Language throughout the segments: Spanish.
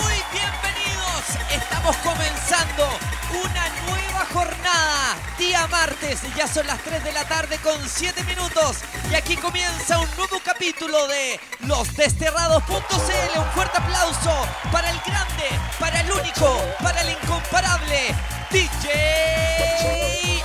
muy bienvenidos. Estamos comenzando una nueva jornada. Día martes, ya son las 3 de la tarde con 7 minutos. Y aquí comienza un nuevo capítulo de Los Desterrados.cl. Un fuerte aplauso para el grande, para el único, para el incomparable DJ.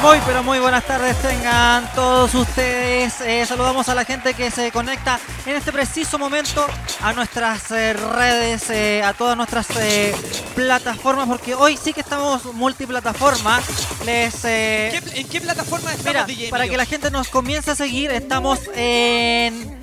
Muy pero muy buenas tardes tengan todos ustedes. Eh, saludamos a la gente que se conecta en este preciso momento a nuestras eh, redes, eh, a todas nuestras eh, plataformas, porque hoy sí que estamos multiplataforma. Les eh, ¿Qué pl- ¿En qué plataforma estamos, mira, DJ? para Emilio? que la gente nos comience a seguir, estamos en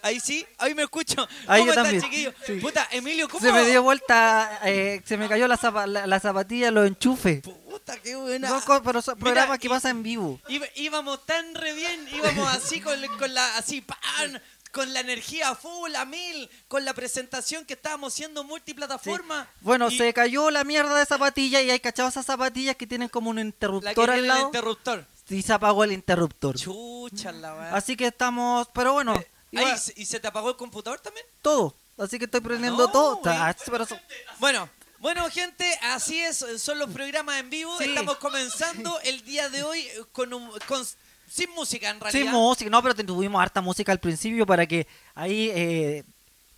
Ahí sí, ahí me escucho. Ahí ¿Cómo yo estás, también. chiquillo? Sí. Puta, Emilio, ¿cómo se me dio vuelta, eh, se me cayó la, zapa- la- la zapatilla, los enchufes. Puta, qué buena. Son co- pero son Mira, programas que y- pasan en vivo. Iba- íbamos tan re bien, íbamos así con, con la así pan, con la energía full a mil, con la presentación que estábamos haciendo multiplataforma. Bueno, Y se cayó la mierda de zapatilla y hay cachado esas zapatillas que tienen como un la que interruptor tiene al el lado interruptor. y se apagó el interruptor. Chucha la weá. Así que estamos, pero bueno, Ahí igual, se- ¿Y se te apagó el computador también? todo. Así que estoy prendiendo No, todo. güey. Ah, pero so- Bueno, bueno gente, así es, son los programas en vivo. Sí. Estamos comenzando el día de hoy con, un- con- sin música en Sí, realidad. música, no, pero te- tuvimos harta música al principio para que ahí eh,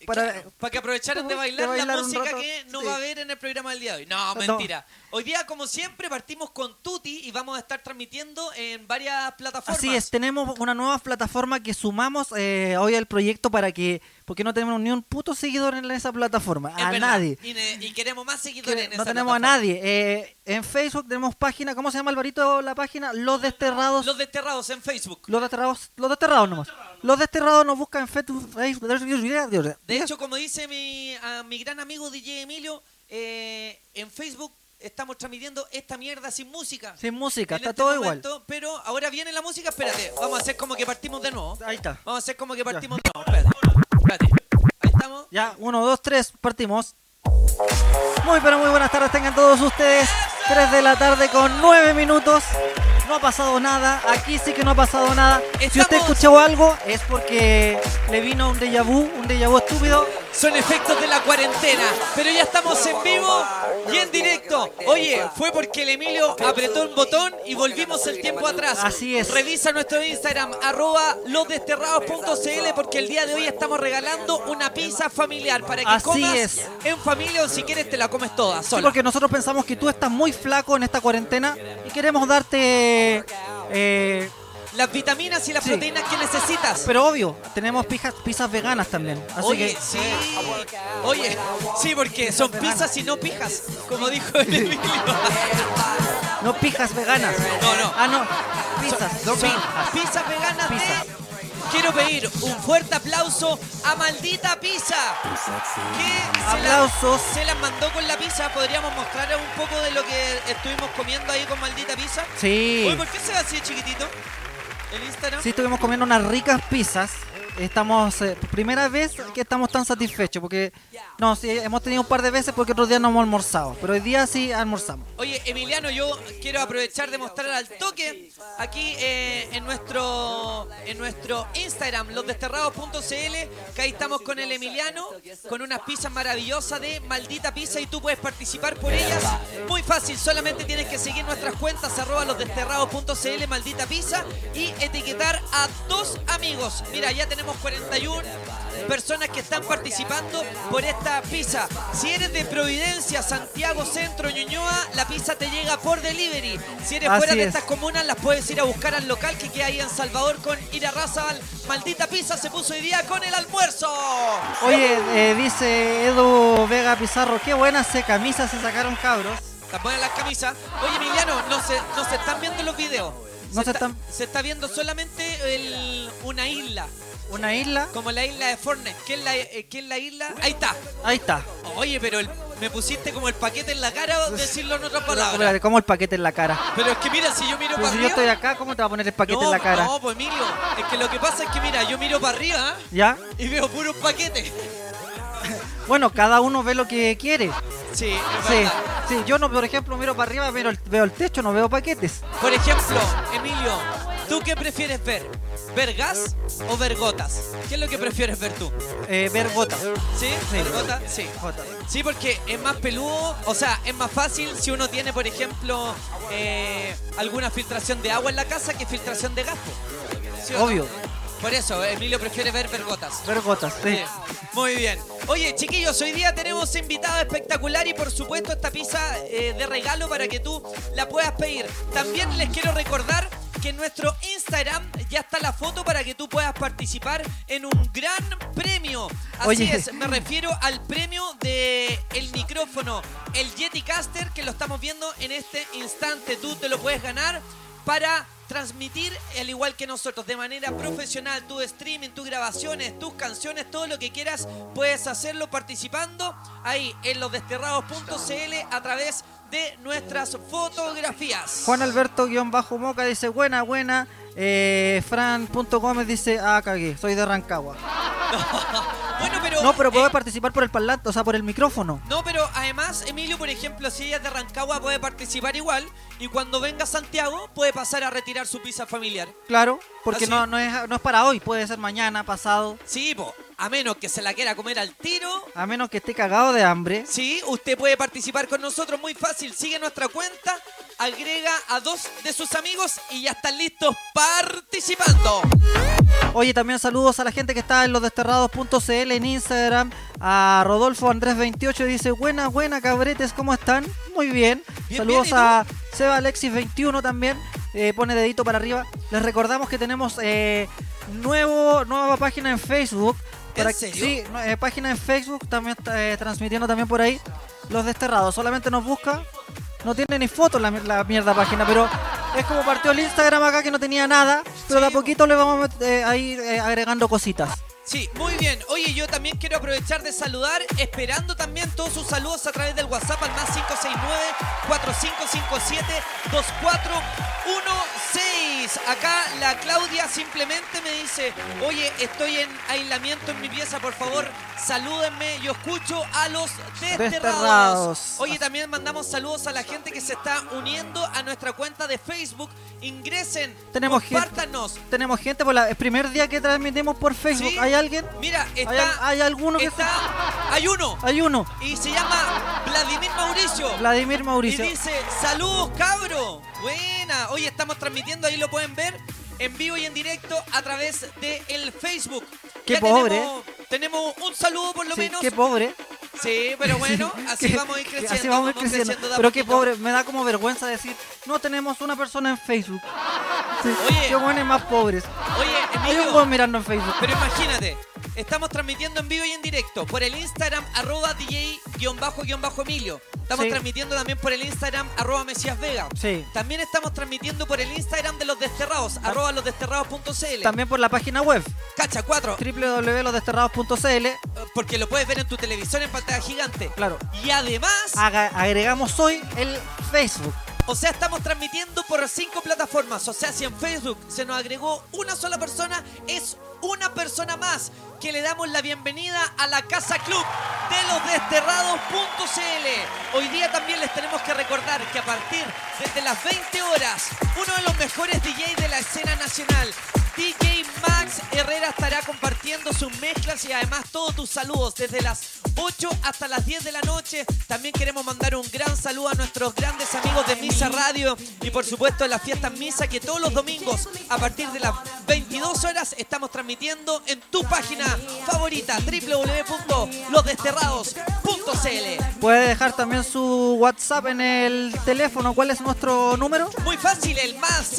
para- Claro, para que aprovecharan de bailar, de bailar la un música rato, que no sí. va a haber en el programa del día de hoy. No, No. mentira. Hoy día, como siempre, partimos con Tuti y vamos a estar transmitiendo en varias plataformas. Así es, tenemos una nueva plataforma que sumamos eh, hoy al proyecto para que, porque no tenemos ni un puto seguidor en esa plataforma, Es a verdad. nadie. Y, ne- y queremos más que seguidores en no esa tenemos a plataforma. nadie. Eh, en Facebook tenemos página, ¿cómo se llama Alvarito la página? Los Desterrados. Los desterrados en Facebook. Los Desterrados, los Desterrados nomás. Los Desterrados nos buscan en Facebook. Facebook. De hecho, como dice mi, a mi gran amigo DJ Emilio, eh, en Facebook estamos transmitiendo esta mierda sin música. Sin música, En está este todo momento, Pero ahora viene la música, espérate, vamos a hacer como que partimos de nuevo. igual. Ahí está. Vamos a hacer como que partimos de nuevo, espérate. Espérate. Ahí estamos. Ya, uno, dos, tres, partimos. Muy, pero muy buenas tardes tengan todos ustedes. 3 de la tarde con 9 minutos. No ha pasado nada, aquí sí que no ha pasado nada. Si usted Estamos- escuchó algo es porque le vino un déjà vu, un déjà vu estúpido. Son efectos de la cuarentena, pero ya estamos en vivo y en directo. Oye, fue porque el Emilio apretó un botón y volvimos el tiempo atrás. Así es. Revisa nuestro Instagram, arroba losdesterrados.cl, porque el día de hoy estamos regalando una pizza familiar para que Así comas es. en familia o si quieres te la comes toda, Sí, sola. porque nosotros pensamos que tú estás muy flaco en esta cuarentena y queremos darte... eh, Las vitaminas y las Sí. proteínas que necesitas. pero obvio, tenemos pijas- pizzas veganas también. Así Oye, que... ah, sí. Oye, sí, porque son pizzas y no pijas, como dijo el Emilio. No pijas veganas. No, no. Ah, no. Pizzas. Son son- Pizza vegana de- Pizza. Quiero pedir un fuerte aplauso a Maldita Pizza. Que se la- Aplausos. Se las mandó con la pizza. Podríamos mostrar un poco de lo que estuvimos comiendo ahí con Maldita Pizza. Sí. Oye, ¿por qué se ve así chiquitito? El Instagram. Sí, estuvimos comiendo unas ricas pizzas. Estamos, eh, primera vez que estamos tan satisfechos porque, no, sí, hemos tenido un par de veces porque otros días no hemos almorzado, pero hoy día sí almorzamos. Oye, Emiliano, yo quiero aprovechar de mostrar al toque aquí eh, en nuestro en nuestro Instagram, losdesterrados.cl, que ahí estamos con el Emiliano, con unas pizzas maravillosas de maldita pizza y tú puedes participar por ellas. Muy fácil, solamente tienes que seguir nuestras cuentas, arroba losdesterrados.cl, maldita pizza, y etiquetar a dos amigos. Mira, ya tenemos 41 personas que están participando por esta pizza. Si eres de Providencia, Santiago Centro, Ñuñoa, la pizza te llega por delivery. Si eres Así fuera de es. estas comunas, las puedes ir a buscar al local que queda ahí en Salvador con Ira Razabal. Maldita pizza se puso hoy día con el almuerzo. Oye, eh, dice Edu Vega Pizarro, qué buenas se camisas se sacaron cabros. Las ponen las camisas. Oye, Emiliano, no se, no se están viendo los videos. No está, se están- se está viendo solamente el- una isla, Una isla, como la isla de Fortnite. ¿Qué es la, eh, qué es la isla? Ahí está. ahí está. Oye, pero el- me pusiste como el paquete en la cara, decirlo en otras palabras. Espérate, Como el paquete en la cara. Pero es que mira, si yo miro Pero para si yo arriba. estoy acá, ¿cómo te va a poner el paquete no, en la cara? no, pues Emilio, es que lo que pasa es que mira, yo miro para arriba ¿ah? ¿Ya? y veo puros paquetes. Bueno, cada uno ve lo que quiere. Sí, es Sí, verdad. sí, yo no, por ejemplo, miro para arriba, pero veo el techo, no veo paquetes. Por ejemplo, Emilio, ¿Tú qué prefieres ver? ¿Vergas o vergotas? ¿Qué es lo que prefieres ver tú? Eh, ver gotas. ¿Sí? Sí. ¿Vergotas? Sí. Gotas. Sí, porque es más peludo, o sea, es más fácil si uno tiene, por ejemplo, eh, alguna filtración de agua en la casa que filtración de gas. po. ¿Sí o no? Obvio. Por eso, Emilio prefiere ver vergotas. Ver gotas, sí. Bien, Muy bien. Oye, chiquillos, hoy día tenemos invitada espectacular y por supuesto esta pizza eh, de regalo para que tú la puedas pedir. También les quiero recordar que en nuestro Instagram ya está la foto para que tú puedas participar en un gran premio. Así Oye. es, me refiero al premio de el micrófono, el Yeti Caster que lo estamos viendo en este instante. Tú te lo puedes ganar para transmitir, al igual que nosotros, de manera profesional, tu streaming, tus grabaciones, tus canciones, todo lo que quieras, puedes hacerlo participando ahí en losdesterrados.cl a través de nuestras fotografías. Juan Alberto-Moca dice, buena, buena. Eh, Fran.gómez dice, ah, cagué, soy de Rancagua. Bueno, pero... No, pero eh, puedo participar por el parlante, o sea, por el micrófono. No, pero además, Emilio, por ejemplo, si ella es de Rancagua, puede participar igual. Y cuando venga a Santiago, puede pasar a retirar su pizza familiar. Claro, porque Ah, sí. no, no, es, no es para hoy, puede ser mañana, pasado. Sí, po, a menos que se la quiera comer al tiro, A menos que esté cagado de hambre. Sí, usted puede participar con nosotros muy fácil. Sigue nuestra cuenta, agrega a dos de sus amigos y ya están listos participando. Oye, también saludos a la gente que está en losdesterrados.cl en Instagram. A Rodolfo Andrés 28 dice, buena, buena, cabretes, ¿cómo están? Muy bien. Bien, saludos bien, ¿y tú? a Seba Alexis 21 también. eh, pone dedito para arriba. Les recordamos que tenemos eh, nuevo, nueva página en Facebook. ¿En Para- serio? Sí, no, eh, página en Facebook, también está, eh, transmitiendo también por ahí. Los Desterrados, solamente nos busca. No tiene ni fotos la, mi- la mierda página, pero es como partió el Instagram acá que no tenía nada. Pero de a poquito le vamos a eh, ahí eh, agregando cositas. Sí, muy bien. Oye, yo también quiero aprovechar de saludar, esperando también todos sus saludos a través del WhatsApp al más 569-4557-2416. Acá la Claudia simplemente me dice, oye, estoy en aislamiento en mi pieza, por favor, salúdenme. Yo escucho a los desterrados. Desterrados. Oye, también mandamos saludos a la gente que se está uniendo a nuestra cuenta de Facebook. Ingresen, Tenemos gente- compártanos. Tenemos gente por la- el primer día que transmitimos por Facebook. Sí. ¿Hay alguien? Mira, está... ¿Hay, al- hay alguno que está, Hay uno. Hay uno. Y se llama Vladimir Mauricio. Vladimir Mauricio. Y dice, saludos cabro. Buena. Hoy estamos transmitiendo, ahí lo pueden ver, en vivo y en directo a través de el Facebook. Qué pobre. Tenemos, tenemos un saludo por lo Sí, menos. qué pobre. Sí, pero bueno, así Que- vamos a ir que creciendo. Así vamos a ir vamos creciendo. creciendo de a Pero qué poquito. pobre, me da como vergüenza decir, no tenemos una persona en Facebook. Sí, Oye. qué buenos más pobres. Oye, Hay un Emilio, buen mirando en Facebook. Pero imagínate, estamos transmitiendo en vivo y en directo por el Instagram arroba DJ-Emilio. Estamos Sí. transmitiendo también por el Instagram arroba Mesías Vega. Sí. También estamos transmitiendo por el Instagram de los desterrados, arroba losdesterrados.cl. También por la página web Cacha, cuatro, www.losdesterrados.cl. porque lo puedes ver en tu televisor en pantalla gigante. Claro. Y además, Aga- agregamos hoy el Facebook. o sea, estamos transmitiendo por cinco plataformas. O sea, si en Facebook se nos agregó una sola persona, es una persona más que le damos la bienvenida a la Casa Club de los Desterrados.cl. Hoy día también les tenemos que recordar que a partir desde las 20 horas, uno de los mejores DJ de la escena nacional, DJ Max Herrera estará compartiendo sus mezclas y además todos tus saludos desde las 8 hasta las 10 de la noche. También queremos mandar un gran saludo a nuestros grandes amigos de Misa Radio y por supuesto a las fiestas Misa que todos los domingos a partir de las 22 horas estamos transmitiendo en tu página favorita www.losdesterrados.cl. Puede dejar también su WhatsApp en el teléfono. ¿Cuál es nuestro número? Muy fácil, el más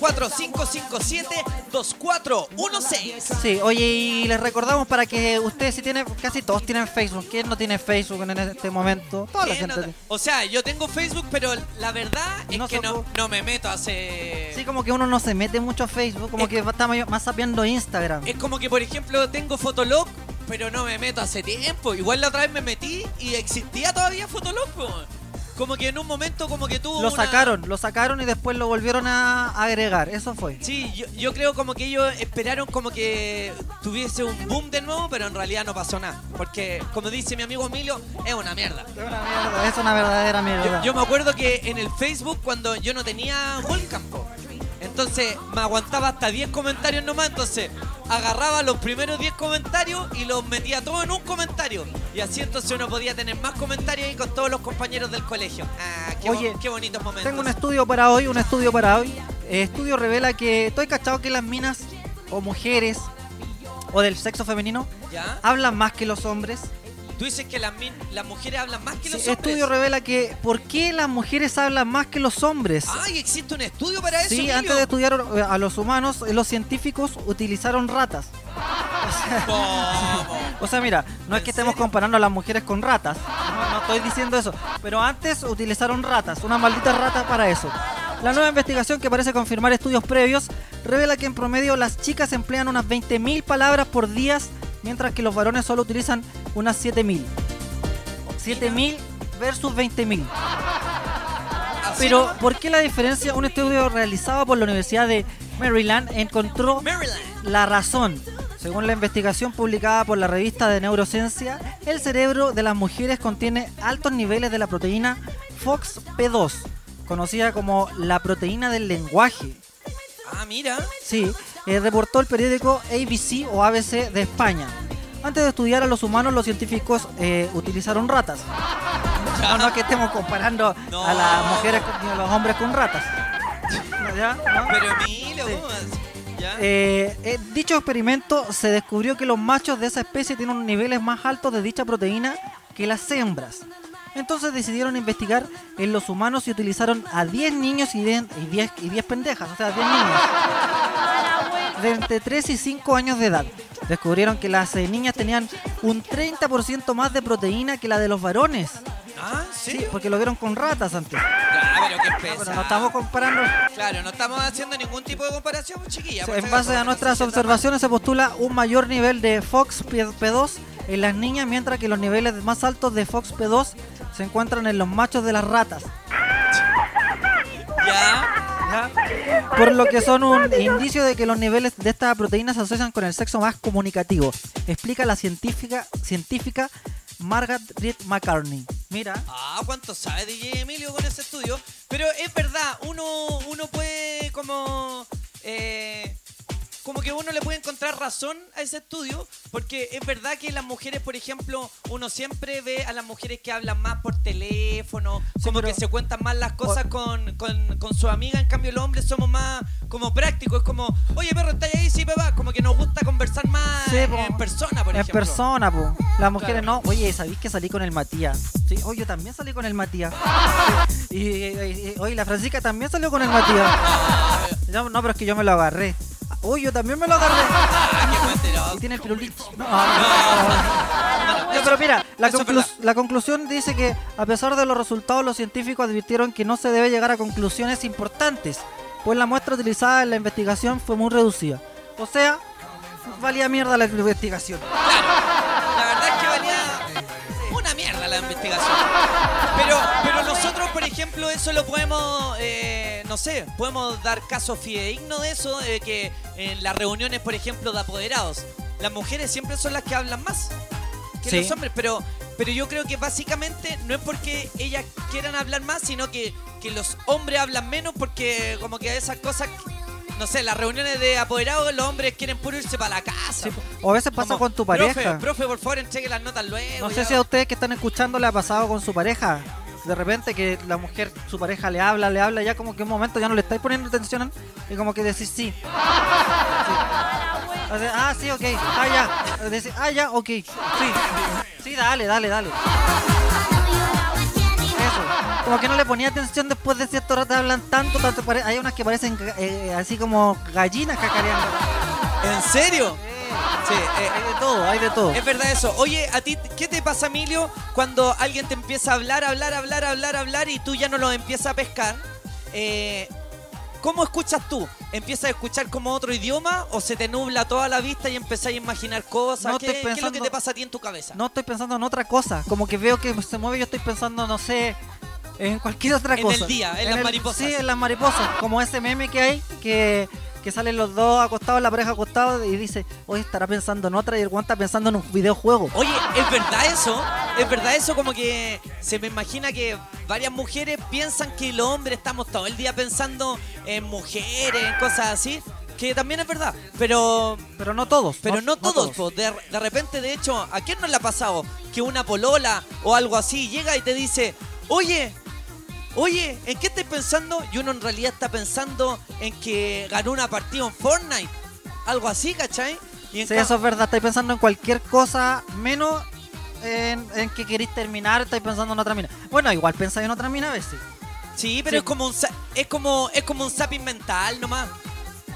569-4557-2416. Sí, oye, y les recordamos para que ustedes si tienen, casi todos tienen Facebook. ¿Quién no tiene Facebook en este momento? Toda la Eh, no, gente. tiene. o sea, yo tengo Facebook, pero la verdad es No que no, sopo- no me meto hace... Sí, como que uno no se mete mucho a Facebook, como Eh. que está mayo- más sabiendo Instagram. Es como que, por ejemplo, tengo Fotolog, pero no me meto hace tiempo. Igual la otra vez me metí y existía todavía Fotolog. po. Como que en un momento como que tuvo Lo una- sacaron, lo sacaron y después lo volvieron a agregar. Eso fue. Sí, yo, yo creo como que ellos esperaron como que tuviese un boom de nuevo, pero en realidad no pasó nada. Porque, como dice mi amigo Emilio, es una mierda. Es una mierda, es una verdadera mierda. Yo, yo me acuerdo que en el Facebook cuando yo no tenía Wallcamp, po. Entonces me aguantaba hasta 10 comentarios nomás. Entonces agarraba los primeros 10 comentarios y los metía todos en un comentario. Y así entonces uno podía tener más comentarios y con todos los compañeros del colegio. Ah, qué, Oye, bo- qué bonitos momentos. Tengo un estudio para hoy, un estudio para hoy. Eh, estudio revela que estoy cachado que las minas o mujeres o del sexo femenino ¿Ya? hablan más que los hombres. Tú dices que las, min- las mujeres hablan más que los Sí, hombres. estudio revela que por qué las mujeres hablan más que los hombres. Ay, existe un estudio para eso. sí, Emilio? antes de estudiar eh, a los humanos, eh, los científicos utilizaron ratas. ¿Cómo? O sea, mira, no es que ¿En estemos serio? comparando a las mujeres con ratas. No, no estoy diciendo eso. Pero antes utilizaron ratas, una maldita rata para eso. La nueva investigación que parece confirmar estudios previos revela que en promedio las chicas emplean unas 20.000 palabras por día, mientras que los varones solo utilizan unas 7.000. 7.000 versus 20.000. Así Pero, nomás. ¿por qué la diferencia? Un estudio realizado por la Universidad de Maryland encontró Maryland. la razón. Según la investigación publicada por la revista de neurociencia, el cerebro de las mujeres contiene altos niveles de la proteína FOXP2, conocida como la proteína del lenguaje. Ah, mira. Sí, eh, reportó el periódico ABC o ABC de España. Antes de estudiar a los humanos, los científicos eh, utilizaron ratas. No, no es que estemos comparando No. a las mujeres con- ni a los hombres con ratas. ¿Ya? ¿No? Pero Emilio, Sí. ¿cómo vas? ¿Ya? Eh, eh, dicho experimento se descubrió que los machos de esa especie tienen unos niveles más altos de dicha proteína que las hembras. Entonces decidieron investigar en los humanos y utilizaron a 10 niños y 10, y 10 y 10 pendejas, o sea, 10 niños. De entre 3 y 5 años de edad. Descubrieron que las eh, niñas tenían un 30% más de proteína que la de los varones. Ah, Sí, ¿sí? porque lo vieron con ratas antes. Ya, pero qué Ah, pesado. pero no estamos comparando. Claro, no estamos haciendo ningún tipo de comparación, chiquilla. por si En acaso, base para a que no nuestras se sienta mal. observaciones se postula un mayor nivel de FOXP2 en las niñas, mientras que los niveles más altos de FOXP2 se encuentran en los machos de las ratas, Ya. ¿ya? por lo que son un indicio de que los niveles de esta proteína se asocian con el sexo más comunicativo, explica la científica, científica Margaret McCartney. Mira, Ah, cuánto sabe DJ Emilio con ese estudio. Pero es verdad, uno, uno puede como. eh, como que uno le puede encontrar razón a ese estudio, porque es verdad que las mujeres, por ejemplo, uno siempre ve a las mujeres que hablan más por teléfono, Sí, como que pero- se cuentan más las cosas con, con, con su amiga, en cambio los hombres somos más como prácticos, es como, oye perro, ¿estás ahí? Sí, papá, como que nos gusta conversar más Sí, po. en persona, por en ejemplo. persona, po. Las mujeres no. Oye, ¿sabéis que salí con el Matías? Sí, oye, yo también salí con el Matías. Sí. Y, y- y- oye, la Francisca también salió con el Matías. No, no, pero es que yo me lo agarré. Uy, yo también me lo agarré. Ah, qué Y cuentero. tiene el pirulito. No, Bueno, No, pero mira, la, Eso es conclu- verdad. la conclusión dice que a pesar de los resultados, los científicos advirtieron que no se debe llegar a conclusiones importantes, pues la muestra utilizada en la investigación fue muy reducida. O sea, valía mierda la investigación. La verdad es que valía una mierda la investigación. Pero, pero nosotros, por ejemplo, eso lo podemos, eh, no sé, podemos dar caso fidedigno de eso, de que en las reuniones, por ejemplo, de apoderados, las mujeres siempre son las que hablan más que Sí. los hombres, pero, pero yo creo que básicamente no es porque ellas quieran hablar más, sino que, que los hombres hablan menos porque como que esas cosas, no sé, las reuniones de apoderados, los hombres quieren puro irse para la casa. Sí, o a veces pasa Como, con tu pareja. Profe, profe, por favor, entregue las notas luego. No sé ya". si a ustedes que están escuchando le ha pasado con su pareja. De repente que la mujer, su pareja le habla, le habla, ya como que un momento ya no le estáis poniendo atención y como que decís sí. Sí. O sea, ah, sí, ok. Ah, ya. Eh, decís, ah, ya, ok. Sí. Sí, dale, dale, dale. Eso. Como que no le ponía atención después de cierto rato hablan tanto, tanto. pare- Hay unas que parecen ga- eh, así como gallinas cacareando. ¿En serio? Sí, eh, Hay de todo, hay de todo. es verdad eso. Oye, ¿a ti qué te pasa, Emilio, cuando alguien te empieza a hablar, hablar, hablar, hablar, hablar y tú ya no lo empiezas a pescar? Eh, ¿Cómo escuchas tú? ¿Empiezas a escuchar como otro idioma o se te nubla toda la vista y empezás a imaginar cosas? No ¿Qué, qué estoy es lo que pensando- te pasa a ti en tu cabeza? No estoy pensando en otra cosa. Como que veo que se mueve, yo estoy pensando, no sé, en cualquier otra En cosa. el día, en las mariposas. Sí, en las mariposas. Como ese meme que hay, que, que salen los dos acostados, la pareja acostada, y dice, hoy estará pensando en otra y el guante está pensando en un videojuego. Oye, ¿es verdad eso? Es verdad eso, como que se me imagina que varias mujeres piensan que los hombres estamos todo el día pensando en mujeres, en cosas así, que también es verdad, pero Pero no todos. pero no, todos, po. De, de repente, de hecho, ¿a quién nos la ha pasado? Que una polola o algo así llega y te dice, oye, oye, ¿en qué estás pensando? Y uno en realidad está pensando en que ganó una partida en Fortnite, algo así, ¿cachai? Y en Sí, ca- eso es verdad. Estáis pensando en cualquier cosa menos en, en que queréis terminar. Estáis pensando en otra mina. Bueno, igual pensáis en otra mina a veces. Sí, pero Sí. es como un sa- es como es como un zapping mental nomás.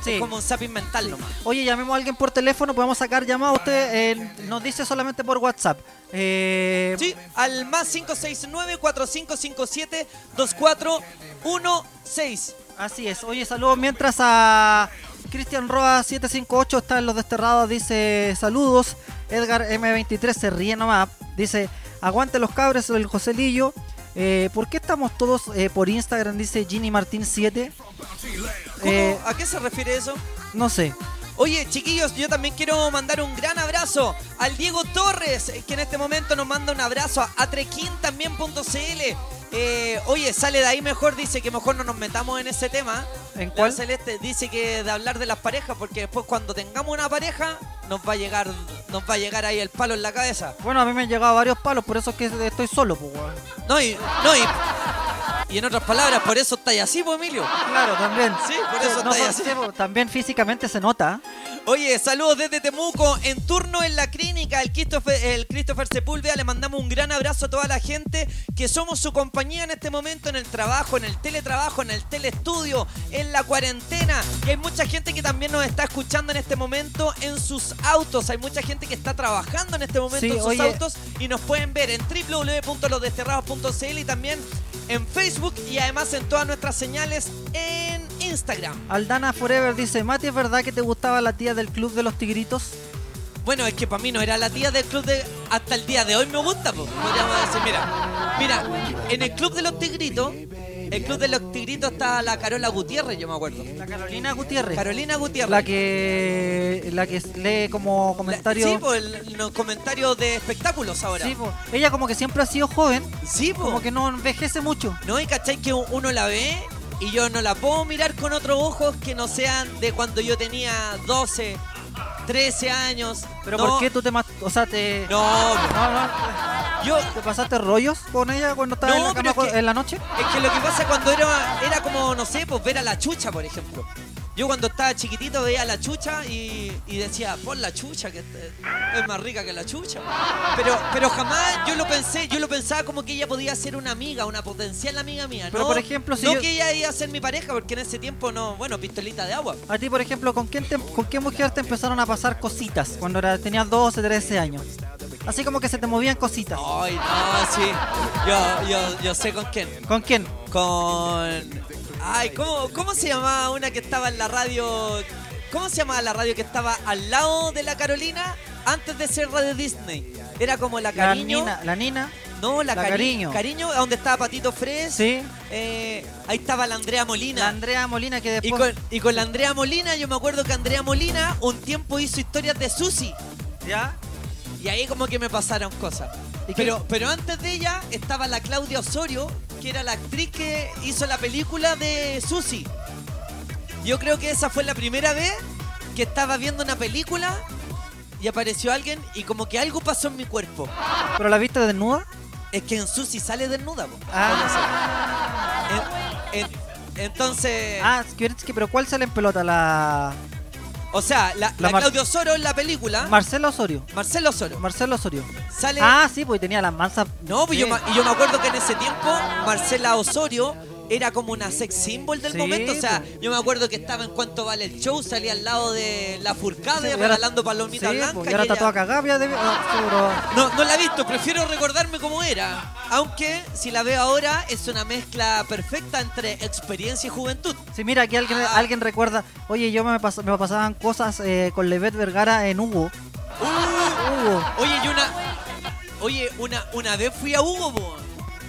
Sí. Es como un zapping mental nomás. Oye, llamemos a alguien por teléfono. Podemos sacar llamada. Usted eh, nos dice solamente por WhatsApp. Eh, Sí, al más 569-4557-2416. Así es. Oye, saludos mientras a Cristian Roa 758 está en los desterrados. Dice saludos. Edgar M23 se ríe nomás. Dice aguante los cabres el Joselillo. Eh, ¿Por qué estamos todos eh, por Instagram? Dice Ginny Martín 7. ¿Cómo? Eh, ¿A qué se refiere eso? no sé. Oye, chiquillos, yo también quiero mandar un gran abrazo al Diego Torres, eh, que en este momento nos manda un abrazo a Atrequín también.cl. Eh, oye, sale de ahí mejor, dice que mejor no nos metamos en ese tema. ¿En La cuál? Celeste dice que de hablar de las parejas, porque después cuando tengamos una pareja, nos va a llegar, nos va a llegar ahí el palo en la cabeza. Bueno, a mí me han llegado varios palos, por eso es que estoy solo, pues, weón. No, y, no, y, y en otras palabras, por eso está así, pues Emilio. Claro, también. Sí, por eso estáis pues, así. sí, pues, También físicamente se nota. Oye, saludos desde Temuco, en turno en la clínica, el Christopher, el Christopher Sepúlveda, le mandamos un gran abrazo a toda la gente que somos su compañía en este momento, en el trabajo, en el teletrabajo, en el telestudio, en la cuarentena. Y hay mucha gente que también nos está escuchando en este momento en sus autos, hay mucha gente que está trabajando en este momento Sí, en sus oye. autos y nos pueden ver en www.losdesterrados.cl y también en Facebook y además en todas nuestras señales en Instagram. Aldana Forever dice, Mati, ¿es verdad que te gustaba la tía del club de los tigritos? Bueno, es que para mí no era la tía del club de. Hasta el día de hoy me gusta, pues. Podríamos decir, mira, mira, en el club de los tigritos, el club de los tigritos está la Carola Gutiérrez, yo me acuerdo. La Carolina Gutiérrez. Carolina Gutiérrez. La que la que lee como La- comentario. Sí, pues, el- los comentarios de espectáculos ahora. Sí, po. Ella como que siempre ha sido joven, Sí, pues. como que no envejece mucho. No, y cachai que uno la ve y yo no la puedo mirar con otros ojos que no sean de cuando yo tenía 12, 13 años. Pero No, ¿por qué tú te mas- o sea, te No, no, no, yo. te pasaste rollos con ella cuando estabas No, en la pero cama es con- que- en la noche? Es que lo que pasa cuando era, era como, no sé, pues ver a la chucha, por ejemplo. Yo cuando estaba chiquitito veía a la chucha y, y decía, pon la chucha, que es es más rica que la chucha. Pero, pero jamás yo lo pensé, yo lo pensaba como que ella podía ser una amiga, una potencial amiga mía. Pero, no, por ejemplo, si no yo- que ella iba a ser mi pareja, porque en ese tiempo no, bueno, pistolita de agua. A ti, por ejemplo, ¿con quién te- con qué mujer te empezaron a pasar cositas cuando era- tenías 12, 13 años? Así como que se te movían cositas. Ay, no, Ah, sí. Yo, yo, yo sé con quién. ¿Con quién? Con. Ay, ¿cómo, ¿cómo se llamaba una que estaba en la radio? ¿Cómo se llamaba la radio que estaba al lado de la Carolina antes de ser Radio Disney? Era como la La cariño. Nina, la Nina. No, la, La Cari- Cariño. cariño. donde estaba Patito Fres. Sí. Eh, ahí estaba la Andrea La Molina. Andrea Molina que Y después con, y con la Andrea Molina, yo me acuerdo que Andrea Molina un tiempo hizo historias de Susi. ya Y ahí como que me pasaron cosas. ¿Y qué? Pero, pero antes de ella estaba la Claudia Osorio, que era la actriz que hizo la película de Susi. Yo creo que esa fue la primera vez que estaba viendo una película y apareció alguien y como que algo pasó en mi cuerpo. ¿Pero la viste desnuda? Es que en Susi sale desnuda. po. Ah, En- en- entonces, ah ¿quieres que- pero ¿cuál sale en pelota? La o sea, la, la la Mar- Claudia Osorio en la película, Marcela Osorio. Marcelo Osorio, Marcelo Osorio. sale... Ah, sí, pues tenía las mansas. No, pues yo, Sí. ma- y yo me acuerdo que en ese tiempo Marcela Osorio era como una sex symbol del Sí, momento. O sea, po. yo me acuerdo que estaba en cuanto vale el show, salía al lado de la Sí, Furcade y ahora- regalando palomitas sí, blancas. pues, y y ahora está ella- toda cagada. ya debe- ah, seguro. no, no la he visto, prefiero recordarme cómo era. Aunque si la veo ahora es una mezcla perfecta entre experiencia y juventud. Sí, mira, aquí alguien, Ah. alguien recuerda. Oye, yo me, pas- me pasaban cosas eh, con Levet Vergara en Hugo. Uh, Hugo. oye, y una. Oye, una, una vez fui a Hugo, po,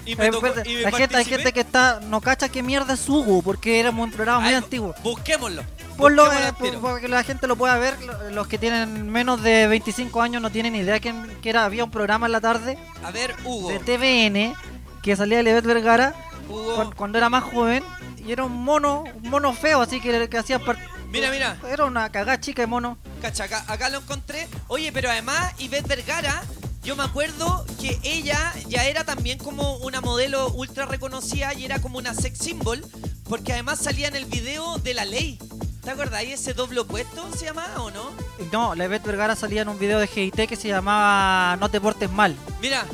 y me Eh, tocó- espérate, y me la gente, hay participé. gente que está no cacha qué mierda es Hugo porque era un programa muy Ay, antiguo. Busquémoslo. Ponlo Busquémoslo eh, al tiro. po- para que la gente lo pueda ver. Lo- Los que tienen menos de 25 años no tienen idea quién- que era. Había un programa en la tarde A ver, Hugo. de TVN que salía Levet Vergara Hugo. cuan- cuando era más joven y era un mono, un mono feo, así que, que hacía par- Mira, mira. Era una cagada chica de mono. Cacha, acá, acá lo encontré. Oye, pero además, Ivette Vergara, yo me acuerdo que ella ya era también como una modelo ultra reconocida y era como una sex symbol, porque además salía en el video de la ley. ¿Te acordás? ¿Y ese doble opuesto se llamaba o no? Y No, Levet Vergara salía en un video de GIT que se llamaba No te portes mal. Mira,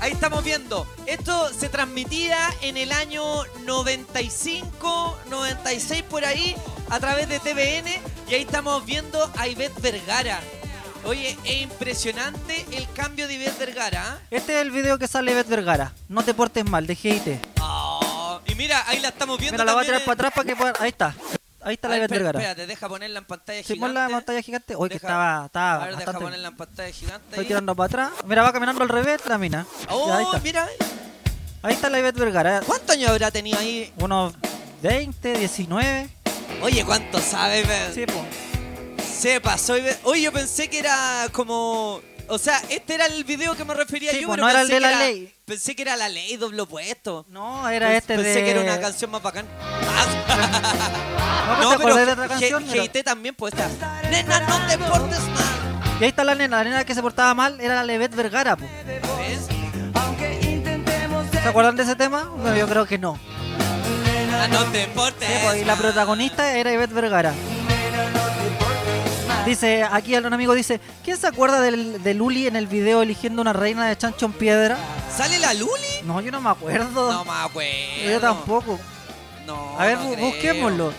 ahí estamos viendo. Esto se transmitía en el año 95, 96 por ahí, a través de TVN. Y ahí estamos viendo a Ivette Vergara. Oye, es impresionante el cambio de Ivette Vergara. ¿ah? Este es el video que sale Levet Vergara. No te portes mal, de GIT. Ah, y mira, ahí la estamos viendo. Mira, la voy a también tirar para en- atrás para que pueda... Ahí está. Ahí está Ay, Levet espera, Vergara. Espérate, deja ponerla en pantalla Si gigante. pon la pantalla gigante. Oye, que Deja- estaba, A estaba ver, deja bastante... ponerla en pantalla gigante. Estoy ahí. tirando para atrás. Mira, va caminando al revés la mina. Ya, ahí Oh, está. mira. Ahí está la Ivette Vergara. ¿Cuántos años habrá tenido ahí? Unos 20, 19. Oye, ¿cuánto sabe? Ivette? Sí, po. Se pasó. y ve- Oye, yo pensé que era como. O sea, este era el video que me refería Sí, yo, pues, pero no era el pensé de que la ley. Pensé que era la ley doble opuesto. No, era Pens- este pensé de... Ah. que era una canción más bacán. No, no, pues, te pero acordás de otra G- canción. pero- GIT también, pues está. Nena, no te portes mal. Y ahí está la nena. La nena que se portaba mal era la Levet Vergara, po. ¿Ves? ¿Se acuerdan de ese tema? No, yo creo que no. Nena, no te portes Sí, pues, y la mal. protagonista era Ivette Vergara. Dice, aquí un amigo dice, ¿quién se acuerda del, de Luli en el video eligiendo una reina de chancho en piedra? ¿Sale la Luli? No, yo no me acuerdo. No me acuerdo. yo tampoco. No, A ver, no bu- creo. busquémoslo.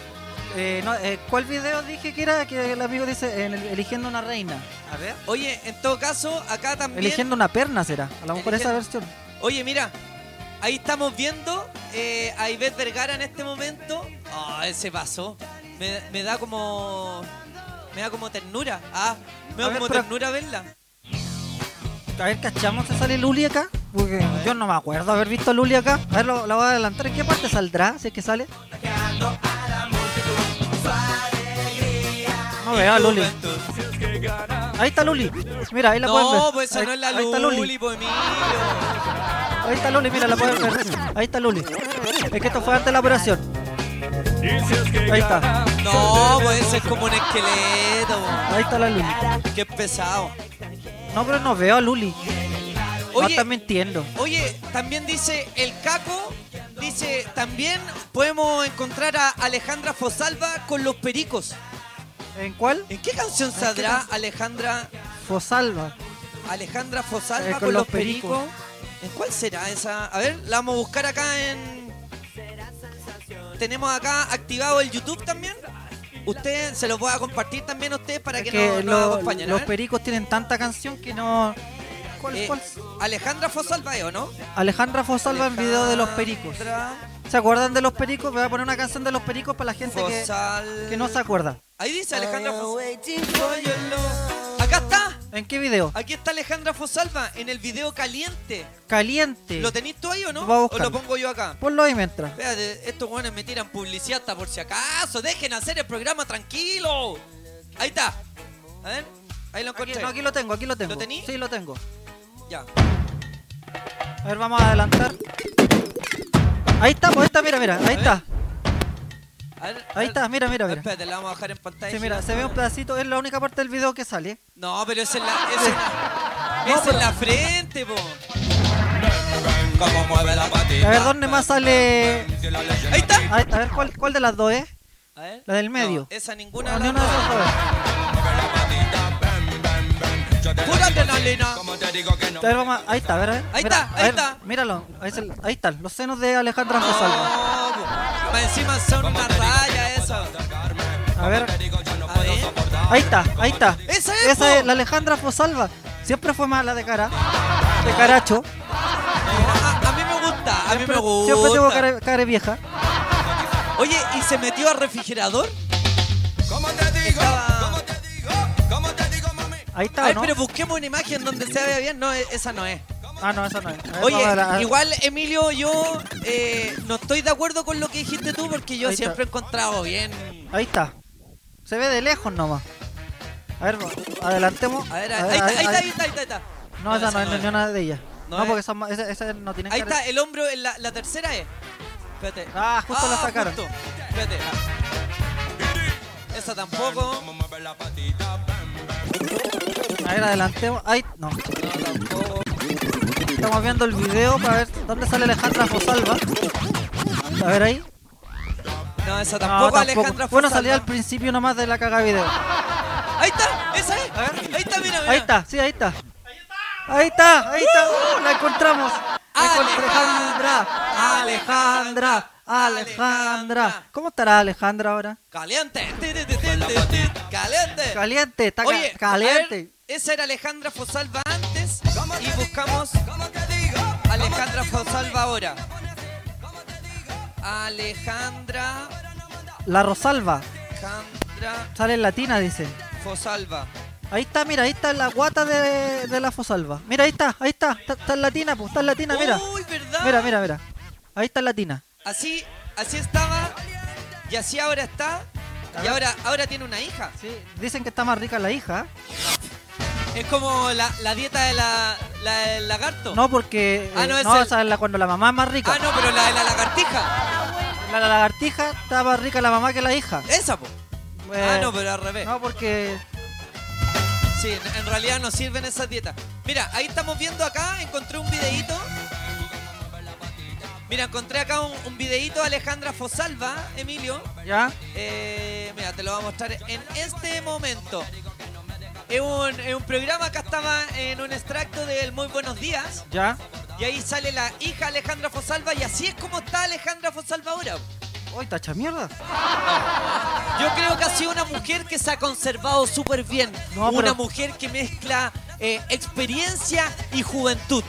Eh, no, eh, ¿Cuál video dije que era? Que el amigo dice, en el- eligiendo una reina. A ver. Oye, en todo caso, acá también. Eligiendo una perna será. A lo mejor esa Eligiendo- versión. Oye, mira, ahí estamos viendo eh, a Ivette Vergara en este momento. Ah, ese pasó. Me, me da como. Me da como ternura. Ah, me A da ver, como pero- ternura verla. A ver, ¿cachamos se sale Luli acá? Porque yo no me acuerdo haber visto a Luli acá. A ver, lo- la voy a adelantar. ¿En qué parte saldrá? Si es que sale. No veo a Luli. Ahí está Luli. Mira, ahí la pueden ver. No, pues esa Ahí- no es la ahí está Luli, pues mío. Ahí está Luli, mira, la pueden ver. Ahí está Luli. Es que esto fue antes de la operación. Ahí está. No, pues ese es como un esqueleto. Ahí está la Luli. Qué pesado. No, pero no veo a Luli. No Oye, estás mintiendo. Oye, también dice el Caco, dice, también podemos encontrar a Alejandra Fosalva con los pericos. ¿En cuál? ¿En qué canción saldrá Alejandra Fosalva. Alejandra Fosalva Eh, con, los pericos? ¿En cuál será esa? A ver, la vamos a buscar acá en. Tenemos acá activado el YouTube también. Ustedes se los voy a compartir también a ustedes para Es que, que nos, nos lo- acompañen. a los ver. pericos tienen tanta canción que no. ¿Cuál, Eh, cuál? Alejandra Fosalva, ¿eh, ¿o no? Alejandra Fosalva en video de los pericos. Alejandra ¿Se acuerdan de los pericos? Voy a poner una canción de los pericos para la gente que, Fosal- que no se acuerda. Ahí dice Alejandra Fosalva. Acá está. ¿En qué video? Aquí está Alejandra Fosalva en el video caliente. Caliente. ¿Lo tenéis tú ahí o no? Voy a ¿O buscarlo. lo pongo yo acá? Ponlo ahí mientras. Espérate, estos hueones me tiran publicidad hasta por si acaso. Dejen hacer el programa tranquilo. Ahí está. A ver, ahí lo Aquí, encontré. no, aquí lo tengo, aquí lo tengo. ¿Lo tení? Sí, lo tengo. Ya. A ver, vamos a adelantar. Ahí está, pues, ahí está, mira, mira, ahí está. A ver, a ver. Ahí está, mira, mira, mira. Espérate, la vamos a bajar en pantalla. Sí, mira, se ve un pedacito, es la única parte del video que sale. No, pero es en la, es en la, es en la frente, po. A ver, ¿dónde más sale? Ahí está. A ver, a ver, ¿cuál, cuál de las dos es? A ver. La del medio. No, esa ninguna. No, de ni las una de esas dos es. dos. Pura adrenalina. A ver, vamos a- ahí está, a ver, a ver. Ahí Mira, está, a ahí ver, está. Míralo, ahí, es el- ahí están, los senos de Alejandra No, Fosalva. po. Más encima son una raya esa. A ver, A ver. ahí está, ahí está. Esa es, po. Esa es la Alejandra Fosalva. Siempre fue mala de cara, de caracho. A, a mí me gusta, a mí me Siempre, gusta. siempre tuvo cara, cara vieja. Oye, ¿y se metió al refrigerador? ¿Cómo te digo? ¿Cómo te digo? ¿Cómo te digo, mami? Ahí está, Ay, ¿o ¿no? pero busquemos una imagen donde se vea bien. No, e- esa no es. Ah, no, esa no es. A ver, Oye, vamos a ver, a ver. igual, Emilio, yo eh, no estoy de acuerdo con lo que dijiste tú porque yo Ahí está. siempre he encontrado bien. Ahí está. Se ve de lejos nomás. A ver, adelantemos. A ver, a- ahí, está, ahí, está, ahí está, ahí está, ahí está. No, esa no es ni una de ellas. No No, es. porque esas ma- esas- esas no tienen Ahí cara- está, el hombro, en la, la tercera es. Espérate. Ah, justo la sacaron. justo. Espérate. Esa tampoco. Como mueve la patita, bam, bam. A ver, adelantemos. Ay, no. No, tampoco. Estamos viendo el video para ver dónde sale Alejandra Fosalva. A ver ahí. No, esa tampoco, No, tampoco. Alejandra Bueno, Fuensalva. salía al principio nomás de la caga video. Ahí está, esa es. Ahí está, mira, mira. Ahí está, sí, ahí está. Ahí está, ahí está. Uh, la encontramos. Alejandra, Alejandra, Alejandra, Alejandra. Alejandra. ¿Cómo estará Alejandra ahora? Caliente. Ti, ti, ti, ti, ti, ti. Caliente. Caliente, está ca- Eh. Oye, a ver, caliente. esa era Alejandra Fosalva antes ¿Cómo te y digo? buscamos ¿Cómo te digo? Alejandra Fosalva ahora. Alejandra, La Rosalba. Alejandra Sale en latina, dicen. Fosalva. Ahí está, mira, ahí está la guata de, de la Fosalva. Mira, ahí está, ahí está. Está, está en latina, pues, está en latina, mira. Uy, ¿verdad? Mira, mira, mira. Ahí está en latina. Así, así estaba y así ahora está. Y ahora, ahora tiene una hija. Sí, dicen que está más rica la hija. ¿eh? Es como la, la dieta de la, la del lagarto. No, porque. eh, Ah, no, no, es el- o sea, la- cuando la mamá es más rica. Ah, no, pero la de la lagartija. La, la lagartija está más rica la mamá que la hija. Esa, po. Eh, ah, no, pero al revés. No, porque. Sí, en, en realidad no sirven esas dietas. Mira, ahí estamos viendo acá, encontré un videíto. Mira, encontré acá un, un videíto de Alejandra Fosalva, Emilio. ¿Ya? Eh, mira, te lo voy a mostrar en este momento. Es un, es un programa que estaba en un extracto del Muy Buenos Días. ¿Ya? Y ahí sale la hija Alejandra Fosalva y así es como está Alejandra Fosalva ahora. Uy, tacha mierda. Yo creo que ha sido una mujer que se ha conservado súper bien. No, una pero- mujer que mezcla eh, experiencia y juventud.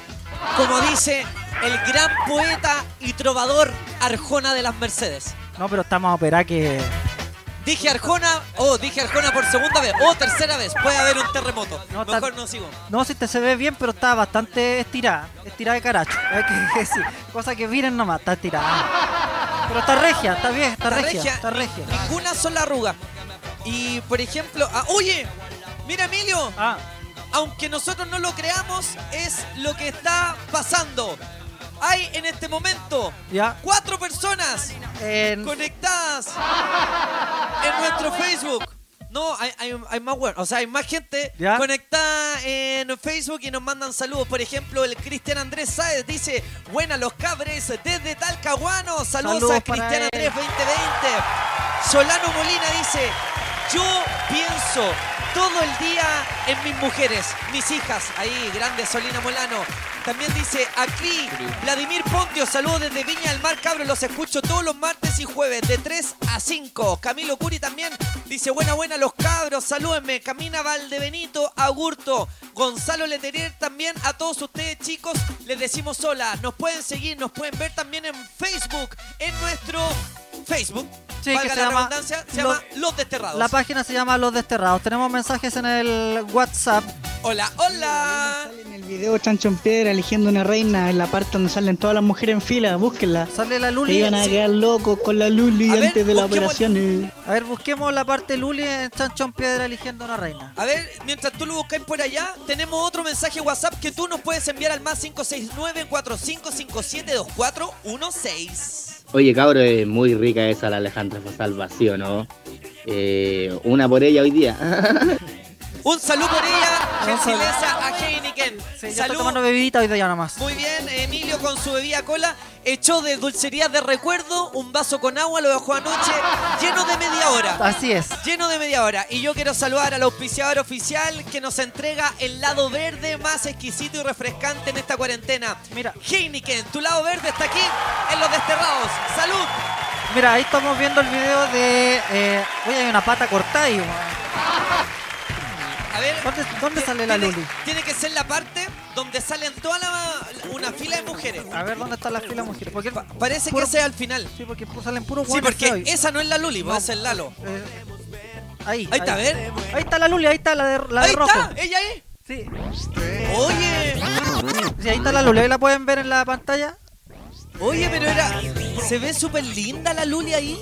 Como dice el gran poeta y trovador Arjona de las Mercedes. No, pero está más operada que. Dije Arjona, oh, dije Arjona por segunda vez, o tercera vez, puede haber un terremoto. No, tan- Mejor no sigo. No, si te se ve bien, pero está bastante estirada. Estirada de caracho. Hay que decir. Cosa que miren nomás, está estirada. Pero está regia, está bien, está, regia, Está regia. Ninguna sola arruga. Y por ejemplo, ah, oye, mira Emilio, Ah, aunque nosotros no lo creamos, es lo que está pasando. Hay en este momento ya. cuatro personas En- conectadas en nuestro Facebook. No, hay, hay- hay más bueno, o sea, hay más gente ¿Ya? conectada en Facebook y nos mandan saludos. Por ejemplo, el Cristian Andrés Sáez dice, buena los cabres desde Talcahuano. Saludos, Saludos a para Cristian él. Andrés 2020. Solano Molina dice, yo pienso todo el día en mis mujeres, mis hijas. Ahí, grande Solina Molano. También dice, aquí, Vladimir Pontio, saludos desde Viña del Mar, cabros, los escucho todos los martes y jueves, de 3 a 5. Camilo Curi también dice, buena, buena, los cabros, salúdenme. Camina Valdebenito, Agurto, Gonzalo Leterier, también a todos ustedes, chicos, les decimos hola. Nos pueden seguir, nos pueden ver también en Facebook, en nuestro Facebook. Sí, valga que se la llama redundancia, se Lo- llama Los Desterrados. La página se llama Los Desterrados. Tenemos mensajes en el WhatsApp. Hola, hola. Sale en el video Chancho en Piedra eligiendo una reina en la parte donde salen todas las mujeres en fila, búsquenla. Sale la Se Luli. iban a Sí. quedar locos con la Luli A ver, antes de las busquemos- operaciones. A ver, busquemos la parte Luli en Chanchón Piedra eligiendo una reina. A ver, mientras tú lo buscáis por allá, tenemos otro mensaje WhatsApp que tú nos puedes enviar al más 569-4557-2416. Oye, cabro, es muy rica esa la Alejandra Fosalva, ¿sí o no? Eh, una por ella hoy día. Un saludo por ella, Un gentileza a Heineken. Sí, ya está tomando Salud. bebidita hoy de allá nomás. Muy bien, Emilio con su bebida cola echó de dulcería de recuerdo un vaso con agua, lo dejó anoche lleno de media hora. Así es. Lleno de media hora. Y yo quiero saludar al auspiciador oficial que nos entrega el lado verde más exquisito y refrescante en esta cuarentena. Mira. Heineken, tu lado verde está aquí en Los Desterrados. ¡Salud! Mira, ahí estamos viendo el video de. Eh, uy, hay una pata cortada ahí. weón. A ver. ¿Dónde, dónde sale la tiene- Luli? Tiene que ser la parte donde salen toda la, una fila de mujeres. A ver, ¿dónde está la fila mujer? Porque Pa- parece que puro- ese es al final. Sí, porque pu- salen puros Sí, guanes porque hoy. esa no es la Luli, va a ser Lalo. Eh, ahí. Ahí está, a ver. Ahí está la Luli, ahí está la de, la de Ahí rojo. está, ella es. Sí. Oye, Sí, ahí está la Luli, ahí la pueden ver en la pantalla. oye, pero era. Se ve súper linda la Luli ahí.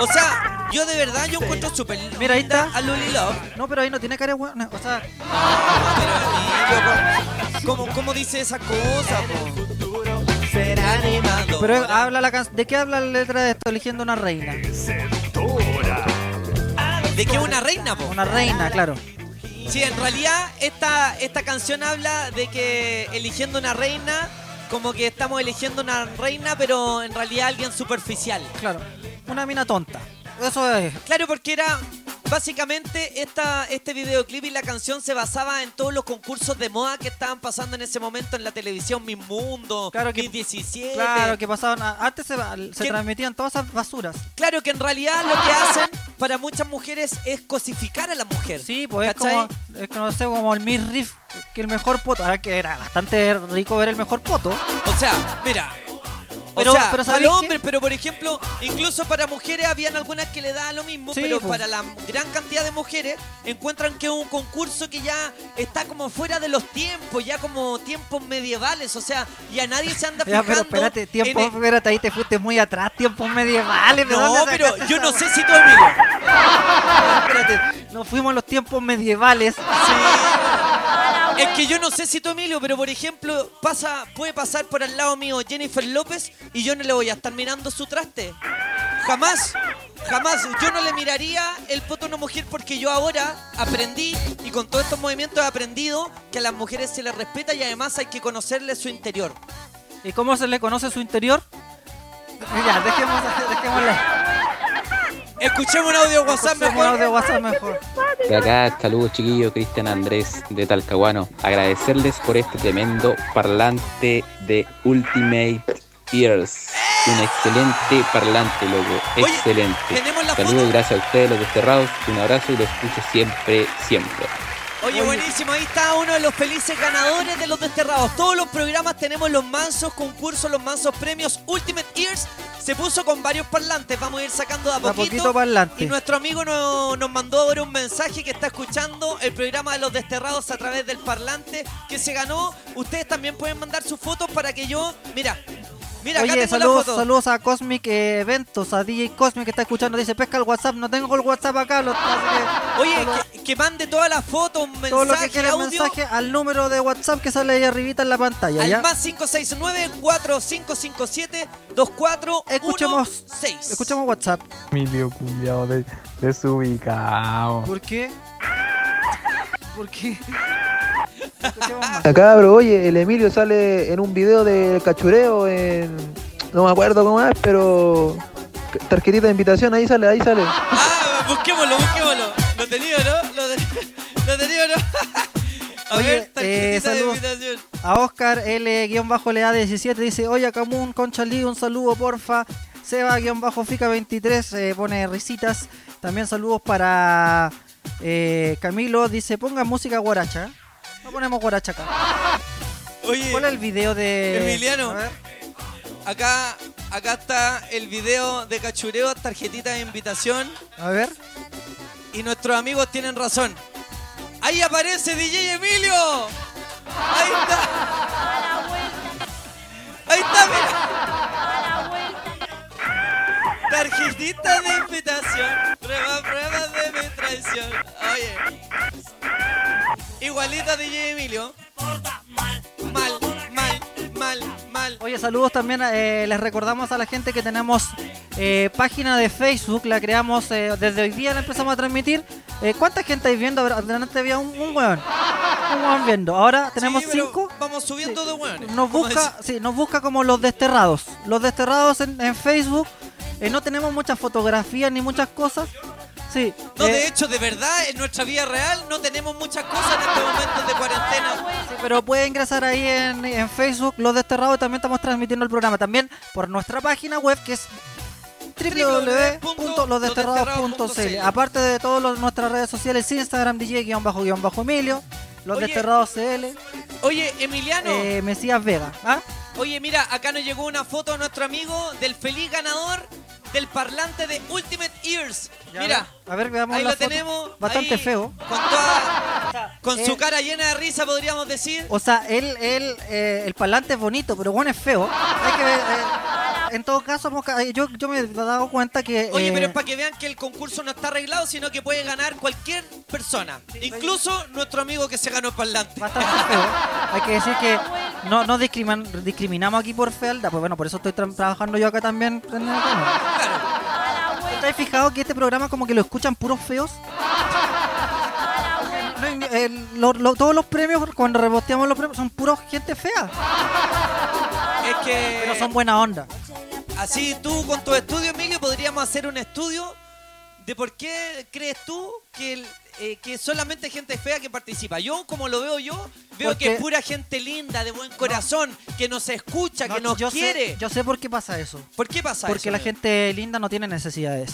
O sea, yo de verdad yo encuentro súper Mira, ahí linda está. a Luli Love. No, pero ahí no tiene cara de hueona. O sea, Pero, ¿Cómo, cómo dice esa cosa, Será animado. pero habla la can- ¿de qué habla la letra de esto? Eligiendo una reina. ¿De qué una reina, po? Una reina, claro. Sí, en realidad esta, esta canción habla de que eligiendo una reina, como que estamos eligiendo una reina, pero en realidad alguien superficial. Claro. Una mina tonta. Eso es. Claro, porque era. Básicamente, esta, este videoclip y la canción se basaba en todos los concursos de moda que estaban pasando en ese momento en la televisión, Mis Mundo, Claro que- Mis 17. Claro, que pasaban. a- Antes se, va- se ¿Qué? transmitían todas esas basuras. Claro que en realidad lo que hacen para muchas mujeres es cosificar a la mujer. Sí, pues es ¿Cachai? como, es como, no sé, como el Miss Riff, que el mejor poto. Ahora que era bastante rico ver el mejor poto. O sea, mira. Pero- o sea, pero al ¿sabéis hombre, qué? pero por ejemplo, incluso para mujeres habían algunas que le da lo mismo, Sí, pero po. para la gran cantidad de mujeres encuentran que es un concurso que ya está como fuera de los tiempos, ya como tiempos medievales, o sea, y a nadie se anda Ya, fijando. pero espérate, tiempo, en el- espérate, ahí te fuiste muy atrás, tiempos medievales. ¿de No, dónde pero sacaste yo no esa- sé si tú, Emilio. Espérate, nos fuimos a los tiempos medievales. Es que yo no sé si tú, Emilio, pero por ejemplo, pasa, puede pasar por al lado mío Jennifer López y yo no le voy a estar mirando su traste. Jamás, jamás. Yo no le miraría el poto a una mujer porque yo ahora aprendí y con todos estos movimientos he aprendido que a las mujeres se les respeta y además hay que conocerle su interior. ¿Y cómo se le conoce su interior? Ya, dejemos, dejémosla. Escuchemos un audio WhatsApp Hacemos mejor. un de WhatsApp mejor. De acá, saludos chiquillos, Cristian Andrés de Talcahuano. Agradecerles por este tremendo parlante de Ultimate Ears. Un excelente parlante, loco. Oye, Excelente. tenemos la Saludos foto. y gracias a ustedes, los desterrados. Un abrazo y los escucho siempre, siempre. Oye, buenísimo, ahí está uno de los felices ganadores de los desterrados. Todos los programas tenemos los mansos concursos, los mansos premios. Ultimate Ears se puso con varios parlantes. Vamos a ir sacando de a De a poquito. poquito parlante. Y nuestro amigo no- nos mandó ahora un mensaje que está escuchando el programa de los desterrados a través del parlante que se ganó. Ustedes también pueden mandar sus fotos para que yo. Mira, mira, acá Oye, tengo la saludos, foto. saludos a Cosmic eh, Eventos, a DJ Cosmic que está escuchando. Dice, pesca el WhatsApp, no tengo el WhatsApp acá. Lo, así que- Oye, todo- que, que mande todas las fotos, un mensaje, todo lo que quiera audio. mensaje al número de WhatsApp que sale ahí arribita en la pantalla, Al ¿ya? más 569-4557-2416. Escuchemos, escuchemos WhatsApp. Emilio culiao de, desubicado. ¿Por qué? ¿Por qué? Acá, bro, Ah, oye, el Emilio sale en un video del cachureo en. No me acuerdo cómo es, pero. Tarjetita de invitación, ahí sale, ahí sale. Ah, busquémoslo, busquémoslo. Lo tenía, ¿no? Lo, ten- lo tenía, ¿no? A Oye, ver, eh, tarjetita de saludos. invitación. A Oscar L-LA17 dice, oye Camun, Conchalí, un saludo porfa. Seba-Fica23 eh, pone risitas. También saludos para eh, Camilo, dice, ponga música guaracha. ¿eh? No ponemos guaracha acá. Oye, ¿Cuál es el video de... Emiliano. Eh, A ver. acá, acá está el video de cachureo, tarjetita de invitación. A ver. Y nuestros amigos tienen razón. Ahí aparece DJ Emilio. Ahí está. Ahí está, mira. Tarjetita de invitación. Prueba, prueba de mi traición. Oye. Igualita DJ Emilio. Mal, mal, mal, mal. Oye, saludos también. eh, les recordamos a la gente que tenemos eh, página de Facebook. La creamos eh, desde hoy día, la empezamos a transmitir. Eh, ¿Cuánta gente hay viendo? Habrá- Antes había un, un weón. Un weón viendo. Ahora tenemos Sí, pero cinco. Vamos subiendo de hueones. Nos Como busca, sí, nos busca como los desterrados. Los desterrados en, en Facebook. eh, no tenemos muchas fotografías ni muchas cosas. Sí. No, eh, de hecho, de verdad, en nuestra vida real no tenemos muchas cosas en este estos momentos de cuarentena. Sí, pero puede ingresar ahí en, en Facebook, Los Desterrados, también estamos transmitiendo el programa. También por nuestra página web que es www.losdesterrados.cl. Aparte de todas nuestras redes sociales, Instagram, DJ-Emilio, Los Oye. Desterrados CL, Oye, Emiliano, eh, Mesías Vega. ¿ah? oye, mira, acá nos llegó una foto de nuestro amigo del feliz ganador del parlante de Ultimate Ears. Mira, A ver, veamos ahí la lo foto. tenemos. Bastante ahí, feo. Con, toda- con su eh, cara llena de risa, podríamos decir. O sea, él, él, eh, el parlante es bonito, pero bueno, es feo. Hay que ver, eh, en todo caso, mosca, eh, yo, yo me he dado cuenta que. Oye, eh, pero es para que vean que el concurso no está arreglado, sino que puede ganar cualquier persona. Incluso nuestro amigo que se ganó el parlante. bastante feo. Hay que decir que no, no discriman- discriminamos aquí por fealdad, pues bueno, por eso estoy tra- trabajando yo acá también. en el tema. ¿Estáis fijados que este programa como que lo escuchan puros feos? No, eh, lo- lo- todos los premios, cuando reboteamos los premios, son puros gente fea, Es que pero son buena onda. así tú con tu estudio, Emilio, podríamos hacer un estudio de por qué crees tú que, el- eh, que solamente gente fea que participa. Yo, como lo veo yo, veo que Porque- es pura gente linda, de buen corazón, que nos escucha, que No, nos yo quiere. Sé, yo sé por qué pasa eso. ¿Por qué pasa Porque eso, la amigo? gente linda no tiene necesidades.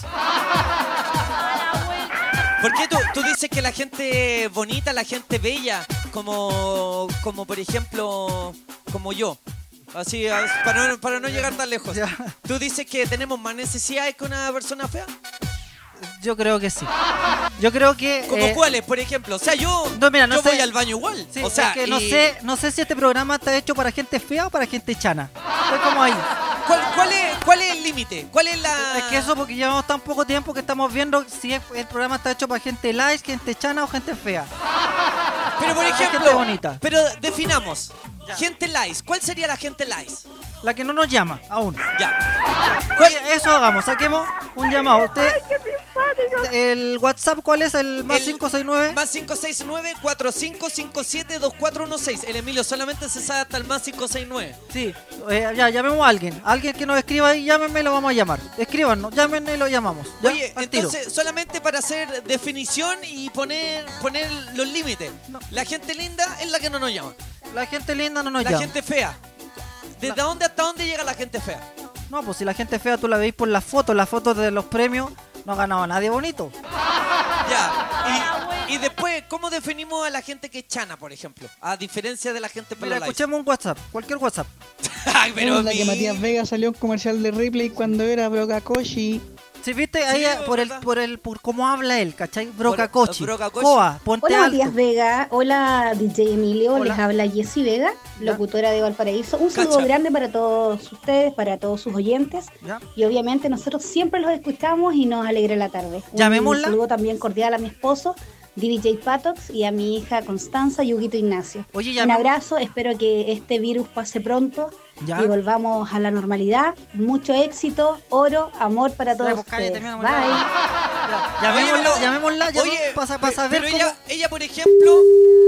¿Por qué tú, tú dices que la gente bonita, la gente bella, como, como por ejemplo, como yo? Así, a- para no, para no llegar tan lejos. Ya. ¿Tú dices que tenemos más necesidades que una persona fea? Yo creo que sí. Yo creo que. ¿Como eh, cuáles, por ejemplo? O sea, yo, No, mira, no yo sé. voy al baño igual. Sí, o sea, es que no, y- sé, no sé si este programa está hecho para gente fea o para gente chana. Estoy como ahí. ¿cuál, cuál es, ¿Cuál es el límite? ¿Cuál es la...? Es que eso porque llevamos tan poco tiempo que estamos viendo si es- el programa está hecho para gente light, gente chana o gente fea. Pero, por hay gente ejemplo, bonita. pero definamos. Gente lice. ¿Cuál sería la gente lice? La que no nos llama aún. Ya. Oye, eso hagamos, saquemos un llamado. Usted, el WhatsApp, ¿cuál es? El más El- 569. Más 569-4557-2416. El Emilio solamente se sabe hasta el más 569. Sí, eh, ya, llamemos a alguien. Alguien que nos escriba ahí, llámenme y lo vamos a llamar. Escríbanos, llámenme y lo llamamos. Ya, Oye, al tiro. entonces, solamente para hacer definición y poner poner los límites. No. La gente linda es la que no nos llama. La gente linda no nos la llama. gente fea. ¿Desde dónde hasta dónde llega la gente fea? No, pues si la gente fea tú la veis por las fotos, las fotos de los premios, no ha ganado a nadie bonito. Ah, Ya. Ah, Y, y después, ¿cómo definimos a la gente que es chana, por ejemplo? A diferencia de la gente Mira, pelo light. escuchemos un WhatsApp, cualquier Whatsap. Ay, pero la que mi- Matías Vega salió un comercial de Ripley cuando era Brocacoshi. Si viste ahí Sí, pues, eh, por el ¿verdad? por el por cómo habla él, ¿cachai? Brocacochi. Brocacochi. Coa, ponte Hola alto. Matías Vega, hola DJ Emilio, Hola. les habla Jessy Vega, locutora de Valparaíso. Un saludo Cacha. grande para todos ustedes, para todos sus oyentes Ya. y obviamente nosotros siempre los escuchamos y nos alegra la tarde. Un Llamémosla. saludo también cordial a mi esposo, DJ Patox y a mi hija Constanza Yuguito Ignacio. Oye, Un llamemos. abrazo, espero que este virus pase pronto Ya. y volvamos a la normalidad. Mucho éxito, oro, amor para todos Ya, pues, cállate, ustedes. mi amor, Bye. Ya. Oye, Llamémosla, pero- llamémosla, ya Oye, pasa para saber pero cómo ella, ella, por ejemplo,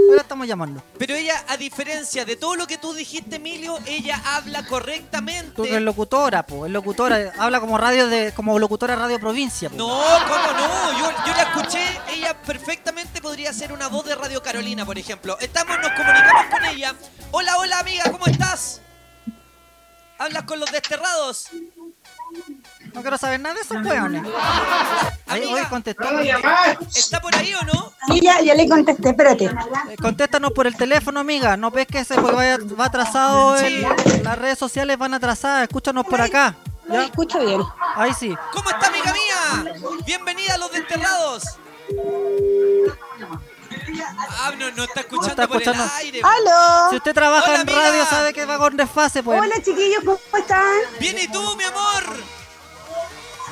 ahora estamos llamando. Pero ella, a diferencia de todo lo que tú dijiste, Emilio, ella habla correctamente. Tú que es locutora, po, es locutora, habla como radio de como locutora Radio Provincia. po. No, cómo no. Yo, yo la escuché. Ella perfectamente podría ser una voz de Radio Carolina, por ejemplo. Estamos, nos comunicamos con ella. Hola, hola, amiga, ¿cómo estás? Hablas con los desterrados. No quiero saber nada de esos hueones. Ahí Amiga. hoy contestó. ¿Está por ahí o no? Sí, ya, ya le contesté, espérate. Eh, Contéstanos por el teléfono, amiga. No pesques porque vaya, va atrasado. Ah, el- las redes sociales van atrasadas. Escúchanos por acá. Lo escucho bien. Ahí sí. ¿Cómo está, amiga mía? Bienvenida a los desterrados. Ah, no, no está escuchando, está por el escuchando. aire. ¡Aló! Si usted trabaja Hola, en amiga. radio, sabe que va con desfase, pues. Hola chiquillos, ¿cómo están? Bien, ¿y tú, mi amor?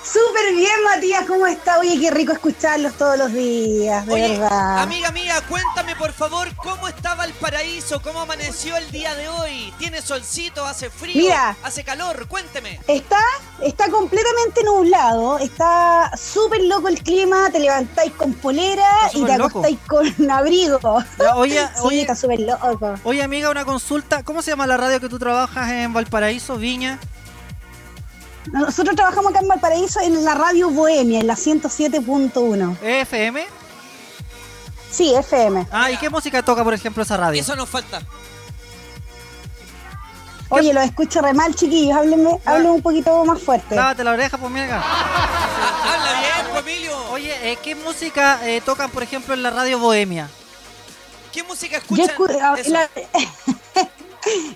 Súper bien, Matías, ¿cómo está? Oye, qué rico escucharlos todos los días, de Oye, verdad. amiga mía, cuéntame por favor cómo estaba el paraíso, cómo amaneció el día de hoy. ¿Tiene solcito? ¿Hace frío? Mira. ¿Hace calor? Cuénteme. Está, está completamente nublado, está súper loco el clima, te levantáis con polera Está y súper te acostáis con abrigo. Ya, oye, Sí, oye, está súper loco. oye, amiga, una consulta. ¿Cómo se llama la radio que tú trabajas en Valparaíso, Viña? Nosotros trabajamos acá en Valparaíso en la radio Bohemia, en la 107.1. Eh. ¿FM? Sí, FM. Ah, ¿y qué música toca, por ejemplo, esa radio? Eso nos falta. Oye, los escucho re mal, chiquillos, háblenme, Ah. háblenme un poquito más fuerte. Lávate la oreja, pues, mira. Ah, Habla bien, pues, Emilio. Oye, eh, ¿qué música eh, tocan, por ejemplo, en la radio Bohemia? ¿Qué música Yo, escuchan? escu- a- Eso. la-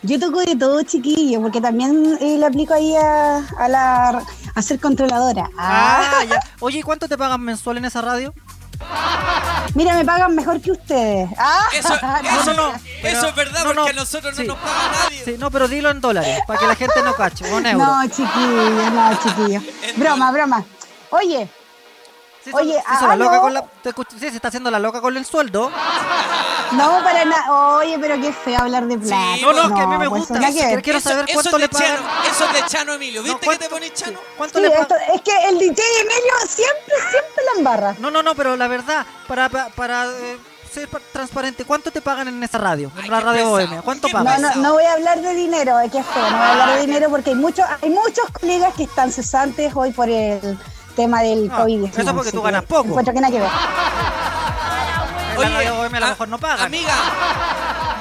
Yo toco de todo chiquillo, porque también eh, le aplico ahí a, a la, a ser controladora. Ah. Ah, ya. Oye, ¿y cuánto te pagan mensual en esa radio? Mira, me pagan mejor que ustedes. Ah, Eso, eso, no, eso pero- es verdad, no, no. porque a nosotros no Sí. nos paga nadie. Sí, no, pero dilo en dólares, para que la gente no cache, o en euros. No, chiquillo, no, chiquillo. Broma, broma. Oye, Sí, Oye, se hizo la aló. loca con la- te escuch- sí, se está haciendo la loca con el sueldo. no para nada. Oye, pero qué feo hablar de plata. no, no, es que a mí me pues, gusta. nada que ver. Quiero saber eso cuánto es de le pagan. Chano, eso es de Chano Emilio. ¿Viste que ¿cuánto- te pones Chano? sí, ¿Cuánto Sí, le pagan? esto- es que el DJ Emilio siempre, siempre la embarra. No, no, no, pero la verdad, para, para, para, eh, ser pa- transparente, ¿cuánto te pagan en esa radio? En Ay, la qué radio pesado, Bohemia, ¿cuánto qué No, pagan? no, no voy a hablar de dinero, eh, qué feo, no voy a hablar de dinero porque hay muchos, hay muchos colegas que están cesantes hoy por el tema del Ah, COVID. eso porque tú ganas poco. Encuentro que nada que ver. En la radio Bohemia a lo a- mejor no pagan. Amiga,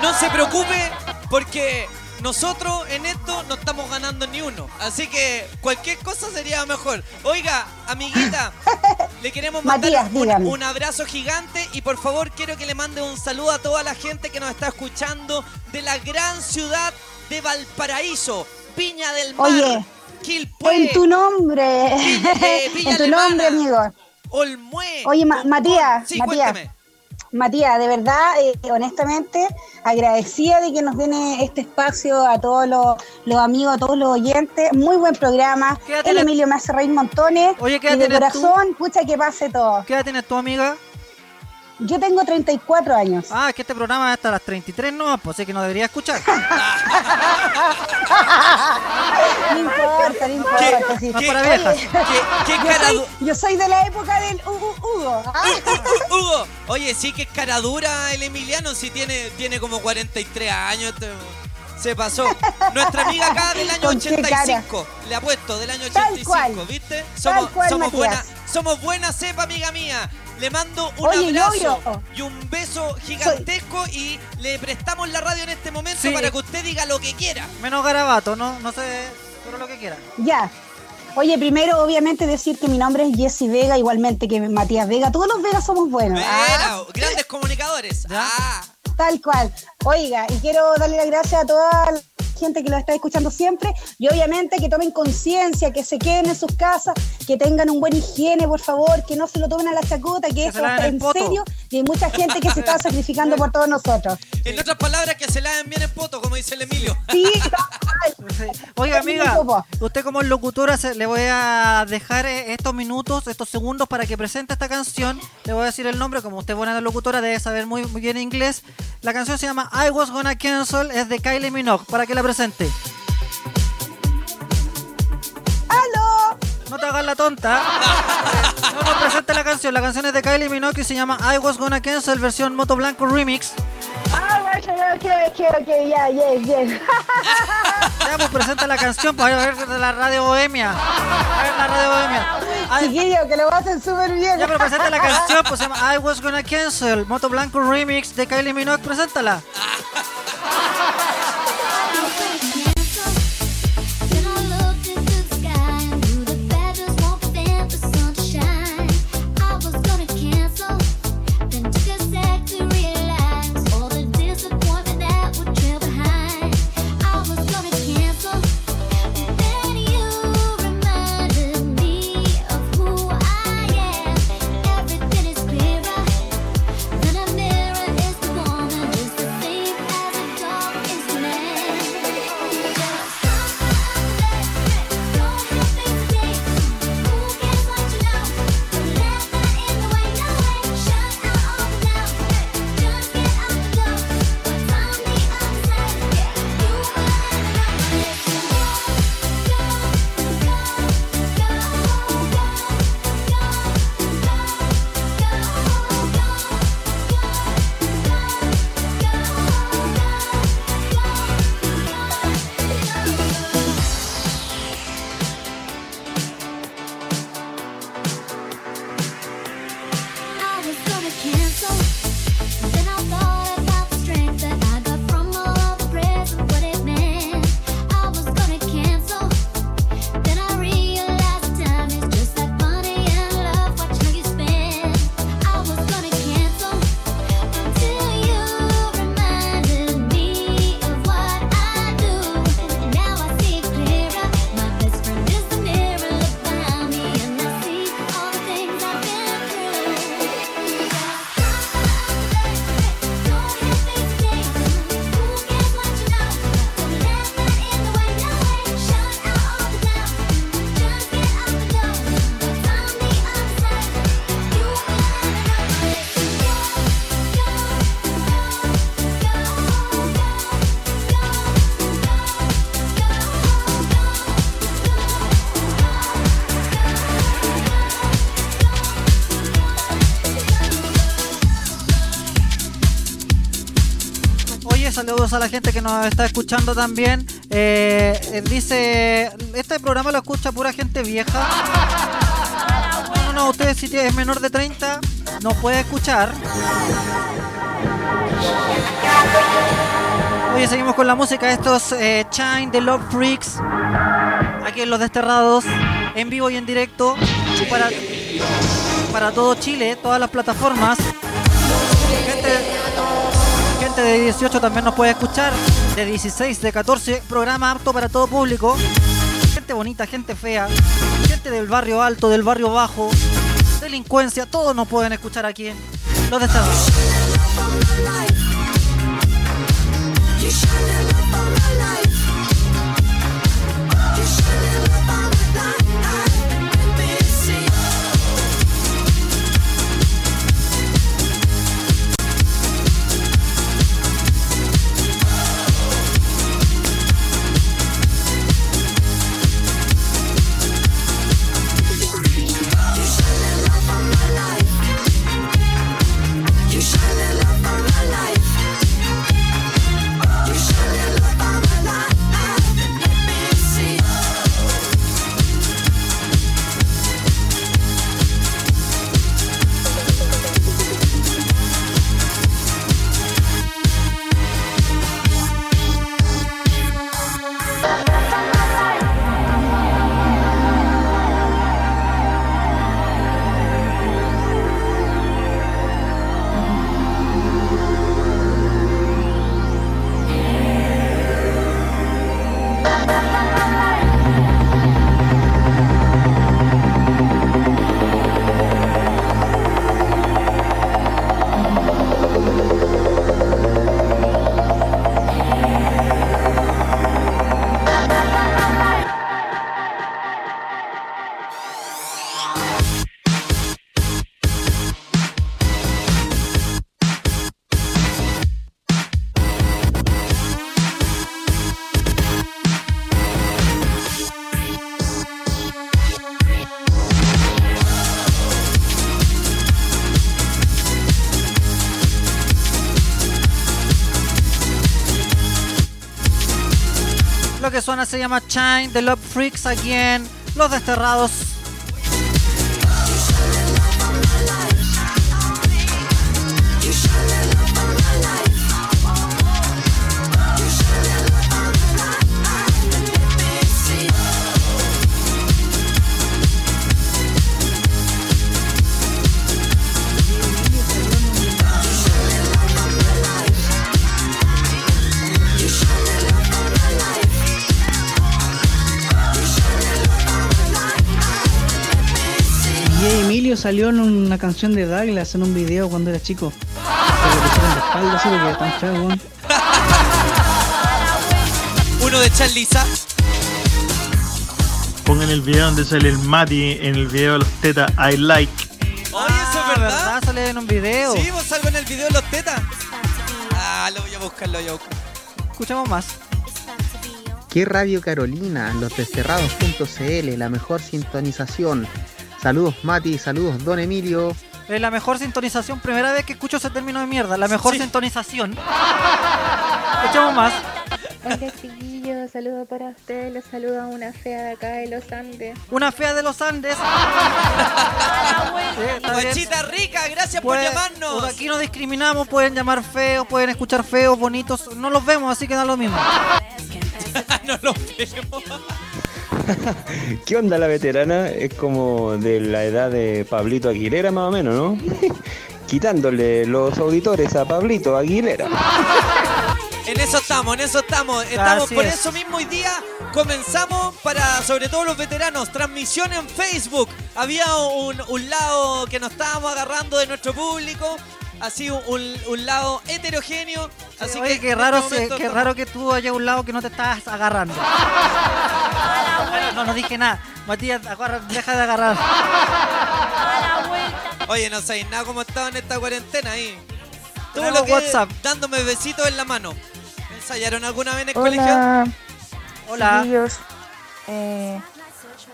no se preocupe porque nosotros en esto no estamos ganando ni uno. Así que cualquier cosa sería mejor. Oiga, amiguita, le queremos mandar Matías, un, dígame. un abrazo gigante y por favor quiero que le mande un saludo a toda la gente que nos está escuchando de la gran ciudad de Valparaíso, Viña del Mar, Oye, Quilpué, En tu nombre, eh, Villa en tu Alemana. nombre, amigo. Olmué. Oye, Ma- Concón. Matías, Sí, Matías. cuéntame. Matías, de verdad, eh, honestamente, agradecida de que nos den eh, este espacio a todos los, los amigos, a todos los oyentes. Muy buen programa. ¿Qué edad El tenés- Emilio me hace reír montones. Oye, ¿qué edad y de tenés tú? corazón, pucha, que pase todo. ¿Qué edad tienes tú, amiga? Yo tengo 34 años. Ah, es que este programa es hasta las 33 no, pues es que no debería escuchar. No importa, no importa. sí. No es para viejas. ¿Qué, qué Yo cara soy, du- yo soy de la época del Hu- Hu- Hugo. Ah, Hu- Hugo, oye, sí que es cara dura el Emiliano, sí tiene, tiene como 43 años. este, se pasó. Nuestra amiga acá del año ¿Con qué cara? 85, le apuesto, del año Tal 85, cual. ¿viste? Somos, cual, somos buena, Matías. somos buena cepa, amiga mía. Le mando un Oye, yo, oh. abrazo yo. y un beso gigantesco y le prestamos la radio en este momento Sí. para que usted diga lo que quiera. Menos garabato, no, no sé, Eh, pero lo que quieran. ya. Oye, primero, obviamente, decir que mi nombre es Jessy Vega, igualmente que Matías Vega. Todos los Vegas somos buenos. Ah. Vera, grandes comunicadores. Ah. Tal cual. Oiga, y quiero darle las gracias a toda la gente que lo está escuchando siempre y obviamente que tomen conciencia, que se queden en sus casas, que tengan un buen higiene, por favor, que no se lo tomen a la chacota, que, se esto laven está el en poto. serio y hay mucha gente que se está sacrificando por todos nosotros. En otras palabras, que se laven bien en poto, como dice el Emilio. Sí, tal cual. Sí. Oiga, Dos amiga, minutos, po. usted como locutora se- le voy a dejar eh, estos minutos, estos segundos para que presente esta canción. Le voy a decir el nombre, como usted es buena locutora, debe saber muy, muy bien inglés. La canción se llama I Was Gonna Cancel, es de Kylie Minogue, para que la presente. ¡Aló! No te hagas la tonta. No, no, presente la canción. La canción es de Kylie Minogue y se llama I Was Gonna Cancel, versión Moto Blanco Remix. Ah, bueno, ok, ok, ok, ya, yes, yes. Ya, pues presenta la canción para ver de la radio Bohemia. A ver la radio Bohemia. Ay, Chiquillo, que lo hacen súper bien. Ya, pero presenta la canción, pues se llama I Was Gonna Cancel, Moto Blanco Remix de Kylie Minogue, preséntala. Thank you Oye, saludos a la gente que nos está escuchando también. Eh, eh, dice, este programa lo escucha pura gente vieja. No, no, no, usted si es menor de 30 no puede escuchar. Oye, seguimos con la música. Estos eh, Chine de Love Freaks. Aquí en Los Desterrados. En vivo y en directo. Para, para todo Chile, todas las plataformas. Gente, gente de 18 también nos puede escuchar. De 16, de 14. Programa apto para todo público. Gente bonita, gente fea. Gente del barrio alto, del barrio bajo. Delincuencia. Todos nos pueden escuchar aquí en Los Desterrados. Lo que suena se llama Chine The Love Freaks aquí en Los Desterrados. Y Emilio salió en una canción de Douglas en un video cuando era chico. Se le pusieron de espalda así porque era tan feo, weón. Uno de Charliza. Pongan el video donde sale el Mati en el video de los tetas I like. Oye, eso Ah, es verdad. Sale en un video. Sí, vos salgo en el video de los tetas. Ah, lo voy a buscar, lo voy a buscar. Escuchamos más. ¿Qué Radio Carolina? Losdesterrados.cl, la mejor sintonización. Saludos Mati, saludos Don Emilio. Eh, la mejor sintonización. Primera vez que escucho ese término de mierda. La mejor Sí. sintonización. Escuchamos más. Hola chiquillos, saludos para ustedes, les saluda una fea de acá de los Andes. Ah, Una fea de los Andes. Ah, Sí, está bien. Guachita rica, gracias por Puede- llamarnos. Pues, Aquí no discriminamos, pueden llamar feos, pueden escuchar feos, bonitos. No los vemos, así que da lo mismo. no lo vemos. ¿Qué onda la veterana? Es como de la edad de Pablito Aguilera más o menos, ¿no? Quitándole los auditores a Pablito Aguilera. En eso estamos, en eso estamos. Estamos Así por es. eso mismo hoy día. Comenzamos para, sobre todo los veteranos, transmisión en Facebook. Había un, un lado que nos estábamos agarrando de nuestro público, así un, un- un lado heterogéneo. Así Oye, que qué en raro, este se- momento qué estamos- raro que tú haya un lado que no te estás agarrando. No, no dije nada. Matías, agarra- deja de agarrar. Oye, no sabéis nada cómo estaba en esta cuarentena ahí. Todo Tenemos lo que WhatsApp. dándome besitos en la mano. ¿Ensayaron alguna vez en el colegio? Hola, Hola. chiquillos. Eh,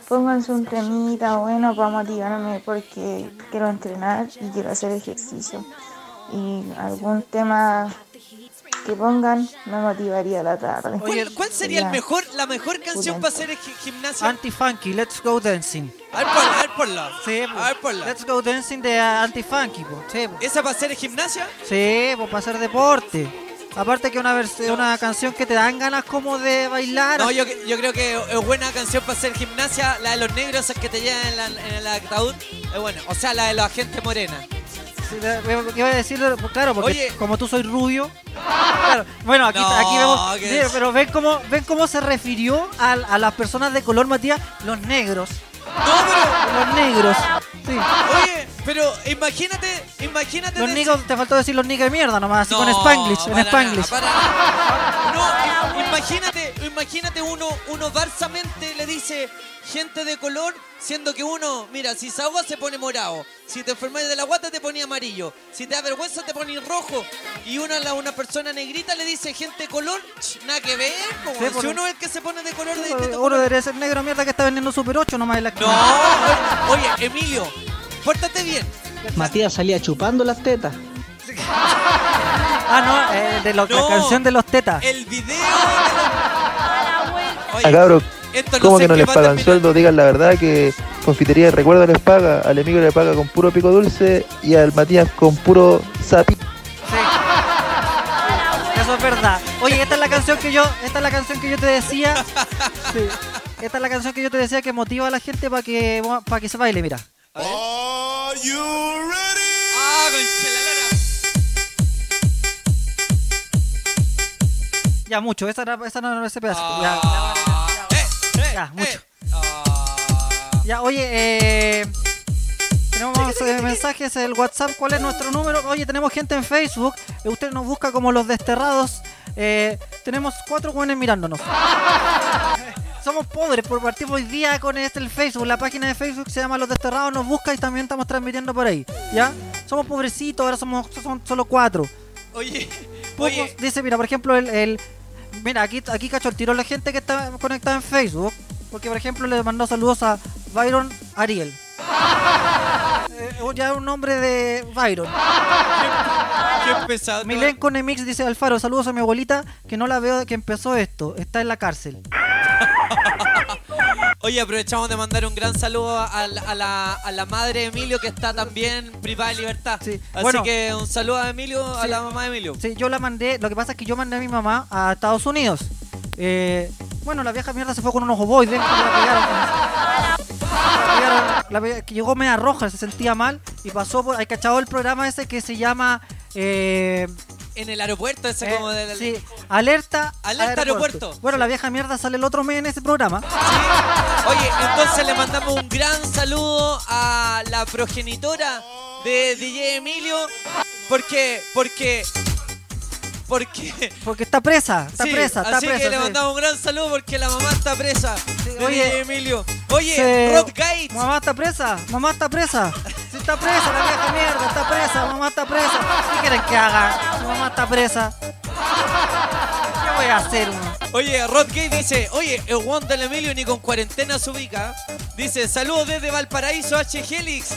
pónganse un temita bueno para motivarme porque quiero entrenar y quiero hacer ejercicio. Y algún tema que pongan me motivaría la tarde. Pues ¿Cuál, cuál sería el Ya. mejor, la mejor canción para hacer gi- gimnasia? Anti-funky, let's go dancing. A ver, ponla, a ver, ponla. Sí, a ver, ponla. Let's go dancing de anti-funky, po. Sí, po. ¿Esa para hacer gimnasia? Sí, pues para hacer deporte. Aparte que una vers- una canción que te dan ganas como de bailar. No, yo, yo creo que es buena canción para hacer gimnasia. La de los negros, esa que te llevan en, la, en el ataúd. Es buena. O sea, la de los agentes morena. Sí, la- veo que iba a decirlo, pues, claro, porque Oye. como tú soy rubio. claro, bueno, aquí, No, aquí vemos. que sí, es- pero ven cómo, ven cómo se refirió al- a, las personas de color, Matías, los negros. Los negros. Sí. Oye, pero imagínate, imagínate. Los de- niggas, te faltó decir los niggas de mierda nomás, así No, con Spanglish, en para Spanglish. nada, para Ah, nada. Ah, No, im- imagínate, imagínate uno, uno barsamente le dice gente de color, siendo que uno, mira, si se agua se pone morado, si te enfermas de la guata te pone amarillo, si te da vergüenza te pone rojo, y una la- una persona negrita le dice gente de color, ch, nada que ver, po, Sí, si por- uno es el que se pone de color de distinto Uno debería ser negro mierda que está vendiendo Super 8 nomás en la No, oye, oye, Emilio, pórtate bien. Matías salía chupando las tetas. Ah, no, eh, de lo- No. la canción de los tetas. El video de la- Oye, Ah, cabros, esto no ¿cómo sé que no en qué les va a pagan terminar. sueldo? Digan la verdad que Confitería de Recuerdo les paga, al amigo le paga con puro pico dulce y al Matías con puro sapi. Eso es verdad. Oye, esta es la canción que yo, esta es la canción que yo te decía. Sí. Esta es la canción que yo te decía que motiva a la gente para que para que se baile, mira. Eh? Ah, Gonzalalera. Ya mucho, esa era, esa no era ese Ah. pedazo. Ya, Eh, ya, mucho. Ya, oye, eh, tenemos más, eh, mensajes en el WhatsApp. ¿Cuál es nuestro número? Oye, tenemos gente en Facebook. eh, Usted nos busca como los desterrados. eh, tenemos cuatro jóvenes mirándonos. Somos pobres por partir hoy día con este el Facebook. La página de Facebook se llama Los Desterrados Nos Busca y también estamos transmitiendo por ahí. ¿Ya? Somos pobrecitos, ahora somos son solo cuatro. Oye, Pocos, dice, mira, por ejemplo, el, el- mira, aquí, aquí cacho el tiro la gente que está conectada en Facebook, porque por ejemplo le mandó saludos a Byron Ariel. Eh, ya un nombre de Byron. Ah. qué pesado. Milenko Nemix dice Alfaro, saludos a mi abuelita, que no la veo de que empezó esto, está en la cárcel. Oye, aprovechamos de mandar un gran saludo a la, a la- a la madre de Emilio que está también privada de libertad. Así bueno. que un saludo a Emilio, a Sí. la mamá de Emilio. Sí, yo la mandé, lo que pasa es que yo mandé a mi mamá a Estados Unidos. Eh, bueno, la vieja mierda se fue con unos ovoides, la pegaron. La pegaron, la pe- que llegó media roja, se sentía mal y pasó por... Hay cachado el programa ese que se llama... eh, En el aeropuerto, ese eh, como del. sí, alerta... Alerta aeropuerto. Bueno, la vieja mierda sale el otro mes en ese programa. Oye, entonces le mandamos un gran saludo a la progenitora de DJ Emilio. Porque, porque, porque. Porque está presa, está Sí, presa, está así presa. que le sí. mandamos un gran saludo porque la mamá está presa. de oye. DJ Emilio. Oye, Se- Rod Gates. Mamá está presa, mamá está presa. Sí, está presa, la vieja mierda, está presa, mamá está presa. ¿Qué quieren que haga? Mi mamá está presa. ¿Qué voy a hacer, uno? Oye, Rod Gay dice, oye, el Juan del Emilio ni con cuarentena se ubica. Dice, saludos desde Valparaíso, H. Helix.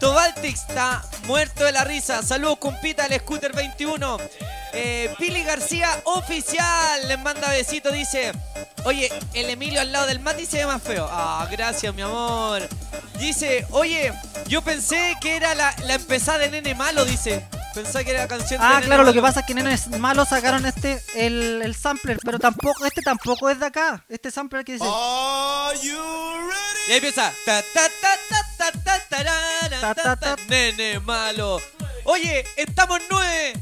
Tobaltix está muerto de la risa. Saludos, compita, el Scooter 21. Eh, Pili García, oficial, les manda besito, dice. Oye, el Emilio al lado del Mati se ve más feo. Ah, gracias, mi amor. Dice, oye, yo pensé que era la, la empezada de Nene Malo, dice. Pensé que era la canción de Ah, Nene claro, lo Malo. que pasa es que Neno es malo, sacaron este, el, el sampler, pero tampoco, este tampoco es de acá. Este sampler que dice. Y ahí empieza. Ta, ta, ta, ta, ta, ta, tarara, Ta, ta, ta, ta. Nene malo. Oye, estamos nueve.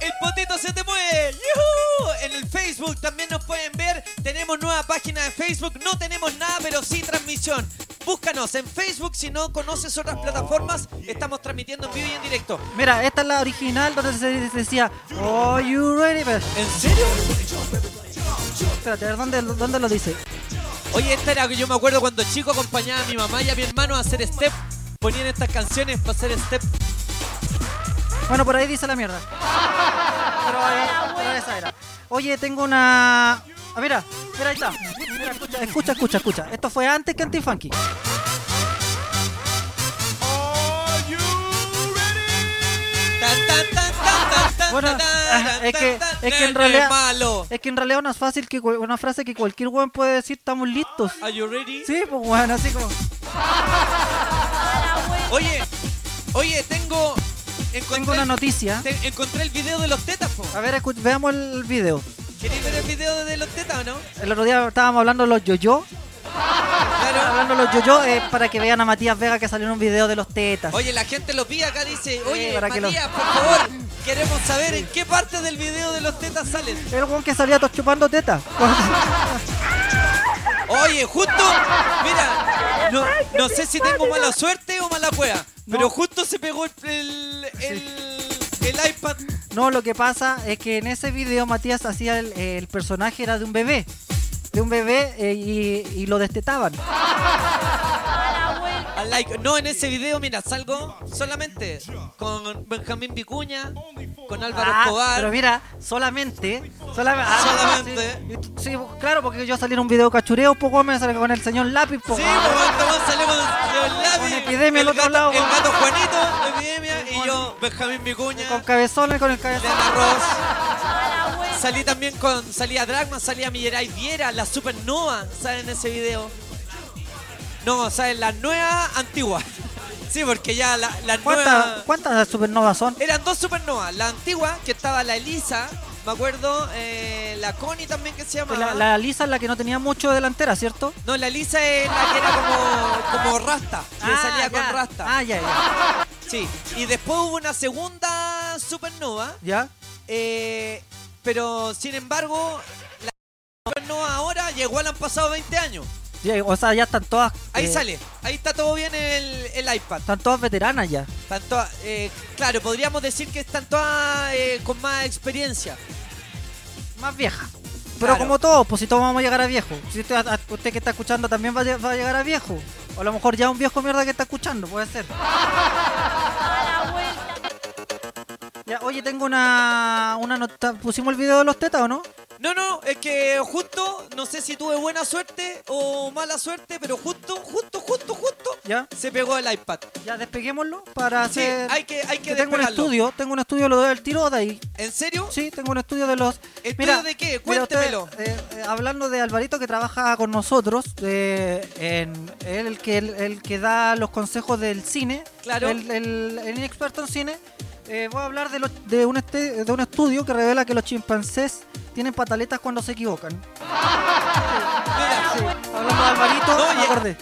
El potito se te mueve. ¡Yujú! En el Facebook también nos pueden ver. Tenemos nueva página de Facebook. No tenemos nada, pero sí transmisión. Búscanos en Facebook si no conoces otras plataformas. Estamos transmitiendo en vivo y en directo. Mira, esta es la original donde se se decía, Oh, you ready? ¿En serio? Espérate, a ver, ¿dónde, dónde lo dice? Oye, esta era que yo me acuerdo cuando chico acompañaba a mi mamá y a mi hermano a hacer step. Ponían estas canciones para hacer step. Bueno, por ahí dice la mierda. Pero, ahí- pero esa era. Oye, tengo una. Ah, mira, mira, ahí está. Mira, escucha, escucha, escucha, escucha. Esto fue antes que Antifunky. Tan, tan, tan, tan, tan, tan, Bueno, tan, tan. ah, es que, es que en realidad es que en realidad una fácil que cual- una frase que cualquier weón puede decir estamos listos Are you ready? sí pues weón así como Oye, oye, tengo. tengo una noticia te- encontré el video de los tetas, po. a ver escu- veamos el video ¿Queréis ver el video de los tetas o no? el otro día estábamos hablando de los yo-yo Estábamos hablando de los yo-yo eh, para que vean a Matías Vega que salió en un video de los tetas Oye, la gente lo pide acá, dice, oye, para que lo- Matías, por favor, queremos saber en qué parte del video de los tetas salen. el weón que salía to- chupando tetas Oye, justo, mira, no, no sé si tengo mala suerte o mala cueva, pero justo se pegó el, el, el- el iPad. No, lo que pasa es que en ese video Matías hacía el, el personaje era de un bebé. De un bebé eh, y, y lo destetaban. al like. No, en ese video, mira, salgo solamente con Benjamín Vicuña, con Álvaro Ah, Escobar. pero mira, solamente. solam- ah, Solamente. Sí, sí, claro, porque yo salí en un video cachureo, poco me salí con el señor lápiz, po. Sí, pues salimos del labio. epidemia al otro lado, El weón. gato Juanito, epidemia, y yo, Benjamín Vicuña. con cabezones, con el cabezón. Arroz. Salí también con. Salía Dragman, salía Milleray Viera, la Supernova, sale en ese video. No, salen las nuevas antiguas. Sí, porque ya la- las ¿Cuántas, nuevas. ¿Cuántas supernovas son? Eran dos Supernovas. La antigua, que estaba la Elisa, me acuerdo, eh, la Connie también que se llama. La, la Lisa es la que no tenía mucho delantera, ¿cierto? No, la Elisa es la que era como, como Rasta, que Ah, salía ya. con Rasta. Ah, ya, ya. Sí, y después hubo una segunda Supernova. ¿Ya? Eh, pero sin embargo, la supernova ahora y igual han pasado 20 años. Ya, O sea, ya están todas. Ahí eh, sale, ahí está todo bien el, el iPad. Están todas veteranas ya. Están todas, eh, claro, podríamos decir que están todas eh, con más experiencia. Más vieja. Pero como todos, pues si todos vamos a llegar a viejo. Si usted, a- a- usted que está escuchando también va a, lle- va a llegar a viejo. O a lo mejor ya un viejo mierda que está escuchando, puede ser. Ya, oye, tengo una, una nota. ¿Pusimos el video de los tetas o no? No, no, es que justo, no sé si tuve buena suerte o mala suerte, pero justo, justo, justo, justo, ¿Ya? se pegó el iPad. Ya, despeguémoslo para Sí, hacer... hay que- hay que Yo tengo un despegarlo. estudio, tengo un estudio, lo doy al tiro de ahí. ¿En serio? Sí, tengo un estudio de los... ¿Estudio Mira, de qué? mira, ustedes, Cuéntemelo. eh, eh, hablando de Alvarito que trabaja con nosotros, eh, en, él el que, el, el que da los consejos del cine, Claro. el, el- el experto en cine, eh, voy a hablar de, los- de, un este- de un estudio que revela que los chimpancés tienen pataletas cuando se equivocan. Hablando de Alvarito, Ah, No, me y- acordé.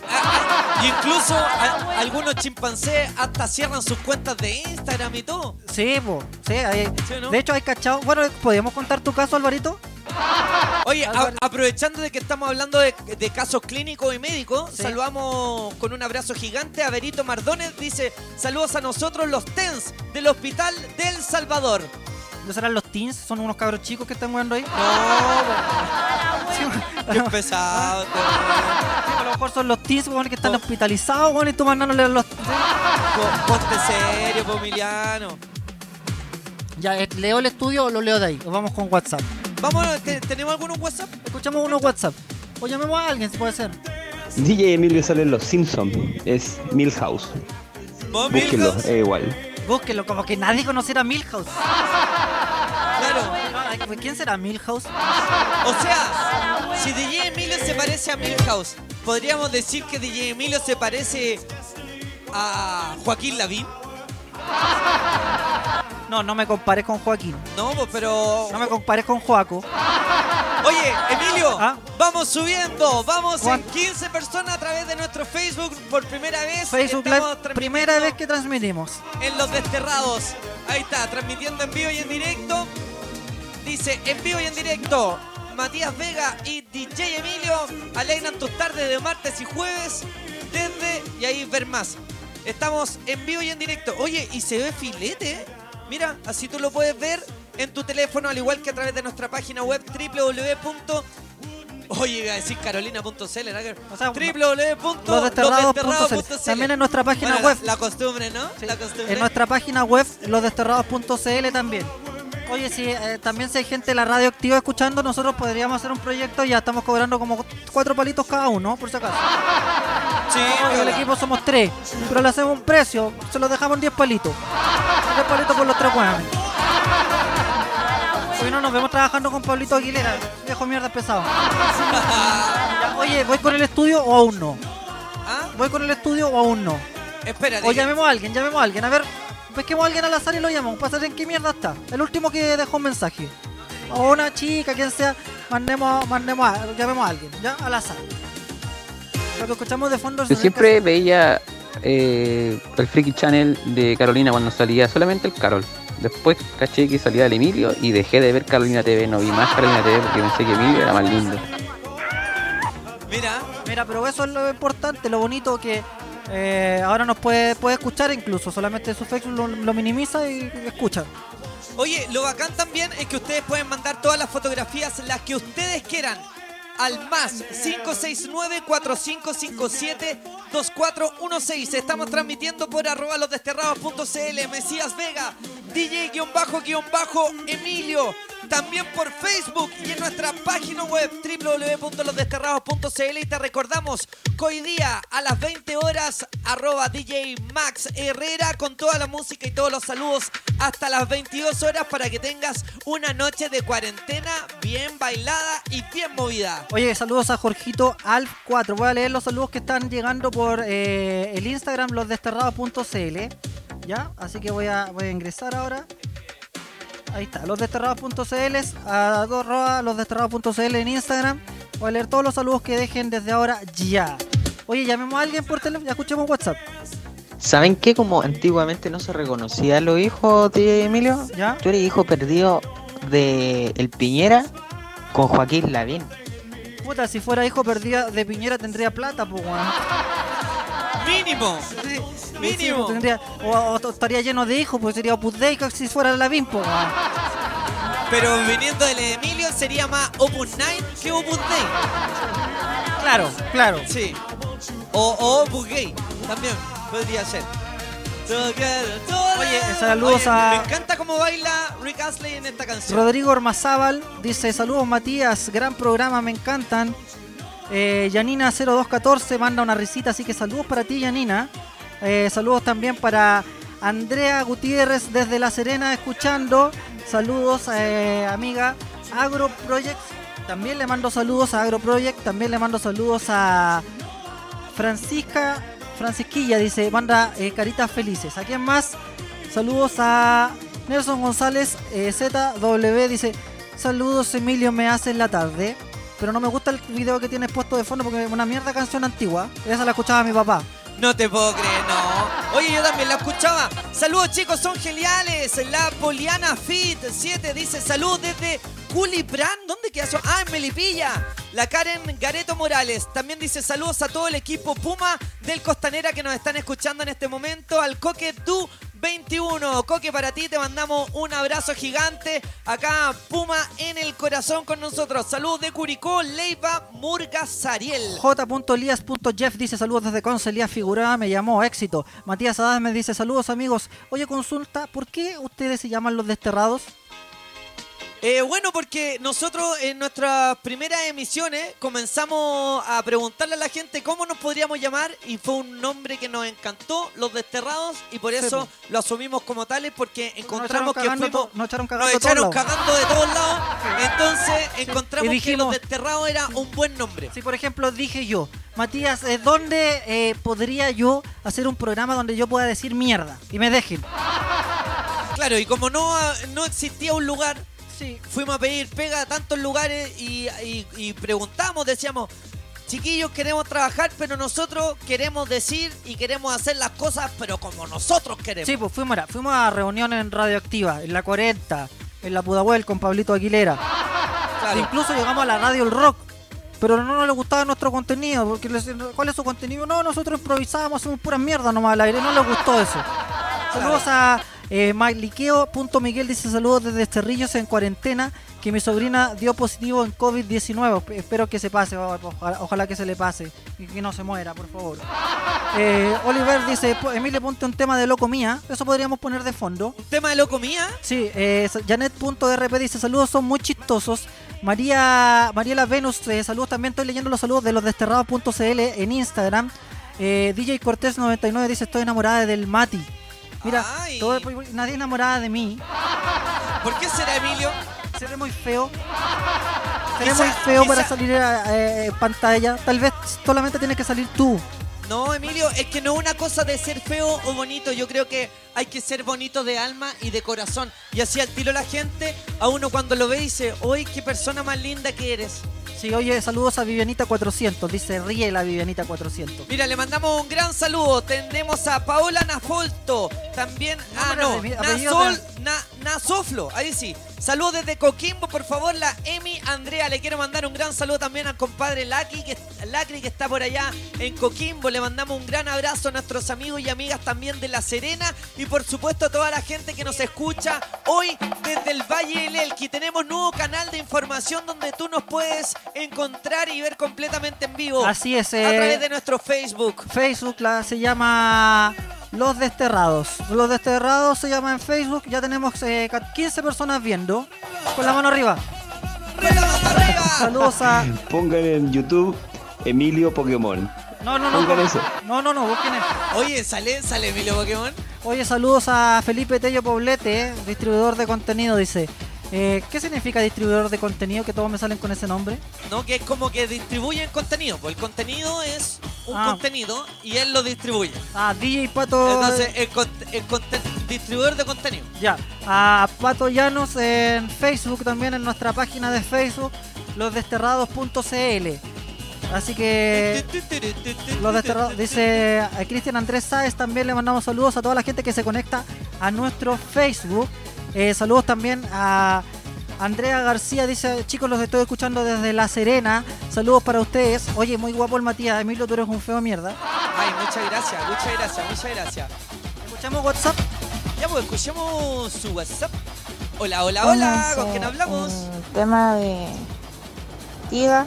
Y incluso a- algunos chimpancés hasta cierran sus cuentas de Instagram y todo. Sí, po, sí, hay- ¿Sí o no? de hecho hay cachado. Bueno, ¿podríamos contar tu caso, Alvarito? Oye, a- aprovechando de que estamos hablando de, de casos clínicos y médicos, Sí. saludamos con un abrazo gigante a Berito Mardones. Dice, saludos a nosotros los TENS del Hospital del Salvador. ¿No serán los teens? ¿Son unos cabros chicos que están jugando ahí? Qué pesado. Oh. A lo mejor son los teens, weón, que están hospitalizados, weón, y tú mandándole los... Po- Ponte serio, Pomiliano. Ya, eh, leo el estudio o lo leo de ahí. Vamos con WhatsApp. Vamos, te- ¿tenemos algunos WhatsApp? Escuchamos unos WhatsApp. O llamemos a alguien, si puede ser. DJ Emilio sale en Los Simpsons. Es Milhouse. Búsquenlo, es igual. Búsquenlo, como que nadie conociera a Milhouse. Claro. ¿Quién será Milhouse? O sea, si DJ Emilio se parece a Milhouse, ¿podríamos decir que DJ Emilio se parece a Joaquín Lavín? No, no me compares con Joaquín. No, pues, pero... No me compares con Joaco. Oye, Emilio, Ah. vamos subiendo, vamos en 15 personas a través de nuestro Facebook por primera vez. Facebook Estamos Live, primera vez que transmitimos. en Los Desterrados. Ahí está, transmitiendo en vivo y en directo. Dice, en vivo y en directo, Matías Vega y DJ Emilio alegran tus tardes de martes y jueves desde y ahí ver más. Estamos en vivo y en directo. Oye, y se ve filete. ¿eh? Mira, así tú lo puedes ver en tu teléfono, al igual que a través de nuestra página web www. Oye, iba a decir carolina.cl, nada que ver. losdesterrados.cl. www.losdesterrados.cl. También en nuestra página Bueno, web. La, costumbre, ¿no? La costumbre. En nuestra página web, losdesterrados.cl también. Oye, si eh, también si hay gente de la radio activa escuchando, nosotros podríamos hacer un proyecto. Ya estamos cobrando como cuatro palitos cada uno, por si acaso. Sí, Porque el viola. equipo somos tres, pero le hacemos un precio, se lo dejamos en 10 palitos. 10 palitos por los tres hueones. Porque no nos vemos trabajando con Pablito Aguilera. Viejo mierda pesado. Ya, Oye, ¿voy con el estudio o aún no? ¿Voy con el estudio o aún no? Espérate. O que- llamemos a alguien, llamemos a alguien. A ver, pesquemos a alguien al azar y lo llamamos. Para saber en qué mierda está. El último que dejó un mensaje. O una chica, quien sea. Mandemos, mandemos a, llamemos a alguien. Ya, al azar. Lo que escuchamos de fondo es Yo siempre veía eh, el Freaky Channel de Carolina cuando salía solamente el Carol. Después caché que salía el Emilio y dejé de ver Carolina TV. No vi más Carolina TV porque pensé que Emilio era más lindo. Mira. Mira, pero eso es lo importante, lo bonito que eh, ahora nos puede, puede escuchar incluso. Solamente su Facebook lo, lo minimiza y escucha. Oye, lo bacán también es que ustedes pueden mandar todas las fotografías, las que ustedes quieran, al más 569-4557-2416. Estamos transmitiendo por arroba losdesterrados.cl, Mesías Vega, DJ-Emilio, también por Facebook y en nuestra página web www.losdesterrados.cl. Y te recordamos que hoy día a las 20 horas, arroba DJ Max Herrera con toda la música y todos los saludos hasta las 22 horas para que tengas una noche de cuarentena bien bailada y bien movida. Oye, saludos a Jorgito Alf4. Voy a leer los saludos que están llegando por eh, el Instagram losdesterrados.cl. ¿Ya? Así que voy a, voy a ingresar ahora. Ahí está, losdesterrados.cl, arroba losdesterrados.cl en Instagram. Voy a leer todos los saludos que dejen desde ahora ya. Oye, llamemos a alguien por teléfono, ya escuchemos WhatsApp. ¿Saben qué? Como antiguamente no se reconocía a los hijos de Emilio, ¿Ya? tú eres hijo perdido de El Piñera con Joaquín Lavín. Puta, si fuera hijo perdida de Piñera tendría plata, pues, weón. Mínimo. Mínimo. o, o- o estaría lleno de hijos, pues sería Opus Dei que si fuera Lavín, pues, weón. Pero viniendo del Emilio sería más Opus 9 que Opus Day. Claro, claro. Sí. O, o Opus Gay también podría ser. Oye, saludos a- Me encanta cómo baila Rick Astley en esta canción. Rodrigo Ormazábal dice, saludos Matías, gran programa, me encantan. Eh, Yanina0214 manda una risita, así que saludos para ti, Yanina. Eh, saludos también para Andrea Gutiérrez desde La Serena, escuchando. Saludos, eh, amiga Agro Project. También le mando saludos a Agro Project. También le mando saludos a Francisca Francisquilla dice, manda eh, caritas felices. ¿A quién más? Saludos a Nelson González eh, ZW dice, saludos Emilio, me haces la tarde. Pero no me gusta el video que tienes puesto de fondo porque es una mierda canción antigua. Esa la escuchaba mi papá. No te puedo creer, no. Oye, yo también la escuchaba. Saludos, chicos, son geniales. La Poliana Fit 7 dice salud desde Culipran. ¿Dónde queda eso? Ah, en Melipilla. La Karen Gareto Morales también dice saludos a todo el equipo Puma del Costanera que nos están escuchando en este momento. Al Coque Du 21. Coque, para ti te mandamos un abrazo gigante. Acá Puma en el corazón con nosotros. Salud de Curicó, Leiva, Murga, Sariel. J.Elias.jeff dice saludos desde Conce, Elías Figurada me llamó, éxito. Matías Adás me dice saludos amigos. Oye, consulta, ¿por qué ustedes se llaman los desterrados? Eh, bueno, porque nosotros en nuestras primeras emisiones comenzamos a preguntarle a la gente cómo nos podríamos llamar y fue un nombre que nos encantó, Los Desterrados, y por eso lo asumimos como tales porque encontramos que cagando fuimos... to- nos echaron Nos cagando a todos echaron lados. cagando de todos lados, entonces encontramos Y que dijimos- Los Desterrados era un buen nombre. Si por ejemplo dije yo, Matías, eh, ¿dónde eh, podría yo hacer un programa donde yo pueda decir mierda? Y me dejen. Claro, y como no, ah, no existía un lugar, fuimos a pedir pega a tantos lugares y, y- y preguntamos, decíamos, chiquillos queremos trabajar, pero nosotros queremos decir y queremos hacer las cosas, pero como nosotros queremos. Sí, pues fuimos a, fuimos a reuniones en Radioactiva, en la 40, en la Pudahuel con Pablito Aguilera. Incluso llegamos a la radio El Rock. Pero no nos gustaba nuestro contenido, porque les- ¿cuál es su contenido? No, nosotros improvisábamos, hacemos puras mierdas nomás al aire, no les gustó eso. Saludos a eh, mailiqueo.miguel, dice saludos desde Cerrillos en cuarentena, que mi sobrina dio positivo en COVID-19. Espero que se pase, ojalá, ojalá que se le pase y que no se muera, por favor. Eh, Oliver dice, "Po- Emilio, ponte un tema de loco mía. Eso podríamos poner de fondo. ¿Un tema de loco mía? Sí, eh, sa- Janet.rp dice, saludos, son muy chistosos. María Mariela Venus, eh, saludos también. Estoy leyendo los saludos de los desterrados.cl en Instagram. Eh, DJ Cortés99 dice, estoy enamorada del Mati. Mira, todo- nadie enamorada de mí. ¿Por qué será Emilio? se ve muy feo. Se ve muy feo para salir a eh, pantalla. Tal vez solamente tienes que salir tú. No, Emilio, es que no es una cosa de ser feo o bonito. Yo creo que hay que ser bonito de alma y de corazón. Y así al tiro la gente, a uno cuando lo ve dice, hoy qué persona más linda que eres. Sí, oye, saludos a Vivianita 400. Dice, ríe la Vivianita 400. Mira, le mandamos un gran saludo. Tendemos a Paola Nafolto. También a pero no, apellido- Nasol, Na- Nasoflo. Ahí sí. Saludos desde Coquimbo, por favor, la Emi Andrea. Le quiero mandar un gran saludo también al compadre Lacri que, Lacri, que está por allá en Coquimbo. Le mandamos un gran abrazo a nuestros amigos y amigas también de La Serena. Y por supuesto a toda la gente que nos escucha hoy desde el Valle del Elqui. Tenemos nuevo canal de información donde tú nos puedes encontrar y ver completamente en vivo. Así es, A eh, través de nuestro Facebook. Facebook la, se llama Los Desterrados. Los Desterrados se llama en Facebook. Ya tenemos eh, ca- 15 personas viendo. Con la mano arriba. Saludos Ah. a. Pongan en YouTube Emilio Pokémon. No, no, Pongan no. eso. No, no, no, busquen eso. Oye, sale, sale Emilio Pokémon. Oye, saludos a Felipe Tello Poblete, eh, distribuidor de contenido, dice. Eh, ¿Qué significa distribuidor de contenido? Que todos me salen con ese nombre. ¿no? Que es como que distribuyen contenido. Pues el contenido es un Ah. contenido y él lo distribuye. Ah, DJ Pato. Entonces, el, cont- el conten- distribuidor de contenido. Ya, a Pato Llanos en Facebook también, en nuestra página de Facebook, losdesterrados.cl. Así que los desterrados, dice a Cristian Andrés Sáez también le mandamos saludos a toda la gente que se conecta a nuestro Facebook. Eh, saludos también a Andrea García, dice chicos los estoy escuchando desde La Serena. Saludos para ustedes. Oye, muy guapo el Matías, Emilio, tú eres un feo mierda. Ay, muchas gracias, muchas gracias, muchas gracias. ¿Escuchamos WhatsApp? Ya, pues escuchemos su WhatsApp. Hola, hola, hola, ¿con quién hablamos? El tema de Tiga,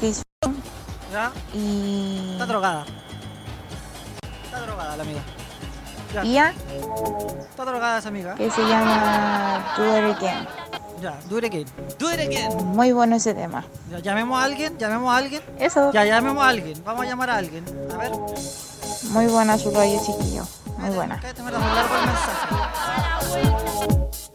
Chris Brown y Está drogada. Está drogada la amiga. Ya. Pia, Está drogada esa amiga. que se llama Do It Again. Ya, do it again. Do it again. Muy bueno ese tema. Ya, llamemos a alguien, llamemos a alguien. Eso. Ya, llamemos a alguien. Vamos a llamar a alguien. A ver. Muy buena su rollo, chiquillo. Muy buena.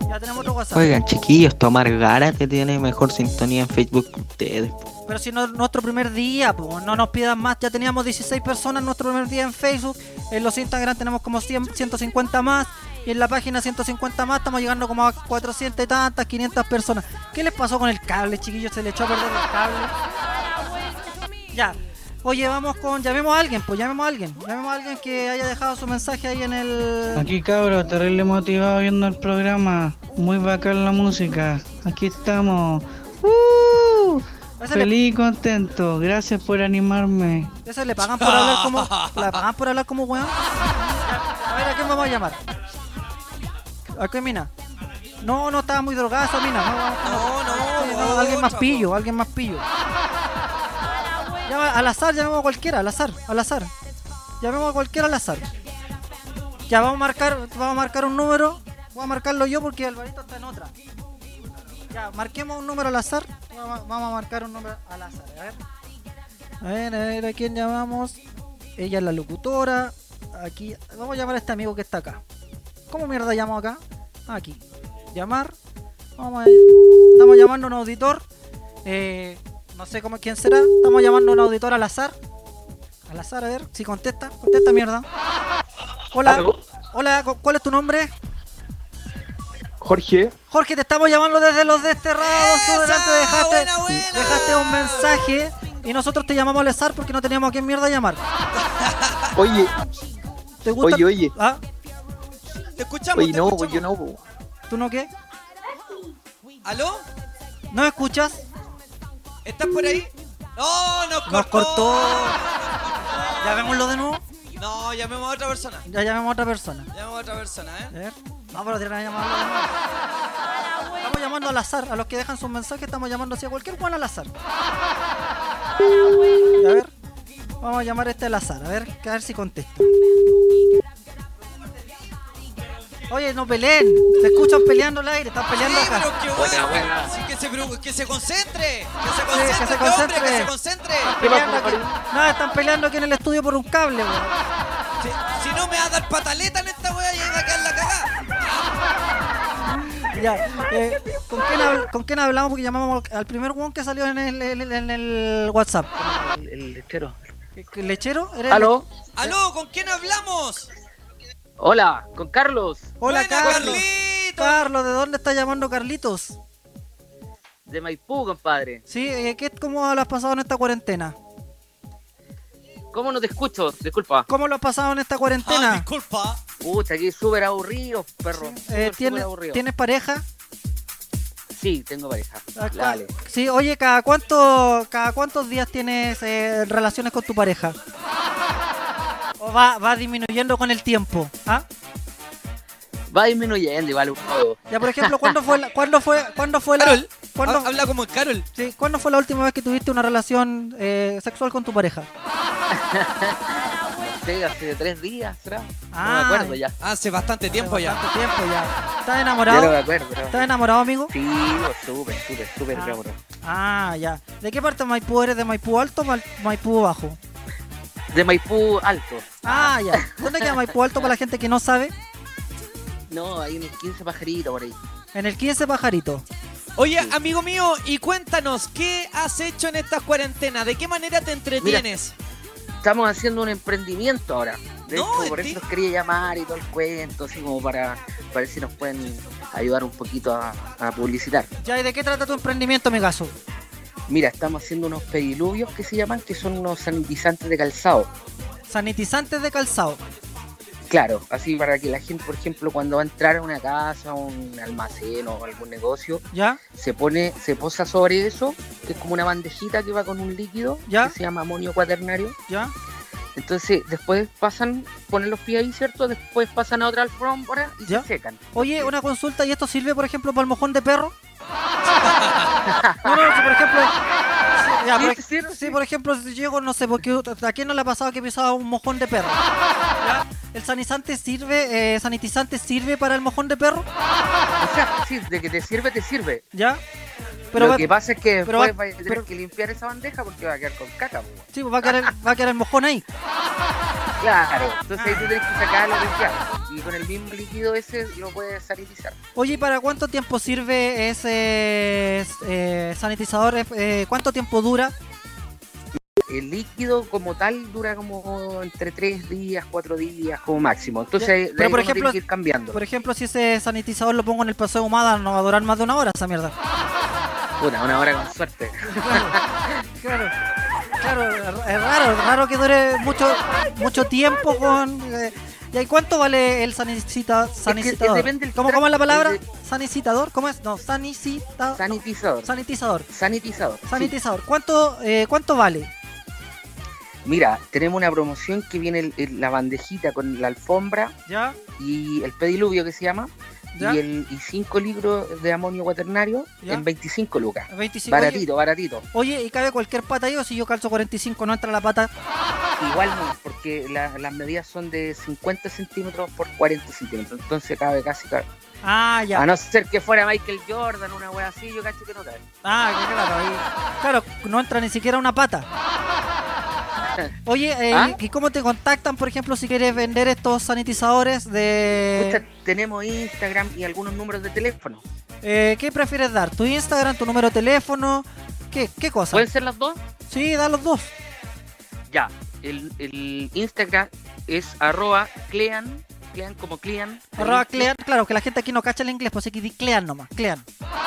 Ya tenemos otro WhatsApp. Oigan, chiquillos, tomar gara que tiene mejor sintonía en Facebook que ustedes. Pero si no es nuestro primer día, po, no nos pidan más. Ya teníamos 16 personas nuestro primer día en Facebook. En los Instagram tenemos como 100, 150 más. Y en la página 150 más estamos llegando como a 400 y tantas, 500 personas. ¿Qué les pasó con el cable, chiquillos? Se le echó a perder el cable. Ya. Oye, vamos con... Llamemos a alguien, pues llamemos a alguien. Llamemos a alguien que haya dejado su mensaje ahí en el... Aquí cabros, terrible motivado viendo el programa. Muy bacán la música. Aquí estamos. ¡Uh! Pásale. Feliz y contento. Gracias por animarme. Eso le pagan por hablar como... ¿La pagan por hablar como weón? A ver, ¿a quién vamos a llamar? ¿A qué mina? No, no, estaba muy drogada esa mina. No, no, no, Alguien más pillo, alguien más pillo. Llama- al azar, llamemos a cualquiera, al azar, al azar. Llamemos a cualquiera al azar. Ya vamos a marcar, vamos a marcar un número. Voy a marcarlo yo porque Alvarito está en otra. Ya, marquemos un número al azar. Vamos a- Vamos a marcar un número al azar. A ver. A ver, a ver, ¿a quién llamamos? Ella es la locutora. Aquí, vamos a llamar a este amigo que está acá. ¿Cómo mierda llamo acá? Aquí. Llamar. Vamos a... Estamos llamando a un auditor. Eh, no sé cómo quién será. Estamos llamando a un auditor al azar. Al azar, a ver si contesta. Contesta mierda. Hola. Hola, ¿cu- ¿cuál es tu nombre? Jorge, Jorge, te estamos llamando desde los desterrados. Tú delante dejaste, dejaste un mensaje y nosotros te llamamos al azar porque no teníamos a quién mierda llamar. Ah. oye, ¿Te gusta? oye, oye. ¿Ah? Te escuchamos. Oye, te no, escuchamos. yo no. po. ¿Tú no qué? ¿Aló? ¿No escuchas? ¿Estás por ahí? No, nos cortó. Nos cortó. Llamémoslo de nuevo. No, llamemos a otra persona. Ya llamemos a otra persona. Llamemos a otra persona, ¿eh? A ver. Vamos a tirar a llamarlo de nuevo. Estamos llamando al azar. A los que dejan sus mensajes estamos llamando así a cualquier Juan al azar. Y a ver. Vamos a llamar a este al azar. A ver, a ver si contesta. Oye, no peleen. Se escuchan peleando al aire. Están peleando Ah, Sí, acá. pero qué bueno. Sí, que, se, preocupe- que se concentre. Que se Sí, concentre, que se este hombre, que concentre. se concentre. Peleando aquí. No, están peleando aquí en el estudio por un cable, weón. Si no me va a dar pataleta en esta wea, llega acá en la cagada. Ya, eh, ¿con, quién habl- con quién hablamos? Porque llamamos al primer one que salió en el, en el- en el WhatsApp. El, el lechero. ¿El lechero? ¿Era el Aló. Aló, ¿con quién hablamos? Hola, con Carlos. Hola, Carlos. Carlos, ¿de dónde está llamando Carlitos? De Maipú, compadre. Sí, eh, ¿qué, ¿cómo lo has pasado en esta cuarentena? ¿Cómo no te escucho? Disculpa. ¿Cómo lo has pasado en esta Ah, cuarentena? disculpa. Pucha, aquí súper aburrido, perro. Eh, Súper, súper ¿tienes, aburrido. ¿Tienes Ah, pareja? Sí, tengo pareja. ¿A cua- Dale. Sí, oye, ¿cada, cuánto, cada cuántos días tienes eh, relaciones con tu pareja? ¿O oh, va, va disminuyendo con el tiempo? ¿Ah? Va disminuyendo igual un poco. Ya, por ejemplo, ¿cuándo fue la, cuándo fue, cuándo fue la, cuándo- Habla como Carol. sí, ¿cuándo fue la última vez que tuviste una relación eh, sexual con tu pareja? No sé, hace tres días, ¿será? Ah. no me acuerdo ya. Hace bastante tiempo ya. Bastante tiempo ya. ¿Estás Ya no me enamorado? acuerdo. pero- ¿Estás enamorado, amigo? Sí, súper, súper, súper Ah. enamorado. Ah, ya. ¿De qué parte de Maipú eres? ¿De Maipú alto o Mal- Maipú bajo? De Maipú Alto. Ah, ya. ¿Dónde queda Maipú alto para la gente que no sabe? No, hay unos 15 pajaritos por ahí. En el 15 Pajarito. Oye, amigo mío, y cuéntanos, ¿qué has hecho en estas cuarentenas? ¿De qué manera te entretienes? Estamos haciendo un emprendimiento ahora. De No, hecho, por eso los quería llamar y todo el cuento, así como para, para ver si nos pueden ayudar un poquito a, a publicitar. Ya, ¿y de qué trata tu emprendimiento, mi caso? Mira, estamos haciendo unos pediluvios que se llaman, que son unos sanitizantes de calzado. Sanitizantes de calzado. Claro, así para que la gente, por ejemplo, cuando va a entrar a una casa, a un almacén o algún negocio, ¿Ya? se pone, se posa sobre eso, que es como una bandejita que va con un líquido, que se llama amonio cuaternario. ¿Ya? Entonces, después pasan, ponen los pies ahí, ¿cierto? Después pasan a otra alfombra y ¿Ya? se secan. Oye, una consulta, ¿y esto sirve, por ejemplo, para el mojón de perro? No, no, si por ejemplo. si- ya, por, ej- si, por ejemplo, si llego, no sé, porque ¿a quién no le ha pasado que pisaba un mojón de perro? ¿Ya? ¿El sanitizante sirve, eh, sanitizante sirve para el mojón de perro? O sea, sí, de que te sirve, te sirve. ¿Ya? Pero Lo va- que pasa es que pero después va- vas a tener pero- que limpiar esa bandeja porque va a quedar con caca. po. Sí, pues va a quedar el, va a quedar el mojón ahí. Claro. Entonces ahí tú tienes que sacarla, limpiarla. Y con el mismo líquido ese lo puedes sanitizar. Oye, ¿y para cuánto tiempo sirve ese eh, sanitizador? Eh, ¿Cuánto tiempo dura? El líquido como tal dura como entre 3 días, 4 días como máximo. Entonces, Pero, por ejemplo, tiene que ir cambiando. Por ejemplo, si ese sanitizador lo pongo en el paseo humada, no va a durar más de una hora esa mierda. Una, una hora con suerte. Claro, claro, er, es raro, es raro que dure mucho, mucho tiempo con. eh, ¿Y ahí cuánto vale el sanicita- sanitizador? depende el ¿Cómo, cómo es la tra- palabra? el de- ¿Sanitizador? ¿Cómo es? No, sanicita- Sanitizador. Sanitizador. Sanitizador. sí. Sanitizador. ¿Cuánto, eh, ¿Cuánto vale? Mira, tenemos una promoción que viene el- el- la bandejita con la alfombra ¿Ya? y el pediluvio que se llama. ¿Ya? Y, el, y cinco libros de amonio cuaternario ¿Ya? en 25 lucas. 25. baratito, baratito. Oye, ¿y cabe cualquier pata ahí o si yo calzo 45 no entra la pata? Igual no, porque la- las medidas son de 50 centímetros por 40 centímetros. Entonces cabe casi. cabe. Ah, ya. A no ser que fuera Michael Jordan, una wea así, yo cacho que no cabe. Ah, que claro, ahí. Claro, no entra ni siquiera una pata. Oye, eh, ¿Ah? ¿y cómo te contactan, por ejemplo, si quieres vender estos sanitizadores de... Pucha, tenemos Instagram y algunos números de teléfono. Eh, ¿Qué prefieres dar? ¿Tu Instagram, tu número de teléfono? ¿Qué, qué cosa? ¿Pueden ser las dos? Sí, da los dos. Ya, el, el Instagram es arroba clean, clean como clean. Arroba Clean, claro, que la gente aquí no cacha el inglés, pues hay que di Clean nomás, Clean.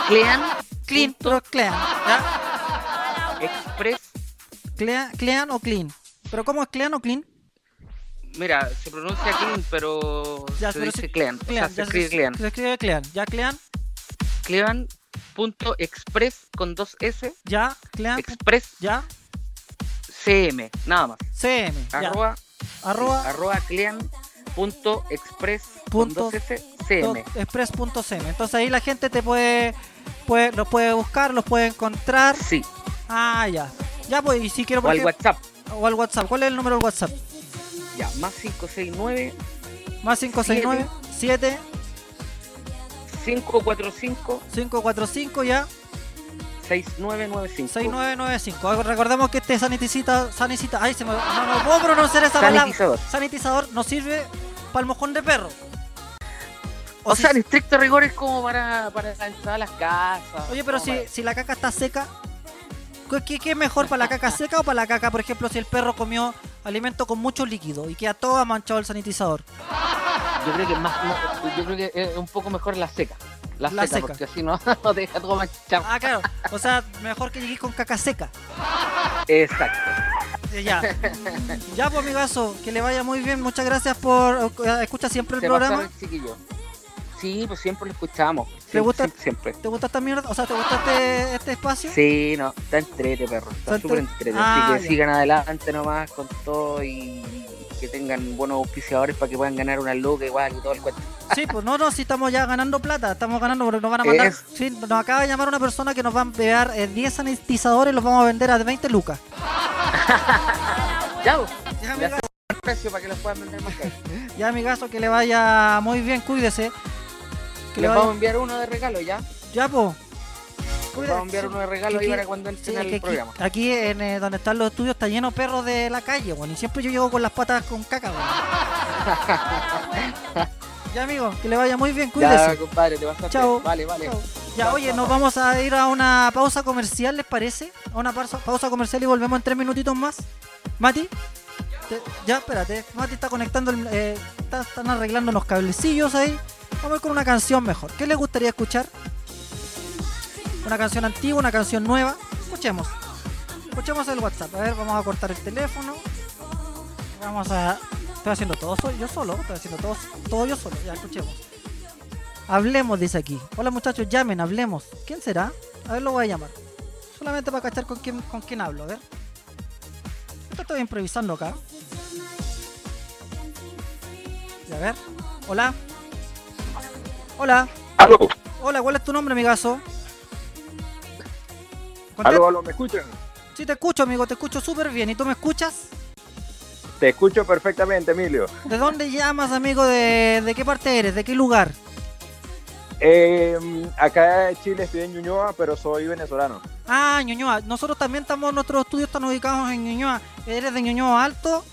Clean Clean, pero Clean. ¿ya? Express. Clean, Clean o Clean. ¿Pero cómo es Clean o Clean? Mira, se pronuncia clean, pero Ya, se pero dice sí, clean. Clean, o sea, se ya escribe clean. Se escribe Clean, ya Clean, Clean.express con dos S, ya Clean, express ya CM, nada más. CM. ya. Arroba, Arroba- arroba clean.express con Punto- dos S, CM. Dot Express.cm. Entonces ahí la gente te puede, puede los puede buscar, los puede encontrar. Sí. Ah, ya. Ya pues, y si quiero O al ejemplo- WhatsApp. O al WhatsApp. ¿Cuál es el número del WhatsApp? Ya, más 569 Más 569 7 545 545 ya 6995. 6995. Recordemos que este saniticita, sanicita, ay se me no, no puedo pronunciar esa palabra. Sanitizador. Sanitizador nos sirve para el mojón de perro. O, sea, en estricto rigor es como para, para entrar a las casas. Oye, pero como si, para- si la caca está seca, ¿qué- ¿qué, qué es mejor para la caca seca o para la caca, por ejemplo, si el perro comió alimento con mucho líquido y queda todo manchado el sanitizador? Yo creo que es más, no, yo creo que es un poco mejor la seca. La, La seca, seca. porque así no, no te deja todo manchado. Ah, claro. O sea, mejor que llegues con caca seca. Exacto. Eh, Ya. Ya, pues, amigazo, que le vaya muy bien. Muchas gracias por. eh, Escucha siempre el Se programa. pasaron, chiquillos. Sí, pues siempre lo escuchamos. ¿Te gusta? Siempre. ¿Te gusta esta mierda? O sea, ¿te gusta este, este espacio? Sí, no, está entrete, perro. Está Está súper entre- entrete. Ah, así que ya. sigan adelante nomás con todo y que tengan buenos auspiciadores para que puedan ganar una luca igual y todo el cuento. Sí, pues no, no, sí estamos ya ganando plata, estamos ganando porque nos van a mandar. Es- Sí, nos acaba de llamar una persona que nos va a enviar eh, 10 sanitizadores y los vamos a vender a 20 lucas. Chao. Ya hacemos un precio para que los puedan vender más caro. Ya, amigazo, que le vaya muy bien, cuídese. Que le les vaya- vamos a enviar uno de regalo ya. Ya, po. Les vamos a enviar uno de regalo ahí para cuando entren Sí, al que aquí, programa. aquí en eh, donde están los estudios está lleno de perros de la calle, bueno, y siempre yo llego con las patas con caca, weón. Ya, amigo, que le vaya muy bien, cuídese. Ya, compadre, te vas a Chao. Vale, vale. Chao. Ya, oye, nos vamos a ir a una pausa comercial, ¿les parece? A una pausa, pausa comercial y volvemos en tres minutitos más. Mati, te- ya, espérate. Mati está conectando, el- eh, está- están arreglando unos cablecillos ahí. Vamos a ir con una canción mejor. ¿Qué les gustaría escuchar? Una canción antigua, una canción nueva. Escuchemos. Escuchemos el WhatsApp. A ver, vamos a cortar el teléfono. Vamos a... Estoy haciendo todo so- yo solo. Estoy haciendo todo, todo yo solo. Ya, escuchemos. Hablemos, dice aquí. Hola muchachos, llamen, hablemos. ¿Quién será? A ver, lo voy a llamar. Solamente para cachar con quién, con quién hablo, a ver. Esto estoy improvisando acá. Y a ver. Hola. Hola. Hola, ¿cuál es tu nombre, amigazo? Aló, aló, ¿me escuchan? Sí, te escucho, amigo, te escucho súper bien. ¿Y tú me escuchas? Te escucho perfectamente, Emilio. ¿De dónde llamas, amigo? ¿De, de qué parte eres? ¿De qué lugar? Eh, acá en Chile estoy en Ñuñoa, pero soy venezolano. Ah, Ñuñoa. Nosotros también estamos, nuestros estudios están ubicados en Ñuñoa. ¿Eres de Ñuñoa Alto?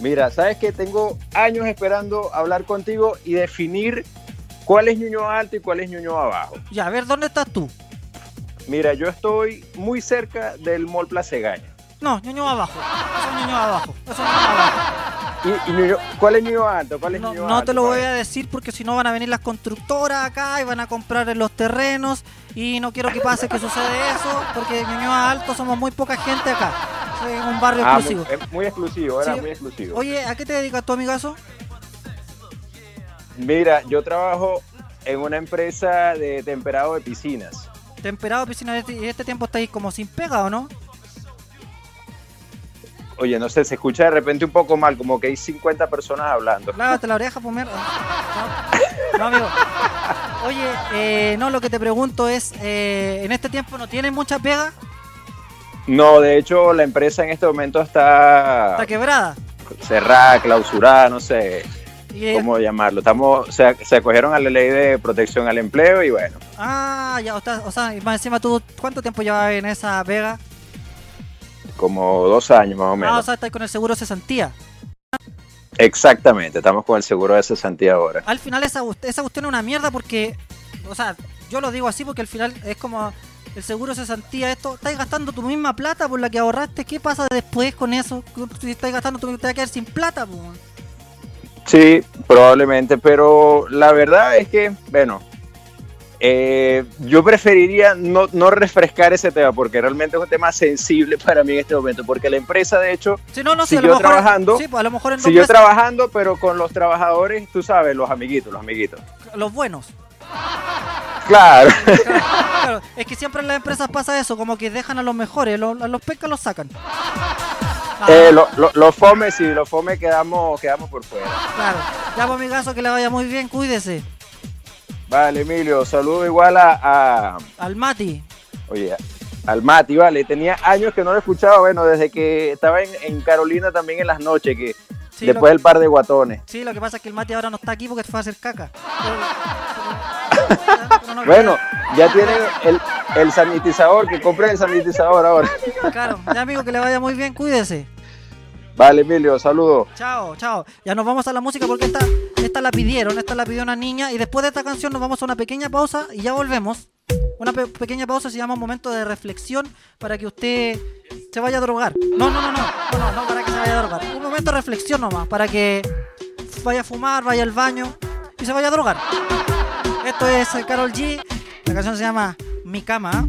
Mira, sabes que tengo años esperando hablar contigo y definir cuál es Ñuñoa alto y cuál es Ñuñoa bajo. Ya, a ver, ¿dónde estás tú? Mira, yo estoy muy cerca del Mall Placegaña. No, Ñuñoa abajo. Eso es Ñuñoa abajo. Eso es Ñuñoa abajo. Y, y Ñuñoa- ¿Cuál es Ñuñoa alto? ¿Cuál es No, Ñuñoa no alto? te lo voy Para- a decir porque si no van a venir las constructoras acá y van a comprar en los terrenos y no quiero que pase que suceda eso porque en Ñuñoa Alto somos muy poca gente acá. Es un barrio Ah, muy, exclusivo. es muy exclusivo, era Sí. muy exclusivo. Oye, ¿a qué te dedicas tú, amigazo? Mira, yo trabajo en una empresa de temperado de piscinas. Temperado, piscina, y este- este tiempo estáis como sin pega, ¿o no? Oye, no sé, se escucha de repente un poco mal, como que hay 50 personas hablando. Lávate la oreja, pues mierda. No, no, amigo. Oye, eh, no, lo que te pregunto es, eh, ¿en este tiempo no tienes mucha pega? No, de hecho, la empresa en este momento está ¿Está quebrada? cerrada, clausurada, no sé Y, eh, cómo llamarlo. Estamos, se, se acogieron a la ley de protección al empleo y bueno, Ah, ya, o, estás- o sea, y más encima tú, ¿cuánto tiempo llevas en esa pega? como dos años más o menos. Ah, o sea, estás con el seguro cesantía. Ah. Exactamente, estamos con el seguro de cesantía ahora. Al final esa, gust- esa cuestión es una mierda porque, o sea, yo lo digo así porque al final es como el seguro cesantía, esto, estás gastando tu misma plata por la que ahorraste, ¿qué pasa después con eso? Si estás gastando, tú te vas a quedar sin plata, pues. Sí, probablemente, pero la verdad es que, bueno, eh, yo preferiría no, no refrescar ese tema porque realmente es un tema sensible para mí en este momento, porque la empresa, de hecho, Si no, no, si a lo siguió mejor- trabajando, sí, pues, a lo mejor en dos siguió meses- trabajando, pero con los trabajadores, tú sabes, los amiguitos, los amiguitos. Los buenos. Claro. Claro, es que siempre en las empresas pasa eso, como que dejan a los mejores, lo- a los pecas los sacan. Ah. Eh, lo- lo- los fomes, sí, los fomes quedamos, quedamos por fuera. Claro. Ya por mi caso, que le vaya muy bien, cuídese. Vale, Emilio, saludo igual a, a- Al Mati. oye, al Mati, vale, tenía años que no lo escuchaba, bueno, desde que estaba en, en Carolina también en las noches, que Sí, después lo- del par de guatones. Sí, lo que pasa es que el Mati ahora no está aquí porque se fue a hacer caca. Bueno, ya tienen el, el sanitizador, que compré el sanitizador ahora. Claro, ya amigo, que le vaya muy bien, cuídese. Vale, Emilio, saludos. Chao, chao. Ya nos vamos a la música porque esta, esta la pidieron, esta la pidió una niña. Y después de esta canción nos vamos a una pequeña pausa y ya volvemos. Una pe- pequeña pausa se llama un momento de reflexión para que usted se vaya a drogar. No, no, no, no, no, no, no, para que se vaya a drogar. Un momento de reflexión nomás, para que vaya a fumar, vaya al baño y se vaya a drogar. Esto es Carol G. La canción se llama Mi cama.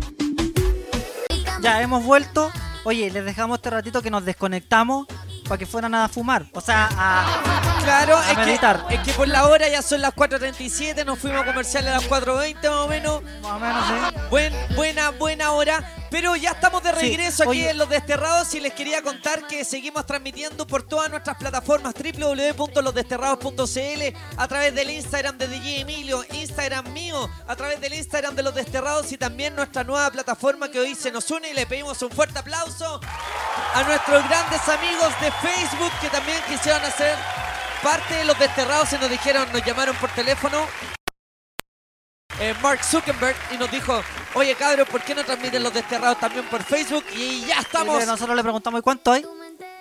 Ya hemos vuelto. Oye, les dejamos este ratito que nos desconectamos para que fueran a fumar. O sea, a. Claro, a es meditar. que, es que por la hora ya son las 4.37, nos fuimos a comercial a las 4.20 más o menos. Más o menos, Buen, buena, buena hora. Pero ya estamos de Sí, regreso aquí oye. en Los Desterrados y les quería contar que seguimos transmitiendo por todas nuestras plataformas www.losdesterrados.cl a través del Instagram de DJ Emilio, Instagram mío, a través del Instagram de Los Desterrados y también nuestra nueva plataforma que hoy se nos une y le pedimos un fuerte aplauso a nuestros grandes amigos de Facebook que también quisieron hacer parte de los desterrados y nos dijeron, nos llamaron por teléfono eh, Mark Zuckerberg y nos dijo, oye cabros, ¿por qué no transmiten los desterrados también por Facebook? Y ya estamos. Y Nosotros le preguntamos, ¿y cuánto hay?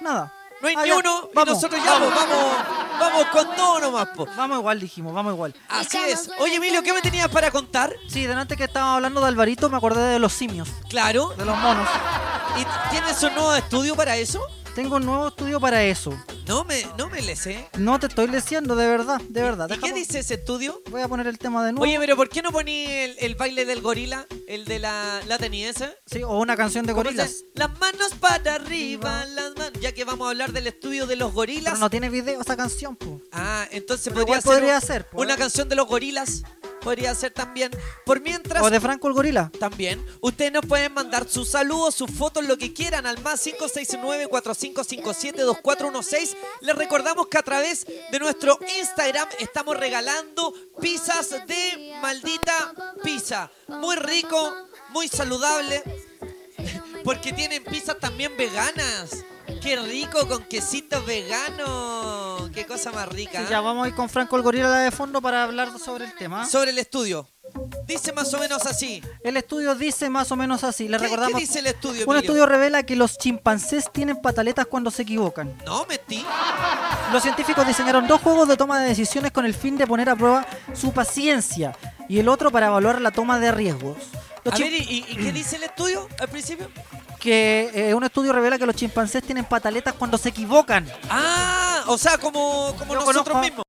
Nada. No hay Ah, ni ya. uno y Vamos, nosotros ya vamos, vamos, vamos con todo nomás. po. Vamos igual, dijimos, vamos igual. Así es. Oye Emilio, ¿qué me tenías para contar? Sí, delante que estábamos hablando de Alvarito, me acordé de los simios. Claro. De los monos. ¿Y tienes un nuevo estudio para eso? Tengo un nuevo estudio para eso. No me, no me le sé. No te estoy leciendo, de verdad, de verdad. ¿Y qué dice ese estudio? Voy a poner el tema de nuevo. Oye, pero ¿por qué no poní el, el baile del gorila? El de la, la teniesa. Sí, o una canción de ¿Cómo gorilas. se- Las manos para arriba, las manos. Ya que vamos a hablar del estudio de los gorilas. Pero no tiene video esa canción, po. Ah, entonces Pero podría, igual podría un- ser, po, una ¿eh? canción de los gorilas. Podría ser también. Por mientras. O de Franco el Gorila. También. Ustedes nos pueden mandar sus saludos, sus fotos, lo que quieran al más 569-4557-2416. Les recordamos que a través de nuestro Instagram estamos regalando pizzas de maldita pizza. Muy rico, muy saludable. Porque tienen pizzas también veganas. Qué rico con quesito vegano. Qué cosa más rica. Sí, ya vamos a ir con Franco el Gorila de fondo para hablar sobre el tema. Sobre el estudio. Dice más o menos así. El estudio dice más o menos así. Le ¿Qué- recordamos. qué dice el estudio, Un Emilio? estudio revela que los chimpancés tienen pataletas cuando se equivocan. No, metí. Los científicos diseñaron dos juegos de toma de decisiones con el fin de poner a prueba su paciencia y el otro para evaluar la toma de riesgos. Los A chim- ver, ¿y, y- y qué dice el estudio al principio? que eh, un estudio revela que los chimpancés tienen pataletas cuando se equivocan. Ah, o sea, como, como Yo nosotros conozco a- mismos.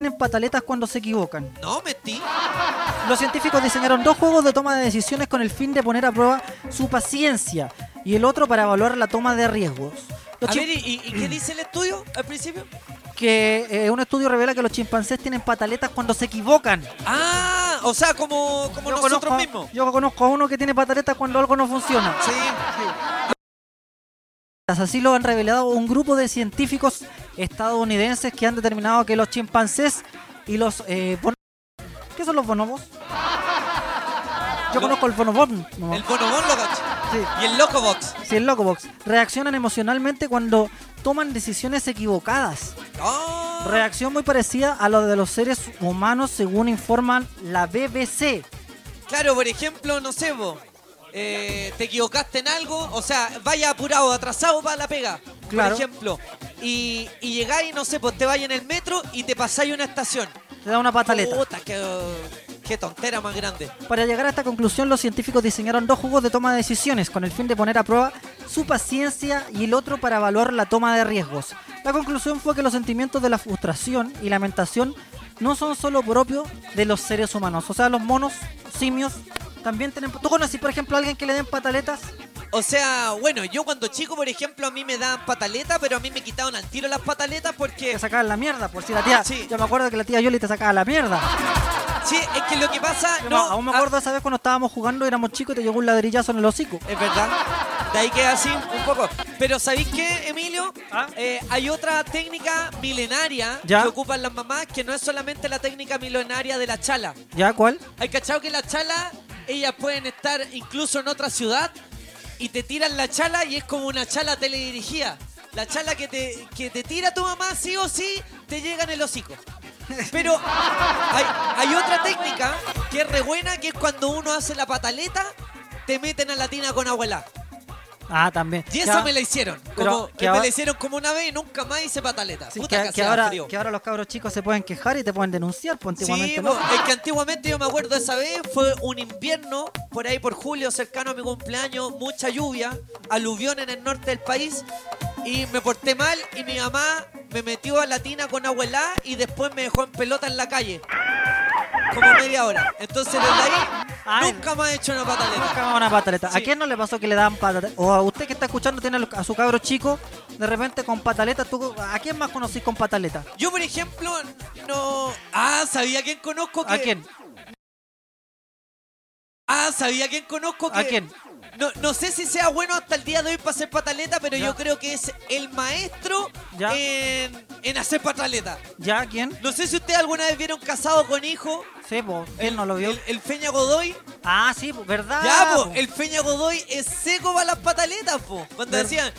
Tienen pataletas cuando se equivocan. No, metí. Los científicos diseñaron dos juegos de toma de decisiones con el fin de poner a prueba su paciencia y el otro para evaluar la toma de riesgos. Los A chim- ver, ¿y, y- y qué dice el estudio al principio? que eh, un estudio revela que los chimpancés tienen pataletas cuando se equivocan. Ah, o sea, como, como nosotros a- mismos. yo conozco a uno que tiene pataletas cuando algo no funciona. Sí. Así lo han revelado un grupo de científicos estadounidenses que han determinado que los chimpancés y los eh, bon- ¿Qué son los bonobos? Yo conozco el bonobón. no. El bonobón lo cacho. Y el loco box. Sí, el Locobox. Reaccionan emocionalmente cuando toman decisiones equivocadas. Reacción muy parecida a la de los seres humanos, según informan la BBC. Claro, por ejemplo, no sé, vos. eh, te equivocaste en algo, o sea, vaya apurado, atrasado para la pega, Claro. por ejemplo. Y, y llegáis, no sé, pues te vais en el metro y te pasáis una estación. Te da una pataleta. Puta, qué, qué tontera más grande. Para llegar a esta conclusión, los científicos diseñaron dos juegos de toma de decisiones con el fin de poner a prueba su paciencia y el otro para evaluar la toma de riesgos. La conclusión fue que los sentimientos de la frustración y lamentación no son solo propios de los seres humanos. O sea, los monos, simios, también tienen... ¿Tú conoces, por ejemplo, a alguien que le den pataletas? O sea, bueno, yo cuando chico, por ejemplo, a mí me daban pataletas, pero a mí me quitaban al tiro las pataletas porque... Te sacaban la mierda, por si la tía... Ah, Sí. Yo me acuerdo que la tía Yoli te sacaba la mierda. Sí, es que lo que pasa... Yo No, ah. me- aún me acuerdo esa vez cuando estábamos jugando, éramos chicos y te llegó un ladrillazo en el hocico. Es verdad. De ahí queda así un poco. Pero ¿sabéis qué, Emilio? Eh, hay otra técnica milenaria ¿Ah? Ya. que ocupan las mamás que no es solamente la técnica milenaria de la chala. ¿Ya cuál? Hay cachado que la chala, ellas pueden estar incluso en otra ciudad y te tiran la chala y es como una chala teledirigida. La chala que te, que te tira tu mamá sí o sí te llega en el hocico. Pero hay, hay otra técnica que es re buena, que es cuando uno hace la pataleta, te meten a la tina con abuela. Ah, también. Y Ya. esa me la hicieron. Pero Como, que me ahora- la hicieron como una vez y nunca más hice pataleta. Sí, Puta que, que, que hacía ahora, frío. que ahora los cabros chicos se pueden quejar y te pueden denunciar, pues antiguamente Sí, no. po, es que antiguamente yo me acuerdo esa vez, fue un invierno, por ahí por julio, cercano a mi cumpleaños, mucha lluvia, aluvión en el norte del país, y me porté mal y mi mamá me metió a la tina con abuelá y después me dejó en pelota en la calle. Como media hora. Entonces desde ahí nunca me ha hecho una pataleta. Nunca más una pataleta. ¿A quién no le pasó que le dan pataleta? O a usted que está escuchando tiene a su cabro chico, de repente con pataleta, ¿tú, ¿a quién más conocís con pataleta? Yo, por ejemplo, no. Ah, sabía quién conozco que. ¿A quién? Ah, sabía quién conozco que. ¿A quién? No, no sé si sea bueno hasta el día de hoy para hacer pataleta, pero yo creo que es el maestro En, en hacer pataleta. ¿Ya? ¿Quién? No sé si ustedes alguna vez vieron casado con hijo. Sí, po. ¿Quién no lo vio? El, el Feña Godoy. Ah, sí, po, ¿verdad? Ya, po, po? el Feña Godoy es seco para las pataletas, po. Cuando Ver- decían,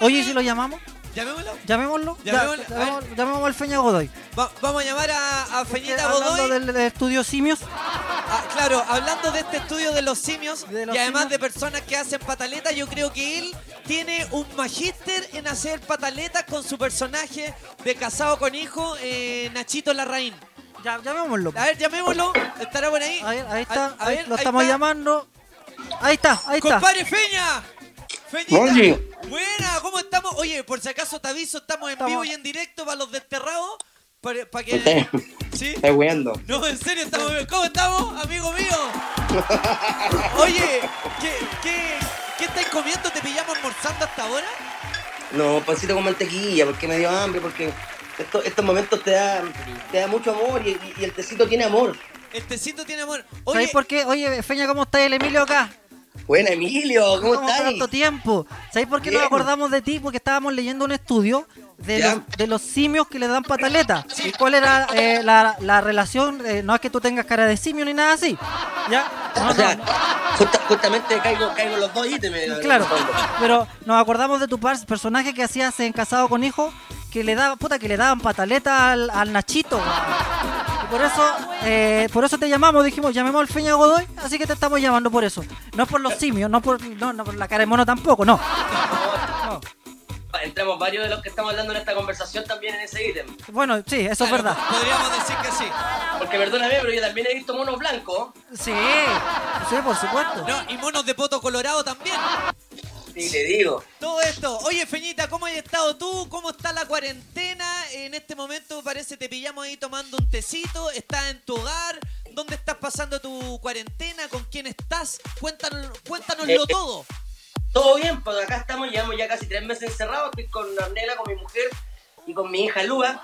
Oye, ¿y si lo llamamos? llamémoslo. Llamémoslo. Ya- Llamémoslo, a ver. Llamémoslo, llamémoslo al Feña Godoy. Va- vamos a llamar a, a Feñita Hablando Godoy. del, del estudio Simios. Ah, claro, hablando de este estudio de los simios y además de personas que hacen pataletas, yo creo que él tiene un magíster en hacer pataletas con su personaje de casado con hijo, eh, Nachito Larraín. Ya, llamémoslo. A ver, llamémoslo. Estará por ahí. Ahí está, A- a ahí ver, lo ahí estamos está. llamando. Ahí está, ahí está. ¡Compadre Feña! ¡Feñita! Oye. Buena, ¿cómo estamos? Oye, por si acaso te aviso, estamos en vivo y en directo para los desterrados. Para, para que... ¿Sí? Estoy weando. No, en serio, estamos bien. ¿Cómo estamos, amigo mío? Oye, ¿qué, qué, qué estáis comiendo? ¿Te pillamos almorzando hasta ahora? No, pancito con mantequilla, porque me dio hambre, porque esto- estos momentos te da, te da mucho amor y, y- y el tecito tiene amor. El tecito tiene amor. Oh, ¿Sabéis por qué? Oye, Feña, ¿cómo está el Emilio acá? Buena, Emilio, ¿cómo Estamos estáis? tanto tiempo. ¿Sabéis por qué nos Bien. acordamos de ti? Porque estábamos leyendo un estudio de, Ya. los, de los simios que le dan pataleta. ¿Y cuál era eh, la, la relación? Eh, no es que tú tengas cara de simio ni nada así. ¿Ya? No, O no, sea, justa- justamente caigo, caigo en los dos ítems. en el Claro, fondo. pero nos acordamos de tu par- personaje que hacías en Casado con Hijo, que le daba, puta, que le daban pataleta al, al Nachito. Y por eso, eh, por eso te llamamos, dijimos, llamemos al Feña Godoy, así que te estamos llamando por eso. No por los simios, no por, no, no por la cara de mono tampoco, no. Entramos varios de los que estamos hablando en esta conversación también en ese ítem. Bueno, sí, eso es verdad. Podríamos decir que sí. Porque perdóname, pero yo también he visto monos blancos. Sí, sí, pues, por supuesto. No, y monos de poto colorado también. Y le digo. Todo esto. Oye, Feñita, ¿cómo has estado tú? ¿Cómo está la cuarentena? En este momento parece te pillamos ahí tomando un tecito. ¿Estás en tu hogar? ¿Dónde estás pasando tu cuarentena? ¿Con quién estás? Cuéntanos, cuéntanoslo Eh, todo. Todo bien, pues acá estamos, llevamos ya casi tres meses encerrados, estoy con Arnela, con mi mujer y con mi hija Lua.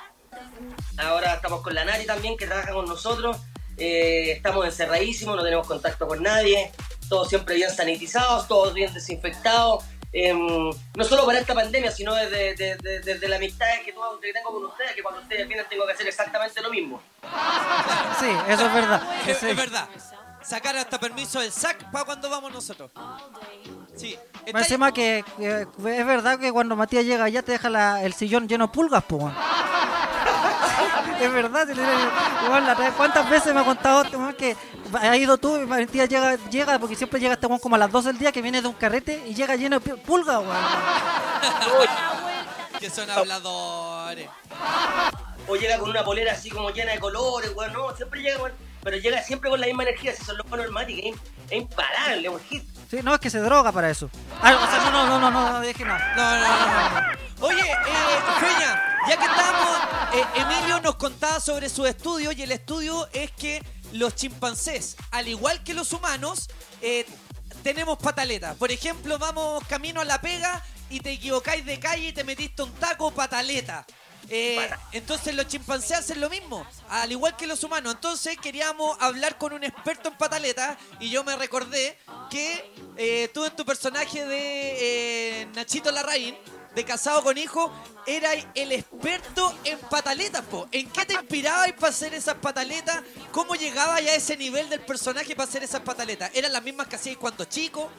Ahora estamos con la Nari también, que trabaja con nosotros. Eh, estamos encerradísimos, no tenemos contacto con nadie, todos siempre bien sanitizados, todos bien desinfectados. Em, no solo para esta pandemia, sino desde, desde- desde la amistad que tuve- que tengo con ustedes, que cuando ustedes vienen tengo que hacer exactamente lo mismo. Sí, eso es verdad. Es, Sí. es verdad. Sacar hasta permiso del SAC para cuando vamos nosotros. Sí. Más encima que, que es verdad que cuando Matías llega allá te deja la- el sillón lleno de pulgas, pues. es verdad, si le- weón, la otra- ¿cuántas veces me ha contado este weón que ha ido tú y Matías llega, llega porque siempre llega este weón como a las 12 del día que viene de un carrete y llega lleno de pi- pulgas, weón? Que son habladores. Oh. O llega con una polera así como llena de colores, weón, no, siempre llega, weón, pero llega siempre con la misma energía, si son los buenos hermanos, es, es imparable, weón. hit. Sí, no, es que se droga para eso. Ah, o sea, no, no, no, no, no, no, deje nada. No, no, Oye, eh, Feña, ya que estamos, eh, Emilio nos contaba sobre su estudio y el estudio es que los chimpancés, al igual que los humanos, eh, tenemos pataletas. Por ejemplo, vamos camino a la pega y te equivocáis de calle y te metiste un taco, pataleta. Eh, entonces los chimpancés hacen lo mismo, al igual que los humanos. Entonces queríamos hablar con un experto en pataletas y yo me recordé que eh, tú en tu personaje de eh, Nachito Larraín, de Casado con Hijo, eras el experto en pataletas. Po. ¿En qué te inspirabas para hacer esas pataletas? ¿Cómo llegabas ya a ese nivel del personaje para hacer esas pataletas? ¿Eran las mismas que hacías cuando chico?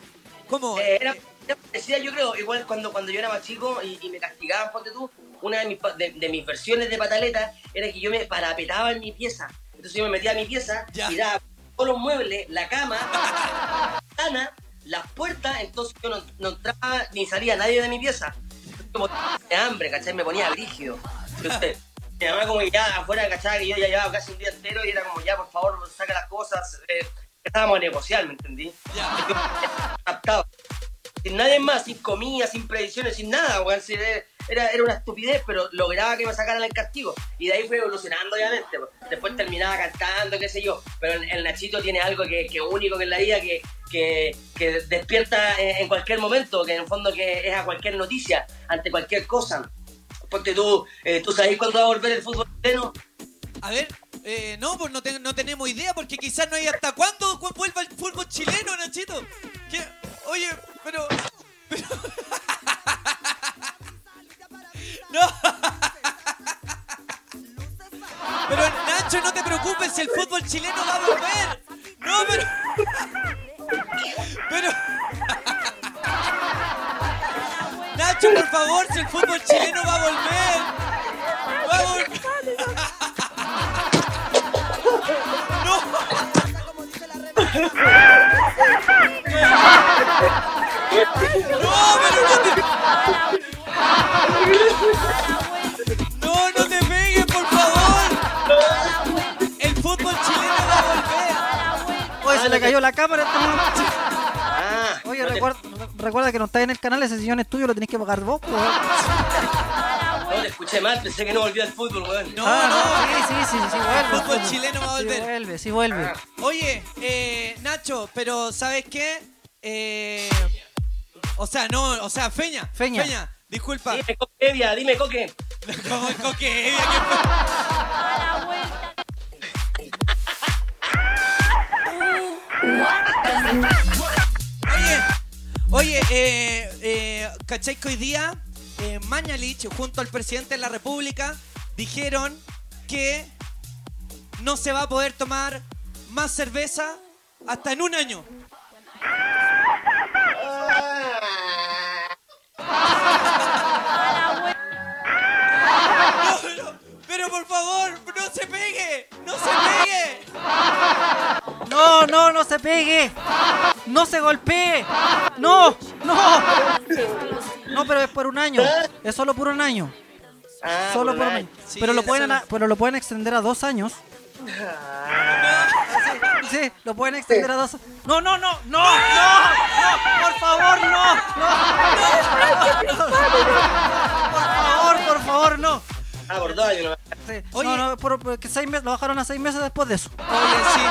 ¿Cómo? Eh, era, era parecida, yo creo, igual cuando, cuando yo era más chico y, y me castigaban, ponte tú, una de mis, pa- de, de mis versiones de pataleta era que yo me parapetaba en mi pieza. Entonces yo me metía a mi pieza, tiraba todos los muebles, la cama, la ventana, las puertas, entonces yo no, no entraba ni salía nadie de mi pieza. Como de hambre, ¿cachai? Me ponía brígido. Entonces, mi mamá como que ya afuera, ¿cachai? Que yo ya llevaba casi un día entero y era como ya, por favor, saca las cosas. eh, estábamos a negociar, ¿me entendí? Captado. Sin nadie más, sin comida, sin previsiones, sin nada, weón. Sí, eh, Era, era una estupidez, pero lograba que me sacaran el castigo. Y de ahí fue evolucionando, obviamente. po. Después terminaba cantando, qué sé yo. Pero el, el Nachito tiene algo que, que único que es la vida, que, que, que despierta eh, en cualquier momento, que en el fondo que es a cualquier noticia, ante cualquier cosa. Porque tú, eh, tú sabes cuándo va a volver el fútbol chileno, A ver, eh, no, pues no, te- no tenemos idea porque quizás no hay hasta cuándo cu- vuelva el fútbol chileno, Nachito. ¿Qué? Oye, pero... pero- no. Pero Nacho, no te preocupes, el fútbol chileno va a volver. No, pero... Pero... Nacho, por favor, si el fútbol chileno va a volver. Va a volver. No, no te pegues, por favor. El fútbol chileno va a volver. Oye, Ah, se le cayó la cámara. este man. Oye, Ah. no te- recuerda, recuerda que no está en el canal, ese sillón es tuyo, lo tenés que pagar vos. pues. No, te Ah, escuché mal, pensé que no volvía al fútbol, weón. No, Ah, no, sí, sí, sí, sí, sí, vuelve. El fútbol chileno va a Sí volver. vuelve, sí vuelve. Oye, eh, Nacho, pero ¿sabes qué? Eh, o sea, no, o sea, Feña. Feña. disculpa. Dime Coquevia, dime Coque. ¿Cómo es Coquevia? Oye, eh, eh, ¿cachai que hoy día eh, Mañalich junto al presidente de la República dijeron que no se va a poder tomar más cerveza hasta en un año? No, no, pero por favor, no se pegue, no se pegue. No, no, no se pegue. No se golpee. No, no. No, pero es por un año. Es solo por un año. solo por un año. Sí, pero, lo la pueden, solo- a- pero lo pueden extender a dos años. Sí, lo pueden extender a dos. No, no, no, no, no, no, por favor, no, no, no, por favor, por favor, no. Ah, por dos años. Oye. no, no, por- porque seis meses, lo bajaron a seis meses después de eso. Oye, sí.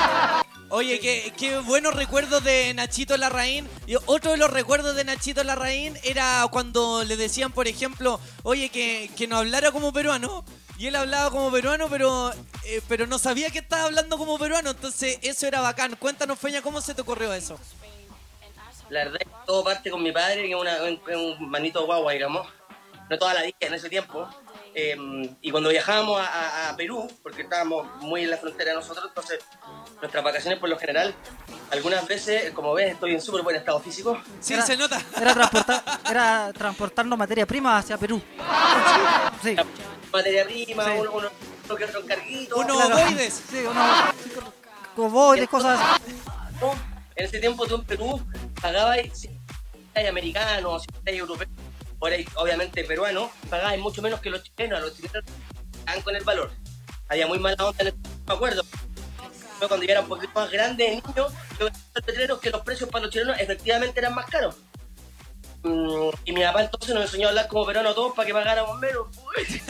Oye, qué, qué buenos recuerdos de Nachito Larraín. Y otro de los recuerdos de Nachito Larraín era cuando le decían, por ejemplo, oye, que, que no hablara como peruano. Y él hablaba como peruano, pero, eh, pero no sabía que estaba hablando como peruano. Entonces, eso era bacán. Cuéntanos, Feña, ¿cómo se te ocurrió eso? La verdad es que todo parte con mi padre, que es una- un, un manito guagua, digamos. No toda la vida en ese tiempo. Eh, y cuando viajábamos a, a- a Perú, porque estábamos muy en la frontera nosotros, entonces nuestras vacaciones por lo general, algunas veces, como ves, estoy en súper buen estado físico. Sí, se nota. Era transportar, era transportando materia prima hacia Perú. Sí. Materia prima, uno, uno, uno que otro carguito. Claro. Sí, unos ovoides, cosas así. En ese tiempo tú en Perú pagabas 50 americanos, 50 europeos, ahora hay, obviamente peruanos, pagabas mucho menos que los chilenos, a los chilenos están con el valor. Había muy mala onda en el me acuerdo. Yo cuando yo era un poquito más grande, niño, yo veía los letreros que los precios para los chilenos efectivamente eran más caros. Mm, Y mi papá entonces nos enseñó a hablar como peruanos a todos para que pagáramos menos. pues.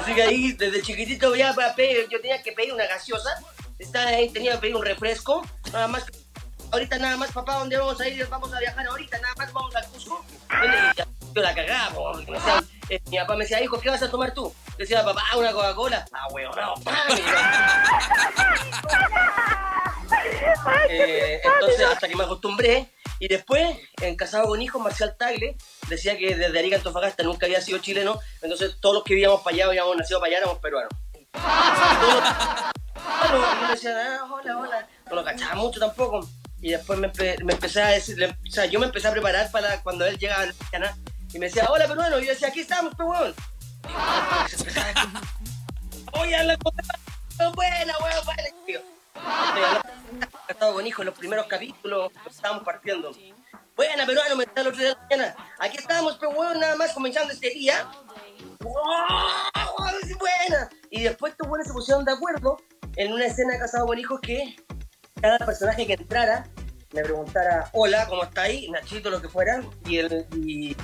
Así que ahí, desde chiquitito, ya para pedir- yo tenía que pedir una gaseosa. Estaba ahí, tenía que pedir un refresco. Nada más. que- Ahorita nada más, papá, ¿dónde vamos a ir? Vamos a viajar ahorita, nada más vamos al Cusco. Y ya, Yo la cagaba, po. O sea, eh, mi papá me decía, hijo, ¿qué vas a tomar tú? Yo decía, papá, una Coca-Cola. Ah, weón, no, pa. Eh, entonces, hasta que me acostumbré. Y después, en Casado con Hijos, Marcial Tagle decía que desde Arica Antofagasta nunca había sido chileno. Entonces, todos los que vivíamos para allá, habíamos nacido para allá, éramos peruanos. Claro, y yo le decía, ah, hola, hola. No lo cachaba mucho tampoco. Y después me, empe- me empecé a decir, le- o sea, yo me empecé a preparar para cuando él llegaba a la mañana y me decía, hola peruano. Y yo decía, aquí estamos, peruano. Oye, habla con buena, buena, buena. Tío, Estoy hablando- casado con hijo, con los primeros capítulos, lo estábamos partiendo. Buena, peruano, me está el otro día de la mañana. Aquí estábamos, pero bueno, nada más comenzando este día. ¡Wow! ¡Sí, buena! Y después estos buenos se pusieron de acuerdo en una escena de Casado con Hijos que cada personaje que entrara me preguntara, hola, ¿cómo está ahí? Nachito, lo que fuera. Y, el, y,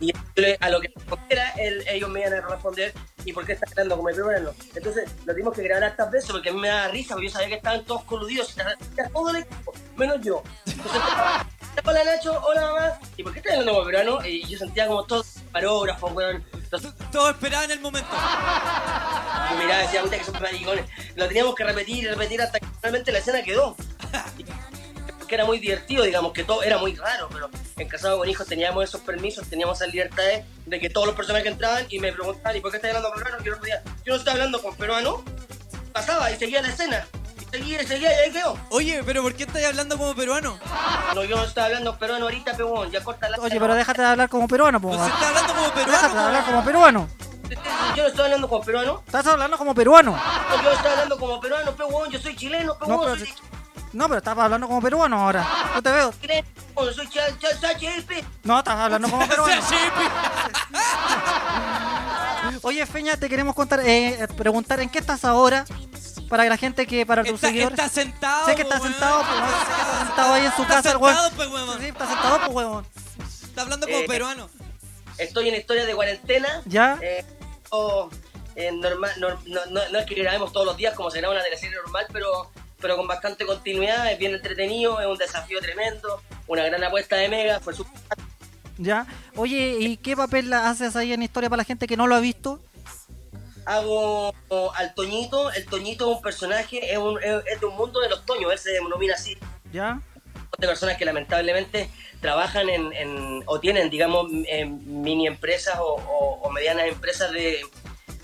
y le- a lo que respondiera, él- ellos me iban a responder, ¿y por qué está hablando como el peruano? Entonces, lo tuvimos que grabar hartas veces porque a mí me daba risa, porque yo sabía que estaban todos coludidos, era todo el equipo, menos yo. Entonces, hola Nacho, hola mamá, ¿y por qué está hablando como el peruano? Y yo sentía como todos parógrafos, weón. Todos esperaban el momento. Y mirá, decía, puta que son maricones. Lo teníamos que repetir y repetir hasta que finalmente la escena quedó. Que era muy divertido, digamos, que todo era muy raro, pero en Casado con Hijos teníamos esos permisos, teníamos esas libertades de que todos los personajes entraban y me preguntaban, ¿y por qué estás hablando con peruano? Y yo no podía, yo no estoy hablando con peruano. Pasaba y seguía la escena. Y seguía y seguía y ahí quedó. Oye, pero ¿por qué estás hablando como peruano? No, yo no estoy hablando peruano ahorita, peón, ya corta la... Oye, pero déjate de hablar como peruano, po. weón. hablando como peruano. Déjate de hablar como peruano. Yo no estoy hablando con peruano. Estás hablando como peruano. No, yo estoy hablando como peruano, peón, yo soy chileno, peón, No, pero, soy no, pero estás hablando como peruano ahora. Yo te veo. chileno, peón, soy ch- ch- ch- No, estás hablando como peruano. Sí, Oye, Feña, te queremos contar, eh, eh, preguntar en qué estás ahora. Para la gente que, para tus Está, seguidores. está sentado. Sé que está po, weón. sentado, pues, weón, sé que está sentado ahí en su Está casa, el sentado, weón. pues, weón. Sí, está sentado, pues, weón. Está hablando como Eh, peruano. Estoy en historia de cuarentena. ¿Ya? Eh, o, eh, normal, nor- no, no- no es que grabemos todos los días como se graba una teleserie normal, pero, pero con bastante continuidad, es bien entretenido, es un desafío tremendo, una gran apuesta de Mega, fue su- Ya. Oye, ¿y qué papel la haces ahí en historia para la gente que no lo ha visto? hago al Toñito, el Toñito es un personaje, es, un- es- es de un mundo de los Toños, él se denomina así, ¿Ya? de personas que lamentablemente trabajan en, en- o tienen, digamos, m- en mini empresas o, o- o medianas empresas de,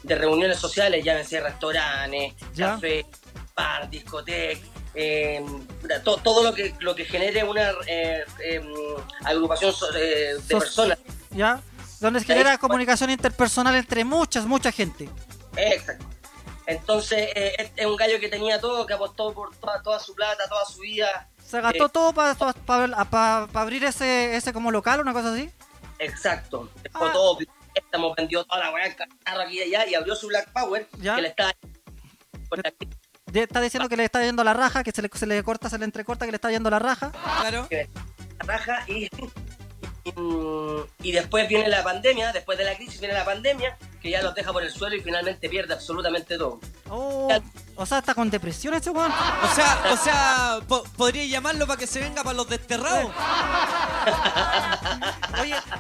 de reuniones sociales, llámense restaurantes, Ya. café, bar, discoteca, eh, to- todo lo que, lo que genere una eh, eh, agrupación so- eh, de Sos- personas. ¿Ya? Donde se Ahí, genera bueno. comunicación interpersonal entre muchas, mucha gente. Exacto. Entonces, eh, es, es un gallo que tenía todo, que apostó por toda, toda su plata, toda su vida. Se gastó Eh, todo para abrir ese, ese como local, una cosa así. Exacto. Dejó Ah. todo, préstamo, vendió toda la weá, carro aquí y allá y abrió su Black Power que le está De- Está diciendo que le está yendo la raja, que se le, se le corta, se le entrecorta, que le está yendo la raja. Claro. raja y, y, mm, y después viene la pandemia, después de la crisis viene la pandemia, que ya los deja por el suelo y finalmente pierde absolutamente todo. Oh, o sea, está con depresión ese weón. O sea, o sea, po- podría llamarlo para que se venga para los desterrados.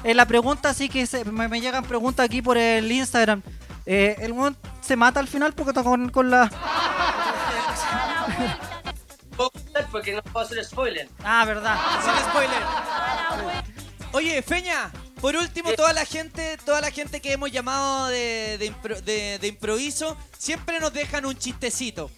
Eh, la pregunta sí que se- me, me llegan preguntas aquí por el Instagram. Eh, ¿El weón se mata al final porque está con, con la... Puedo contar porque no puedo hacer spoiler. Ah, verdad. Sin spoiler. Oye, Feña, por último, toda la gente, toda la gente que hemos llamado de, de impro- de- de improviso, siempre nos dejan un chistecito.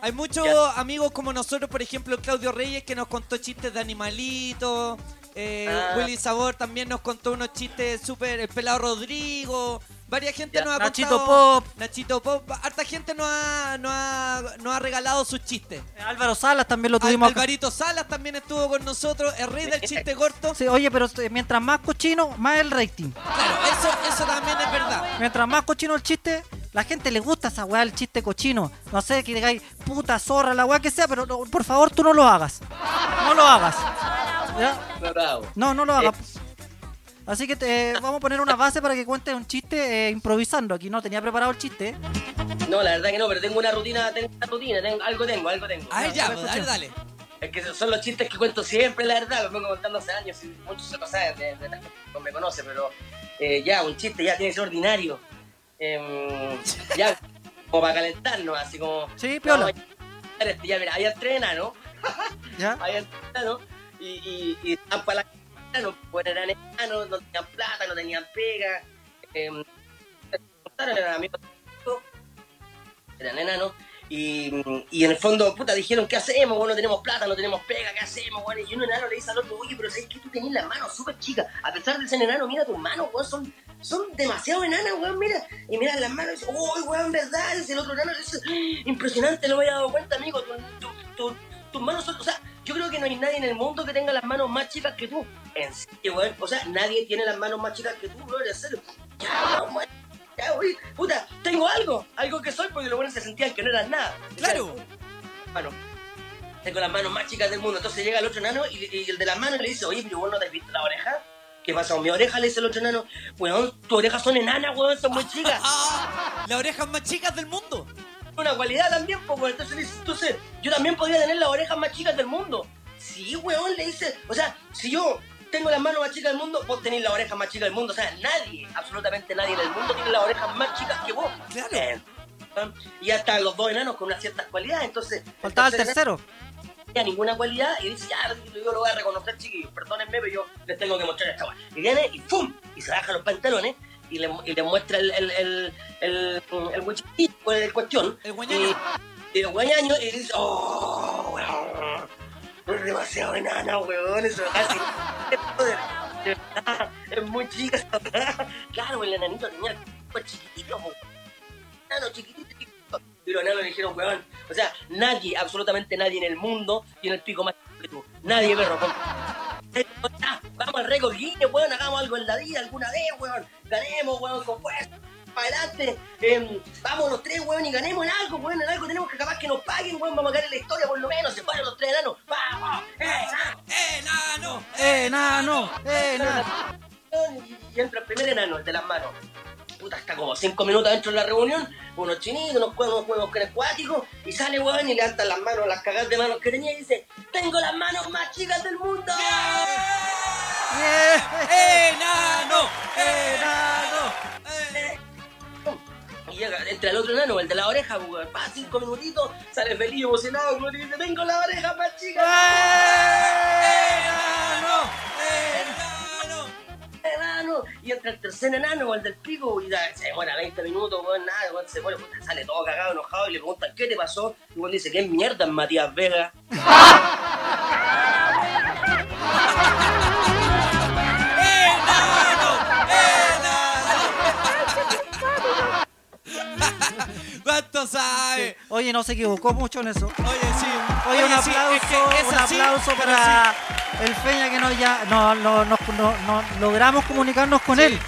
Hay muchos amigos como nosotros, por ejemplo, Claudio Reyes, que nos contó chistes de animalitos. eh, Ah. Willy Sabor también nos contó unos chistes súper. El pelado Rodrigo. Varias gente Ya. nos ha Nachito contado- Nachito Pop. Harta gente nos ha, nos ha, nos ha regalado sus chistes. Álvaro Salas también lo tuvimos Al- acá. Alvarito Salas también estuvo con nosotros, el rey del chiste corto. Sí, oye, pero eh, mientras más cochino, más el rating. Claro, eso, eso también es verdad. Mientras más cochino el chiste, la gente le gusta esa weá, el chiste cochino. No sé, que digáis puta zorra, la weá que sea, pero no, por favor tú no lo hagas. No lo hagas. ¿Ya? Bravo. No, no lo hagas. Así que te- eh, vamos a poner una base para que cuentes un chiste eh, improvisando. Aquí no tenía preparado el chiste. eh. No, la verdad que no, pero tengo una rutina, tengo una rutina, tengo, algo tengo, algo tengo. Ah, ya, pues, dale, dale. Es que son los chistes que cuento siempre, la verdad, los vengo contando hace años y muchos se lo saben, de, de la gente que no me conoce, pero eh, ya, un chiste ya tiene que ser ordinario. Em, ya, como para calentarnos, así como... Sí, piola. No, ya, ya, mira, ahí entrena, ¿no? ¿Ya? Ahí entrena, ¿no? Y, y, y están para la casa, no pues, eran enanos, no tenían plata, no tenían pega. em, eran amigos eran enanos. Y, y en el fondo, puta, dijeron, ¿qué hacemos? Bueno, no tenemos plata, no tenemos pega, ¿qué hacemos? Bueno, y un enano le dice al otro, oye, pero ¿sabes que tú tenés las manos súper chicas? A pesar de ser enano, mira tus manos, weón, son, son demasiado enanas, weón, mira. Y mira las manos y dice, uy, weón, ¿verdad? "Ah, Y el otro enano dice, impresionante, no me había dado cuenta, amigo, tu- tu- tu- tus manos son, o sea, yo Yo creo que no hay nadie en el mundo que tenga las manos más chicas que tú. En serio, weón. O sea, nadie tiene las manos más chicas que tú, weón. En serio. Ya, weón. Ya, weón. Puta, tengo algo. Algo que soy porque los buenos se sentían que no eran nada. Claro. Bueno, tengo las manos más chicas del mundo. Entonces llega el otro nano y, y el de las manos le dice, oye, pero vos no te has visto la oreja. ¿Qué pasa con mi oreja? Le dice el otro nano. Weón, tus orejas son enanas, weón, son muy chicas. las orejas más chicas del mundo. Una cualidad también, pues, weón. Entonces, le dice, entonces, yo también podría tener las orejas más chicas del mundo. Sí, weón, le dice. O sea, si yo tengo las manos más chicas del mundo, vos tenés las orejas más chicas del mundo. O sea, nadie, absolutamente nadie en el mundo tiene las orejas más chicas que vos. Claro. y hasta los dos enanos con unas ciertas cualidades. Entonces, Faltaba el entonces, tercero. tenía ninguna cualidad y dice, ya, yo lo voy a reconocer, chiquillos, perdónenme, pero yo les tengo que mostrar esta guay. Y viene y ¡pum! Y se baja los pantalones y le, y le muestra el, el, el, el, el guachito, el cuestión. El guañaño. Y, y el guañaño y dice, ¡oh, weón! Es demasiado enana, weón, eso casi. de verdad, es muy chica esa weá. Claro, el enanito tenía el cuerpo chiquitito, po. enano chiquitito, chiquitito. Y los enanos le dijeron, weón. O sea, nadie, absolutamente nadie en el mundo tiene el pico más chiquito que tú. Nadie, perro. con- Ah, Vamos al récord Guinness, weón, hagamos algo en la vida alguna vez, weón. Ganemos, weón, con fuerza. Para adelante, Em, vamos los tres, weón, y ganemos en algo, weón, en algo tenemos que capaz que nos paguen, weón, vamos a ganar la historia por lo menos, se paran los tres enanos, vamos, ¡Eh, enano, enano, enano. Y entra el primer enano, el de las manos. Puta, está como cinco minutos dentro de la reunión, unos chinitos, unos juegos, unos juegos que acuáticos, y sale, weón, y le atan las manos, las cagadas de manos que tenía, y dice, tengo las manos más chicas del mundo. ¡Eh! ¡Enano! ¡Enano! Eh, Y llega, entra el otro enano, el de la oreja, pues, weón. Pa, cinco minutitos, sale feliz, emocionado, weón, y dice, tengo la oreja más chica. ¡Eh! ¡Enano! ¡Enano! Y entra el tercer enano, el del pico, y da- se demora 20 minutos, weón, nada, weón, se pone, puta, sale todo cagado, enojado, y le preguntan, ¿qué te pasó? Y weón dice, ¿qué mierda es Matías Vega? ¿Cuánto sabe? Oye, no se equivocó mucho en eso. Oye, sí. Oye, un sí, aplauso, es que es un así, aplauso pero para sí. el Feña que no ya no, no, no- no- no logramos comunicarnos con él.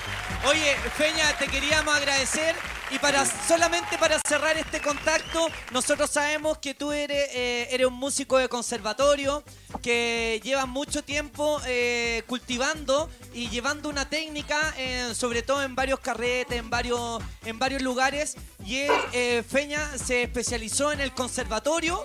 Oye, Feña, te queríamos agradecer y para solamente para cerrar este contacto, nosotros sabemos que tú eres, eh, eres un músico de conservatorio que lleva mucho tiempo eh, cultivando y llevando una técnica, eh, sobre todo en varios carretes, en varios, en varios lugares. Y él, eh, Feña, se especializó en el conservatorio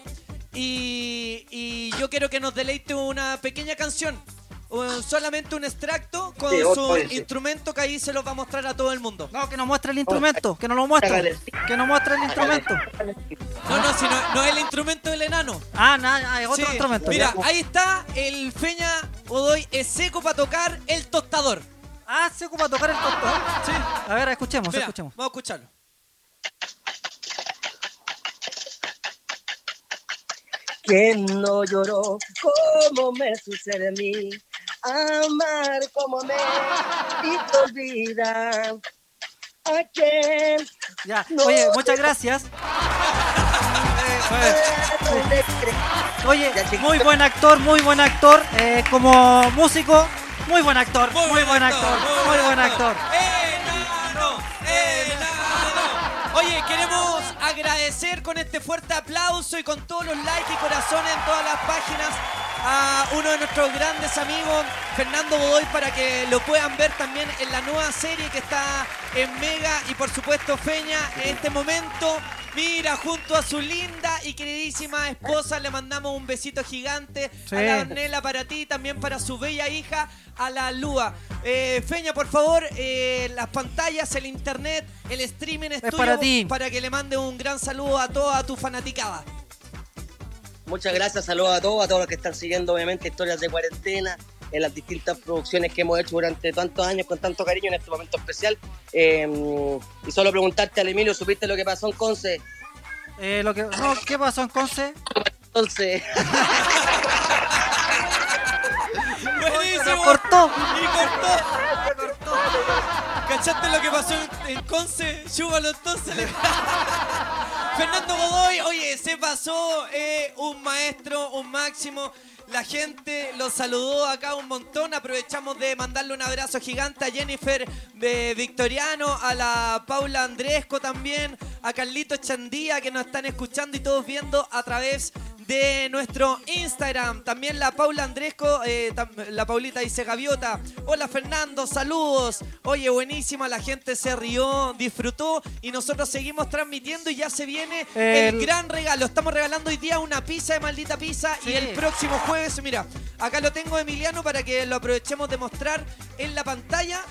y, y yo quiero que nos deleite una pequeña canción. eh, solamente un extracto con Sí, su óyense. instrumento que ahí se los va a mostrar a todo el mundo. No, que nos muestre el instrumento, que nos lo muestre. Que nos muestre Oh, el instrumento. No, no, si no, no es el instrumento del enano. Ah, nada, es otro instrumento. Mira, Ya. ahí está el Feña Odoy es seco para tocar el tostador. Ah, seco para tocar el tostador. Sí. A ver, escuchemos, Mira, escuchemos. Vamos a escucharlo. ¿Quién no lloró como me sucede a mí? Amar como me hizo olvidar. ¿A quién? Ya, No. oye, muchas gracias. Pues, Oye, muy buen actor, muy buen actor. eh, como músico, muy buen actor, muy, buen actor, muy buen actor. Oye, queremos agradecer con este fuerte aplauso y con todos los likes y corazones en todas las páginas a uno de nuestros grandes amigos, Fernando Godoy, para que lo puedan ver también en la nueva serie que está en Mega y por supuesto Feña en este momento. Mira, junto a su linda y queridísima esposa, le mandamos un besito gigante Sí. a la Ornella para ti, también para su bella hija, a la Lua. Eh, Feña, por favor, eh, las pantallas, el internet, el streaming es, Es tuyo para ti. para que le mande un gran saludo a toda tu fanaticada. Muchas gracias, saludos a todos, a todos los que están siguiendo, obviamente, historias de cuarentena en las distintas producciones que hemos hecho durante tantos años con tanto cariño en este momento especial. Eh, y solo preguntarte al Emilio, ¿supiste lo que pasó en Conce? Eh, lo que, no, ¿Qué pasó en Conce? Entonces, ¡Buenísimo! cortó! ¡Y cortó! ¿Cachaste lo que pasó en Conce? Chúbalo entonces. Fernando Godoy, oye, se se pasó eh, un maestro, un máximo. La gente los saludó acá un montón. Aprovechamos de mandarle un abrazo gigante a Jennifer de Victoriano, a la Paula Andresco también, a Carlito Chandía que nos están escuchando y todos viendo a través de nuestro Instagram. También la Paula Andresco, eh, tam- la Paulita dice Gaviota. Hola Fernando, saludos. Oye, buenísima, la gente se rió, disfrutó y nosotros seguimos transmitiendo y ya se viene el, El- gran regalo. Estamos regalando hoy día una pizza de maldita pizza y Sí. el próximo jueves, mira, acá lo tengo Emiliano para que lo aprovechemos de mostrar en la pantalla.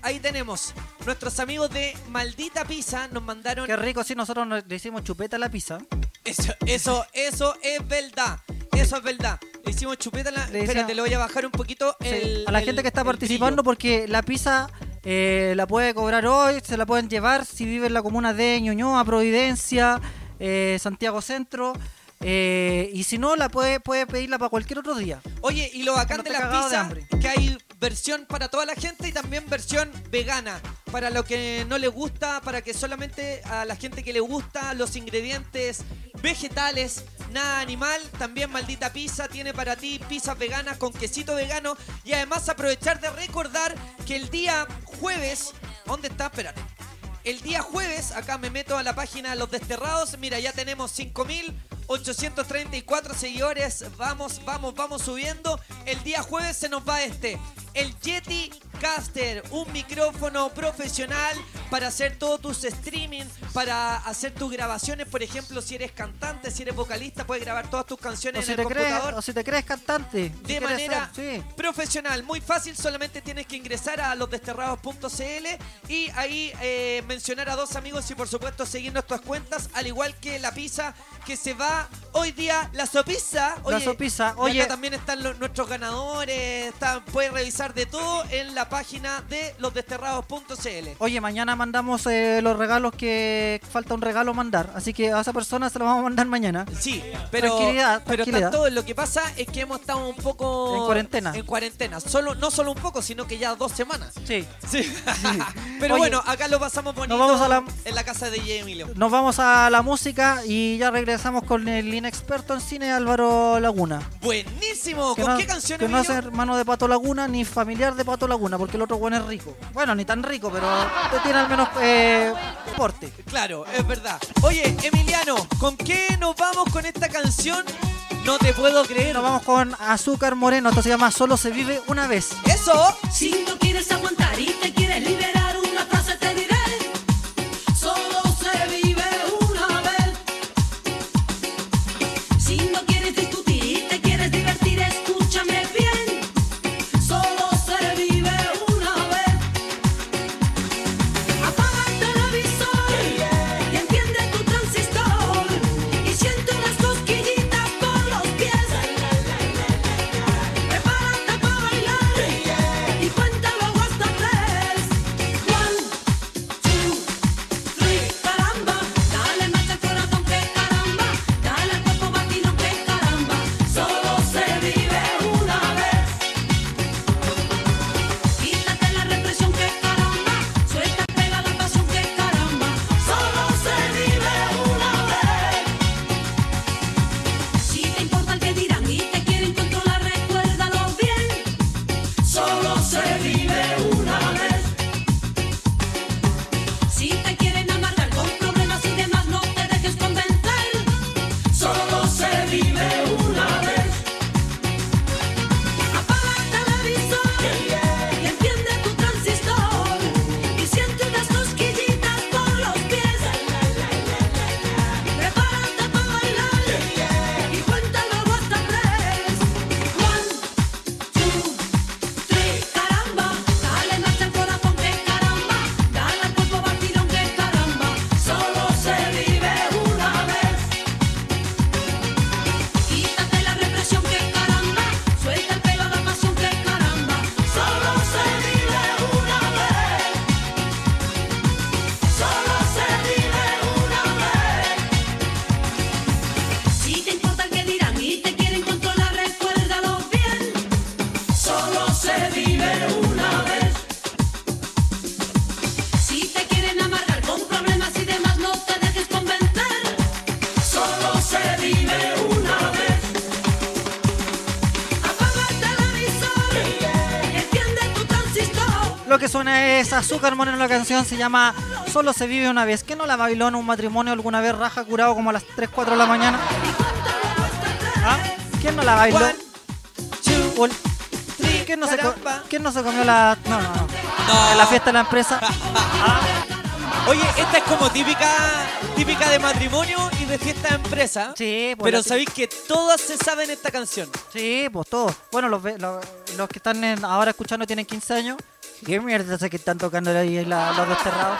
Ahí tenemos, nuestros amigos de Maldita Pizza nos mandaron Qué rico, sí, nosotros nos- le hicimos chupeta a la pizza. eso, eso, eso es verdad. Eso es verdad. Le hicimos chupeta a la. Le Espérate, hicimos- le voy a bajar un poquito el- a la el- gente que está el participando porque la pizza eh, la puede cobrar hoy, se la pueden llevar si vive en la comuna de Ñuñoa, Providencia, eh, Santiago Centro. eh, y si no, la puede, puede pedirla para cualquier otro día. brillo. Oye, y lo bacán de esté la cagado de pizza hambre. que hay versión para toda la gente y también versión vegana. Para lo que no le gusta, para que solamente a la gente que le gusta los ingredientes vegetales, nada animal, también maldita pizza tiene para ti pizzas veganas con quesito vegano y además aprovechar de recordar que el día jueves, ¿dónde está? Espérate. El día jueves, acá me meto a la página de Los Desterrados. Mira, ya tenemos 5.834 seguidores. Vamos, vamos, vamos subiendo. El día jueves se nos va este. El Yeti Caster, un micrófono profesional para hacer todos tus streaming, para hacer tus grabaciones. Por ejemplo, si eres cantante, si eres vocalista, puedes grabar todas tus O canciones si, en el te crees, computador o si te crees cantante. si de quieres manera ser- sí. profesional. Muy fácil, solamente tienes que ingresar a losdesterrados.cl y ahí eh, mencionar a dos amigos y por supuesto seguir nuestras cuentas, al igual que la pizza que se va hoy día, la sopizza. La Oye, sopizza, y oye. Acá también están los- nuestros ganadores, están, puedes revisar de todo en la página de losdesterrados.cl. Oye, mañana mandamos eh, los regalos que falta un regalo mandar. Así que a esa persona se lo vamos a mandar mañana. Sí, pero, Tranquilidad, pero está tranquilidad. todo. Lo que pasa es que hemos estado un poco. En cuarentena. En cuarentena. Solo, no solo un poco, sino que ya dos semanas. Sí. pero Oye, bueno, acá lo pasamos bonito vamos a la- en la casa de DJ Emilio. Nos vamos a la música y ya regresamos con el inexperto en cine Álvaro Laguna. Buenísimo. Que ¿Con no- qué canción Que no es Emilio? hermano de Pato Laguna ni familiar de Pato Laguna, porque el otro bueno es rico. Bueno, ni tan rico, pero tiene al menos eh, porte. Claro, es verdad. Oye, Emiliano, ¿con qué nos vamos con esta canción? No te puedo creer. Nos vamos con Azúcar Moreno, esto se llama Solo se vive una vez. ¡Eso! Si no quieres aguantar y te quieres liberar, una frase te diré. Solo se vive una vez. Si no quieres discutir y te quieres divertir, escúchame bien. Solo se vive una vez. Apaga el televisor y enciende tu transistor. Y siente las cosquillitas por los pies. Prepárate para bailar. Y cuéntalo hasta tres. One, Lo que suena es Azúcar Moreno, la canción se llama Solo se vive una vez. ¿Qué no la bailó en un matrimonio alguna vez raja curado como a las 3, 4 de la mañana? ¿Ah? ¿Quién no la bailó? Ol- ¿Quién no, se co- quién no se comió la.? No, no, no. En la fiesta de la empresa. Oye, esta es como típica típica de matrimonio y de fiesta de empresa. Sí, pues Pero la- sabéis que todas se saben esta canción. Sí, pues todos. Bueno, los, ve- los, los que están en- ahora escuchando tienen 15 años. ¿Qué mierda es que están tocando ahí la- los desterrados?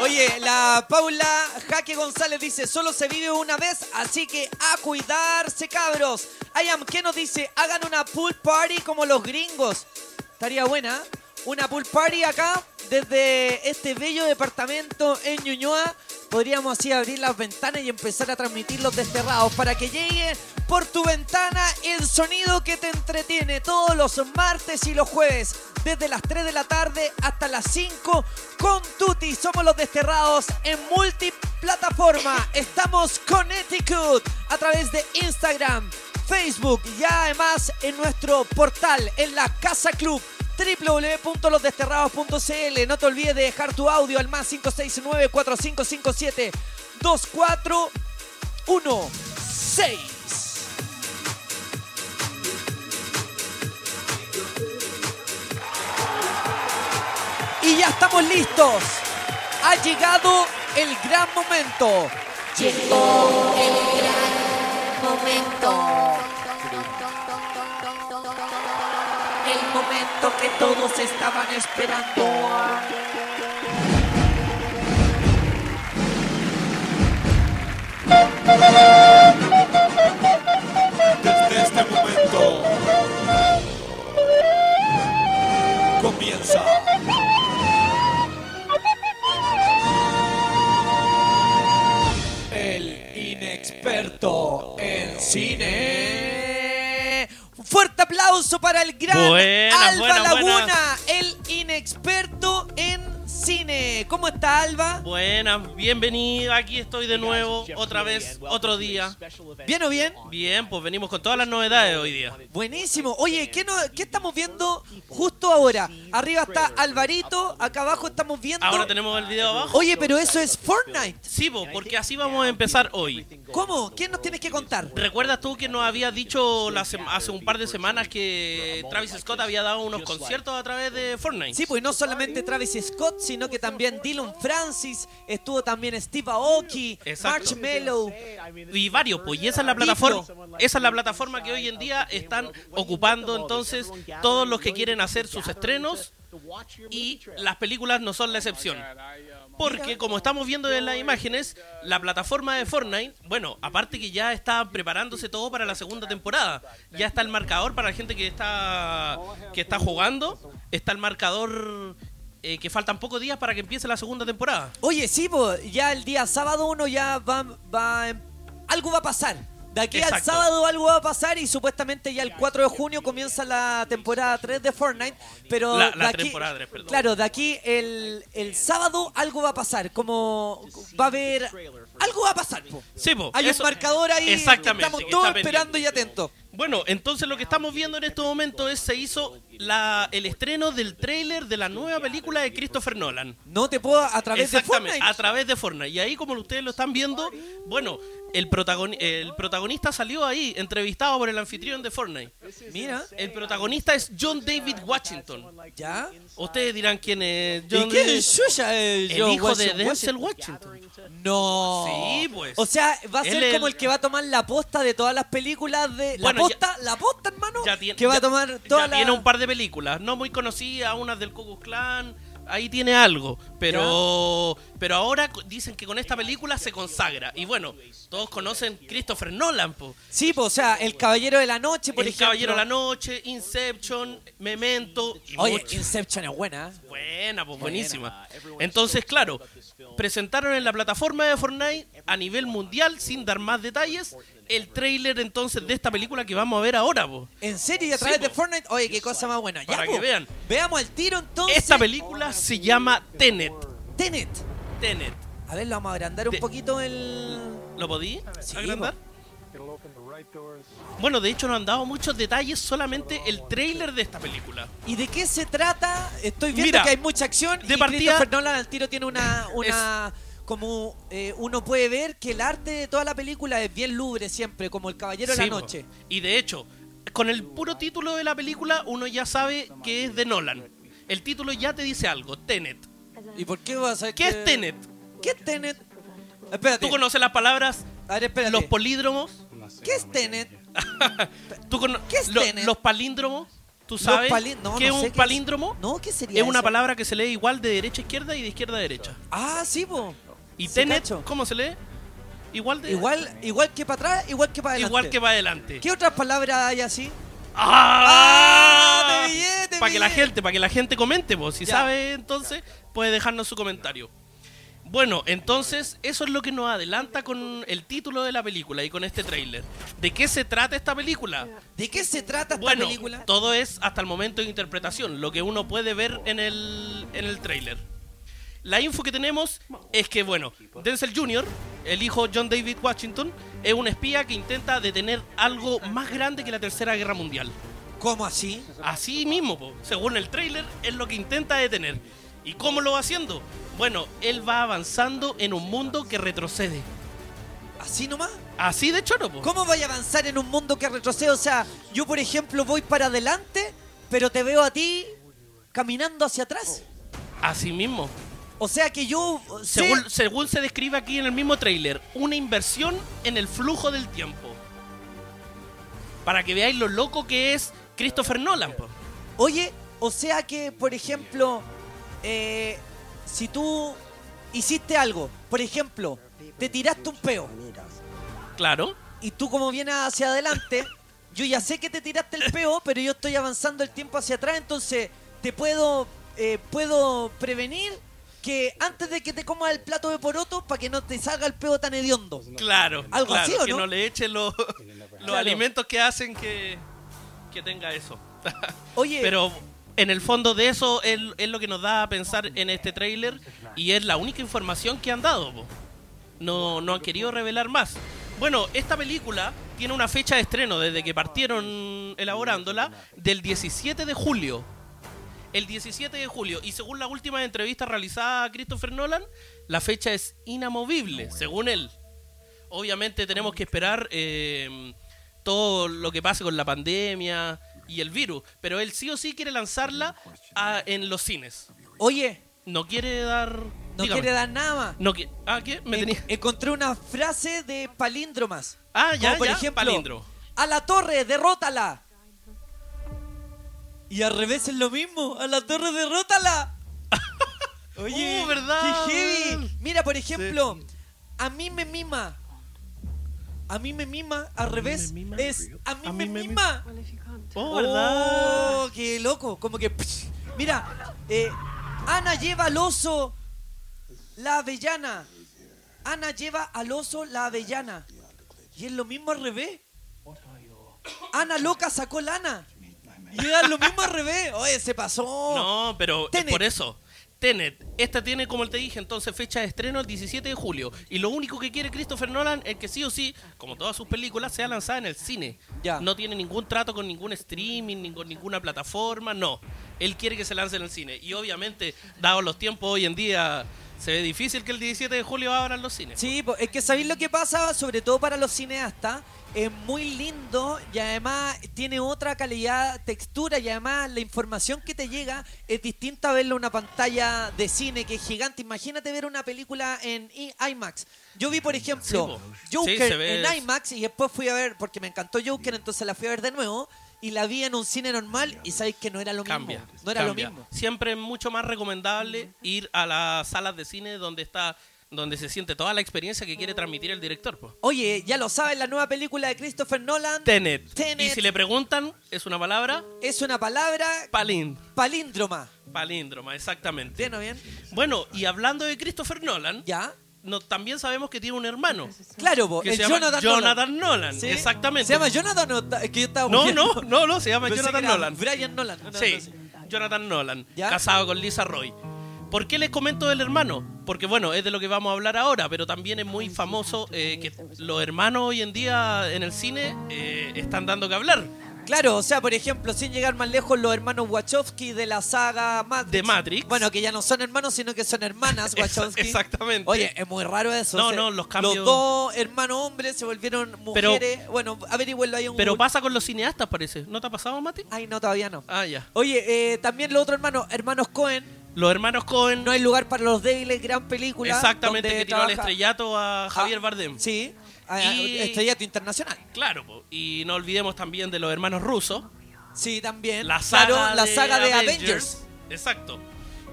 Oye, la Paula Jaque González dice, solo se vive una vez, así que a cuidarse, cabros. I am que nos dice, hagan una pool party como los gringos. Estaría buena. ¿eh? Una pool party acá, desde este bello departamento en Ñuñoa. Podríamos así abrir las ventanas y empezar a transmitir los desterrados para que llegue por tu ventana el sonido que te entretiene todos los martes y los jueves, desde las 3 de la tarde hasta las 5 con Tuti. Somos los desterrados en multiplataforma. Estamos Connecticut a través de Instagram, Facebook y además en nuestro portal en la Casa Club www.losdesterrados.cl No te olvides de dejar tu audio al más 569 4557 2416 Y ya estamos listos. Ha llegado el gran momento. Llegó el gran momento. El momento que todos estaban esperando. Desde este momento comienza. El inexperto en cine. Un fuerte aplauso para el gran Buena, Alba buena, Laguna, buena. el inexperto en cine. ¿Cómo está Alba? Buenas, bienvenido. Aquí estoy de nuevo, otra vez, otro día. ¿Bien o bien? Bien, pues venimos con todas las novedades hoy día. Buenísimo. Oye, ¿qué, no- qué estamos viendo justo ahora? Arriba está Alvarito, acá abajo estamos viendo... Ahora tenemos el video abajo. Oye, pero eso es Fortnite. Sí, po, porque así vamos a empezar hoy. ¿Cómo? ¿Qué nos tienes que contar? ¿Recuerdas tú que nos había dicho la sem- hace un par de semanas que Travis Scott había dado unos conciertos a través de Fortnite? Sí, pues no solamente Travis Scott, sino que también Dylan Francis, estuvo también Steve Aoki, Marshmello. Y varios, pues, y esa es la plataforma, esa es la plataforma que hoy en día están ocupando entonces todos los que quieren hacer sus estrenos y las películas no son la excepción. Porque como estamos viendo en las imágenes, la plataforma de Fortnite, bueno, aparte que ya está preparándose todo para la segunda temporada, ya está el marcador para la gente que está que está jugando, está el marcador eh, que faltan pocos días para que empiece la segunda temporada. Oye, sí, po, ya el día sábado uno ya va, va em- algo va a pasar. De aquí al Exacto. sábado algo va a pasar y supuestamente ya el 4 de junio comienza la temporada 3 de Fortnite, pero La- de la aquí- temporada 3, perdón. Claro, de aquí el, el sábado algo va a pasar, como va a haber algo va a pasar. po. Sí, po, Hay eso- un marcador ahí. Exactamente, Estamos que todos está esperando y atentos. Bueno, entonces lo que estamos viendo en este momento es se hizo la, el estreno del tráiler de la nueva película de Christopher Nolan. No te puedo a través de Exactamente, Fortnite. a través de Fortnite. Y ahí, como ustedes lo están viendo, bueno, el, protagoni- el protagonista salió ahí, entrevistado por el anfitrión de Fortnite. Mira. El protagonista es John David Washington. ¿Ya? Ustedes dirán quién es ¿Y John quién David- es Shusha, eh, El John hijo de Washington? Denzel Washington. No. Sí, pues. O sea, va a Él ser es como el- el que va a tomar la posta de todas las películas de. Bueno, la ya- posta, la posta, hermano. Ya tiene, que va ya- a tomar ya toda la. tiene un par de películas, no muy conocidas, unas del Ku Klux Klan, ahí tiene algo, pero pero ahora cu- dicen que con esta película se consagra. Y bueno, todos conocen Christopher Nolan, po. Sí, pues, o sea, El Caballero de la Noche, por El ejemplo. Caballero de la Noche, Inception, Memento. y Oye, mucho. Inception es buena. ¿eh? Buena, pues buenísima. Entonces, claro, presentaron en la plataforma de Fortnite a nivel mundial, sin dar más detalles, el tráiler entonces de esta película que vamos a ver ahora, po. En serio, y a través de Fortnite, oye, qué cosa más buena. Ya, Para po. que vean. Veamos el tiro entonces. Esta película se llama Tenet. Tenet. Tenet. A ver, lo vamos a agrandar un poquito el. ¿Lo podí Sí, pues. agrandar? po. Bueno, de hecho no han dado muchos detalles, solamente el tráiler de esta película. ¿Y de qué se trata? Estoy viendo Mira, que hay mucha acción de y partida- Christopher Nolan al tiro tiene una... una Como eh, uno puede ver que el arte de toda la película es bien lubre siempre, como El Caballero de Sí, la po. Noche. Y de hecho, con el puro título de la película uno ya sabe que es de Nolan. El título ya te dice algo, Tenet. ¿Y por qué vas a ¿Qué es Tenet? ¿Qué es Tenet? Espérate. ¿Tú conoces las palabras? Los polídromos. ¿Qué es Tenet? ¿Tú cono- es lo- Tenet? Los palíndromos. ¿Tú Los sabes palín- no, qué no sé es un qué es- palíndromo? No, ¿qué sería Es una eso? palabra que se lee igual de derecha a izquierda y de izquierda a derecha. Ah, sí, po. ¿Y Sí, Tenet cacho. cómo se lee? Igual de... Igual, igual que para atrás, igual que para adelante. Igual que para adelante. ¿Qué otras palabras hay así? ¡Ah! ¡Te pillé, te Para que pillé! la gente, para que la gente comente, pues. Si Ya. sabe, entonces puede dejarnos su comentario. Bueno, entonces eso es lo que nos adelanta con el título de la película y con este tráiler. ¿De qué se trata esta película? ¿De qué se trata esta bueno, película? Todo es hasta el momento de interpretación, lo que uno puede ver en el, en el tráiler. La info que tenemos es que, bueno, Denzel Jr., el hijo John David Washington, es un espía que intenta detener algo más grande que la Tercera Guerra Mundial. ¿Cómo así? Así mismo, po. según el tráiler, es lo que intenta detener. ¿Y cómo lo va haciendo? Bueno, él va avanzando en un mundo que retrocede. ¿Así nomás? Así de choro, po. Ah, ¿Cómo voy a avanzar en un mundo que retrocede? O sea, yo por ejemplo voy para adelante, pero te veo a ti caminando hacia atrás. Así mismo. O sea que yo sé- Según, según se describe aquí en el mismo tráiler, una inversión en el flujo del tiempo. Para que veáis lo loco que es Christopher Nolan. po. Oye, o sea que por ejemplo, eh, si tú hiciste algo, por ejemplo, te tiraste un peo Claro. y tú como vienes hacia adelante, yo ya sé que te tiraste el peo, pero yo estoy avanzando el tiempo hacia atrás, entonces te puedo eh, puedo prevenir que antes de que te comas el plato de poroto para que no te salga el peo tan hediondo. Claro. ¿Algo claro, así o que no? no le eche lo- los alimentos que hacen que, que tenga eso. Oye, Pero en el fondo de eso es, es lo que nos da a pensar en este tráiler y es la única información que han dado. po. No, no han querido revelar más. Bueno, esta película tiene una fecha de estreno desde que partieron elaborándola del 17 de julio. El 17 de julio. Y según la última entrevista realizada a Christopher Nolan, la fecha es inamovible, según él. Obviamente tenemos que esperar eh, todo lo que pase con la pandemia y el virus, pero él sí o sí quiere lanzarla a- en los cines. Oye. No quiere dar... no quiere dar nada más. No qui- ah, ¿qué? Me En- tenía- Encontré una frase de palíndromas. Ah, ya, Como por ya, ejemplo, palíndromo. a la torre, derrótala. Y al revés es lo mismo, a la torre, derrótala. Oye, Uh, ¿verdad? qué heavy. Mira, por ejemplo, a mí me mima. A mí me mima, al revés es a mí, me, mima. Oh, ¿verdad? Oh, qué loco, como que psh. Mira, eh, Ana lleva al oso la avellana. Ana lleva al oso la avellana. Y es lo mismo al revés. Ana loca sacó lana. Y era lo mismo al revés. Oye, se pasó. No, pero es por eso. Tenet, esta tiene, como te dije, entonces fecha de estreno el 17 de julio. Y lo único que quiere Christopher Nolan es que sí o sí, como todas sus películas, sea lanzada en el cine. No tiene ningún trato con ningún streaming, ni con ninguna plataforma, no. Él quiere que se lance en el cine. Y obviamente, dados los tiempos hoy en día, se ve difícil que el 17 de julio abran los cines. Sí, po, es que sabéis lo que pasa, sobre todo para los cineastas, es muy lindo y además tiene otra calidad, textura y además la información que te llega es distinta a verlo en una pantalla de cine que es gigante. Imagínate ver una película en i- IMAX. Yo vi, por ejemplo, Sí, po. Sí, Joker se ve- en IMAX y después fui a ver, porque me encantó Joker, entonces la fui a ver de nuevo y la vi en un cine normal y sabéis que no era lo Cambia. mismo. No era cambia. lo mismo. Siempre es mucho más recomendable ir a las salas de cine donde está donde se siente toda la experiencia que quiere transmitir el director. po. Oye, ya lo sabes, la nueva película de Christopher Nolan Tenet. Tenet. Y si le preguntan, es una palabra es una palabra palín. palíndroma. palíndroma, exactamente. Bien, ¿o bien? Bueno, y hablando de Christopher Nolan, ya. No, también sabemos que tiene un hermano. Claro, po, que el se llama Jonathan Nolan. Jonathan Nolan. Sí. Exactamente. ¿Se llama Jonathan o ta- es que yo estaba No, buscando? no, no, no, se llama Pensé que Jonathan era Nolan. Brian Nolan. No, no, sí, no sé. Jonathan Nolan, casado con Lisa Roy. ¿Por qué les comento del hermano? Porque bueno, es de lo que vamos a hablar ahora, pero también es muy famoso eh, que los hermanos hoy en día en el cine eh, están dando que hablar. Claro, o sea, por ejemplo, sin llegar más lejos, los hermanos Wachowski de la saga Matrix. De Matrix. Bueno, que ya no son hermanos, sino que son hermanas Wachowski. Exactamente. Oye, es muy raro eso. o No, sea, no, los cambios- Los dos hermanos hombres se volvieron Pero- mujeres. bueno, averigüenlo ahí en Pero Google. pasa con los cineastas, parece. ¿No te ha pasado, Mati? Ay, no, todavía no. Ah, ya. Oye, eh, también los otros hermanos, hermanos Cohen. Los hermanos Cohen. No hay lugar para los débiles, gran película. Exactamente, donde que tiró al trabaja- estrellato a Javier Bardem. Sí, a- estrellato internacional. Claro, po. y no olvidemos también de los hermanos rusos. Sí, también. La saga, Claro, la de, saga de Avengers. Avengers. Exacto.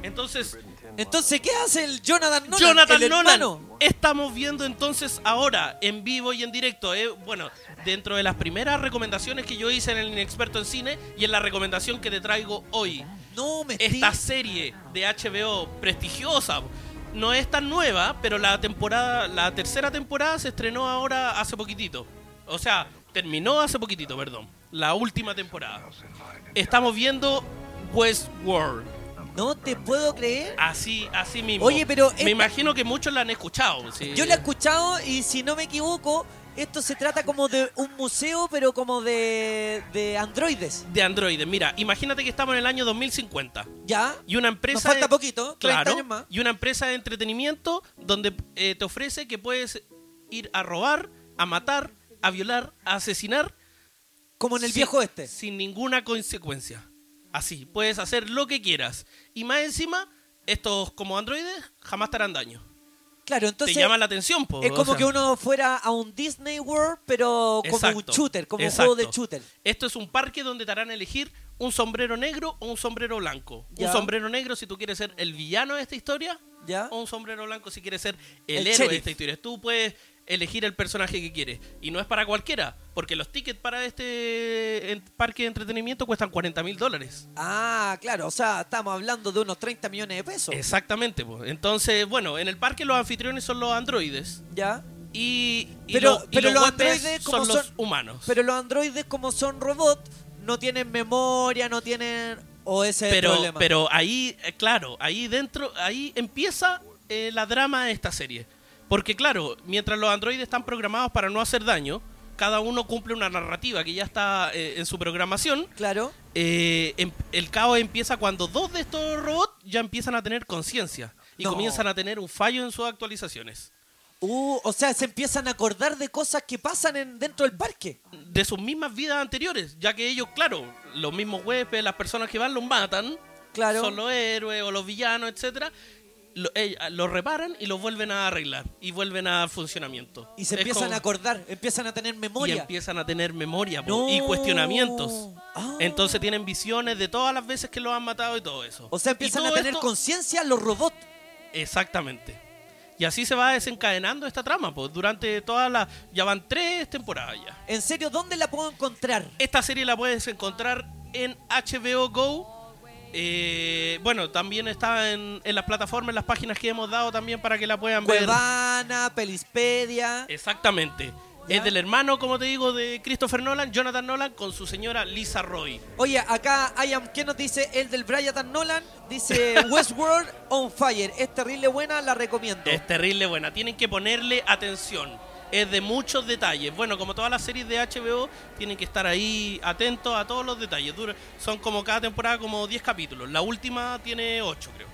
Entonces, Entonces, ¿qué hace el Jonathan Nolan? Jonathan el Nolan, hermano? estamos viendo entonces ahora en vivo y en directo, eh, bueno, dentro de las primeras recomendaciones que yo hice en el Inexperto en Cine y en la recomendación que te traigo hoy. Esta serie de HBO prestigiosa no es tan nueva, pero la temporada, la tercera temporada se estrenó ahora hace poquitito. O sea, terminó hace poquitito, perdón. La última temporada. Estamos viendo Westworld. No te puedo creer. Así, así mismo. Oye, pero esta- me imagino que muchos la han escuchado. sí. Yo la he escuchado y si no me equivoco, esto se trata como de un museo, pero como de, de androides. de Android. Mira, imagínate que estamos en el año 2050. ¿Ya? Y una empresa. Nos falta poquito, 30 claro. años más. Y una empresa de entretenimiento donde eh, te ofrece que puedes ir a robar, a matar, a violar, a asesinar. Como en el sin- viejo este. Sin ninguna consecuencia. Así, puedes hacer lo que quieras. Y más encima, estos como androides jamás te harán daño. Claro, entonces. llama la atención, po, es o como sea. que uno fuera a un Disney World, pero como Exacto, un shooter, como un juego de exacto. shooter. Esto es un parque donde te harán elegir un sombrero negro o un sombrero blanco. Ya. Un sombrero negro si tú quieres ser el villano de esta historia. ¿Ya? O un sombrero blanco si quieres ser el, El héroe de sheriff. esta historia. Tú puedes elegir el personaje que quieres. Y no es para cualquiera, porque los tickets para este en- parque de entretenimiento cuestan 40 mil dólares. Ah, claro, o sea, estamos hablando de unos 30 millones de pesos. Exactamente. po. Entonces, bueno, en el parque los anfitriones son los androides. ¿Ya? Y, y Pero- lo- y pero los huéspedes androides, como son los son- humanos. Pero los androides, como son robots, no tienen memoria, no tienen. O ese es el pero, problema. pero ahí, eh, claro, ahí dentro, ahí empieza eh, la drama de esta serie. Porque claro, mientras los androides están programados para no hacer daño, cada uno cumple una narrativa que ya está eh, en su programación. Eh, em, Claro. el caos empieza cuando dos de estos robots ya empiezan a tener conciencia y No. comienzan a tener un fallo en sus actualizaciones. Uh, o sea, se empiezan a acordar de cosas que pasan en, dentro del parque. de sus mismas vidas anteriores, ya que ellos, claro, los mismos huéspedes, las personas que van los matan, Claro. son los héroes o los villanos, etcétera, lo- eh, los reparan y los vuelven a arreglar y vuelven a funcionamiento. Y se Es empiezan como- a acordar, empiezan a tener y memoria. empiezan a tener memoria No. po, y cuestionamientos. Entonces tienen visiones de todas las veces que los han matado y todo eso. O sea, empiezan Y a todo tener esto- conciencia los robots. Exactamente. Y así se va desencadenando esta trama, pues durante todas las... Ya van tres temporadas ya. ¿En serio? ¿Dónde la puedo encontrar? Esta serie la puedes encontrar en HBO Go. Eh, bueno, también está en, en las plataformas, en las páginas que hemos dado también para que la puedan ver. Cuevana, Pelispedia. Exactamente. Es del hermano, como te digo, de Christopher Nolan, Jonathan Nolan, con su señora Lisa Roy. Oye, acá Ian, ¿qué nos dice? El del Brian Nolan dice Westworld on Fire. Es terrible buena, la recomiendo. Es terrible buena. Tienen que ponerle atención. Es de muchos detalles. Bueno, como todas las series de HBO, tienen que estar ahí atentos a todos los detalles. Dura- son como cada temporada como 10 capítulos. La última tiene 8, creo.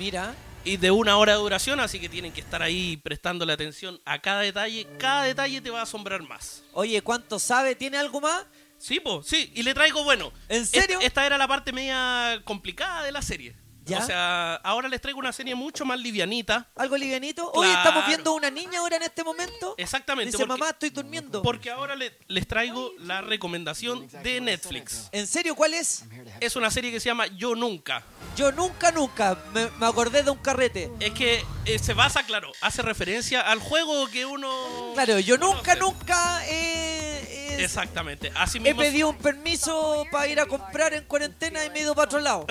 Mira. y de una hora de duración, así que tienen que estar ahí prestándole atención a cada detalle. Cada detalle te va a asombrar más. Oye, ¿cuánto sabe? ¿Tiene algo más? Sí, po, sí, y le traigo bueno. ¿En est- serio? Esta, era la parte media complicada de la serie. ¿Ya? O sea, ahora les traigo una serie mucho más livianita. ¿Algo livianito? Oye, Claro. estamos viendo a una niña ahora en este momento. Exactamente. Dice, mamá, estoy durmiendo. Porque ahora le- les traigo la recomendación de Netflix. ¿En serio cuál es? Es una serie que se llama Yo Nunca. Yo nunca, nunca me, me acordé de un carrete. Es que eh, se basa, claro, hace referencia al juego que uno... Claro, yo nunca, nunca eh, eh, Exactamente. Así he mismo... pedido un permiso para ir a comprar en cuarentena y me he ido para otro lado.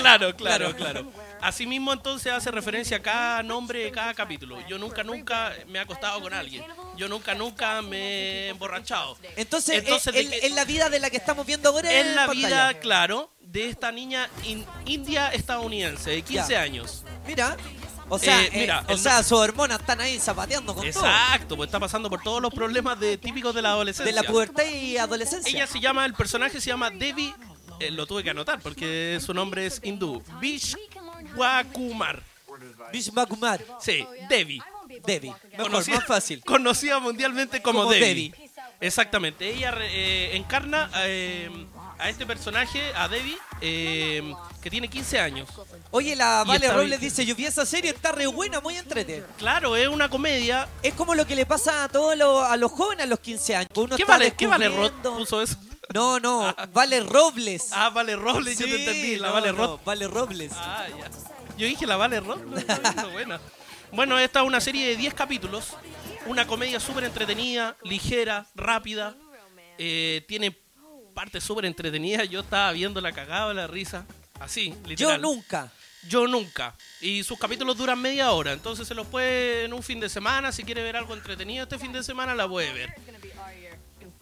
Claro, claro, claro. Asimismo, entonces hace referencia a cada nombre de cada capítulo. Yo nunca, nunca me he acostado con alguien. Yo nunca, nunca me he emborrachado. Entonces, Entonces, es, ¿de es- qué- es la vida de la que estamos viendo ahora Es en la pantalla. vida, claro, de esta niña in- india estadounidense de 15 Ya. años. Mira, o sea, Eh, mira, eh, o el- sea, sus hormonas están ahí zapateando con Exacto, pues está pasando por todos los problemas de, típicos de la todo. adolescencia. De la pubertad y adolescencia. Ella se llama, el personaje se llama Devi, eh, lo tuve que anotar porque su nombre es hindú, Vishwakumar. Vishwakumar. Sí, Devi. Devi, mejor, más fácil. Conocida mundialmente como, Como Devi. Exactamente, ella re- eh, encarna eh, a este personaje, a Devi, eh, que tiene 15 años. Oye, la Y Vale está Robles bien. dice, yo vi esa serie, está re buena, muy entrete. Claro, es una comedia. Es como lo que le pasa a todos los, a los jóvenes a los 15 años. Uno ¿Qué está vale, ¿qué vale Rod descubriendo- puso eso? No, no, Vale Robles. Ah, Vale Robles, yo te entendí, la Vale Rod. Vale Robles. Ah, ya. Yo dije la Vale Rock. no, no, no, buena. Bueno, esta es una serie de 10 capítulos. Una comedia súper entretenida, ligera, rápida. eh, tiene partes súper entretenidas. Yo estaba viendo la cagada, la risa. Así, literal. Yo nunca. Yo nunca. Y sus capítulos duran media hora. Entonces se los puede en un fin de semana. Si quiere ver algo entretenido este fin de semana, la puede ver.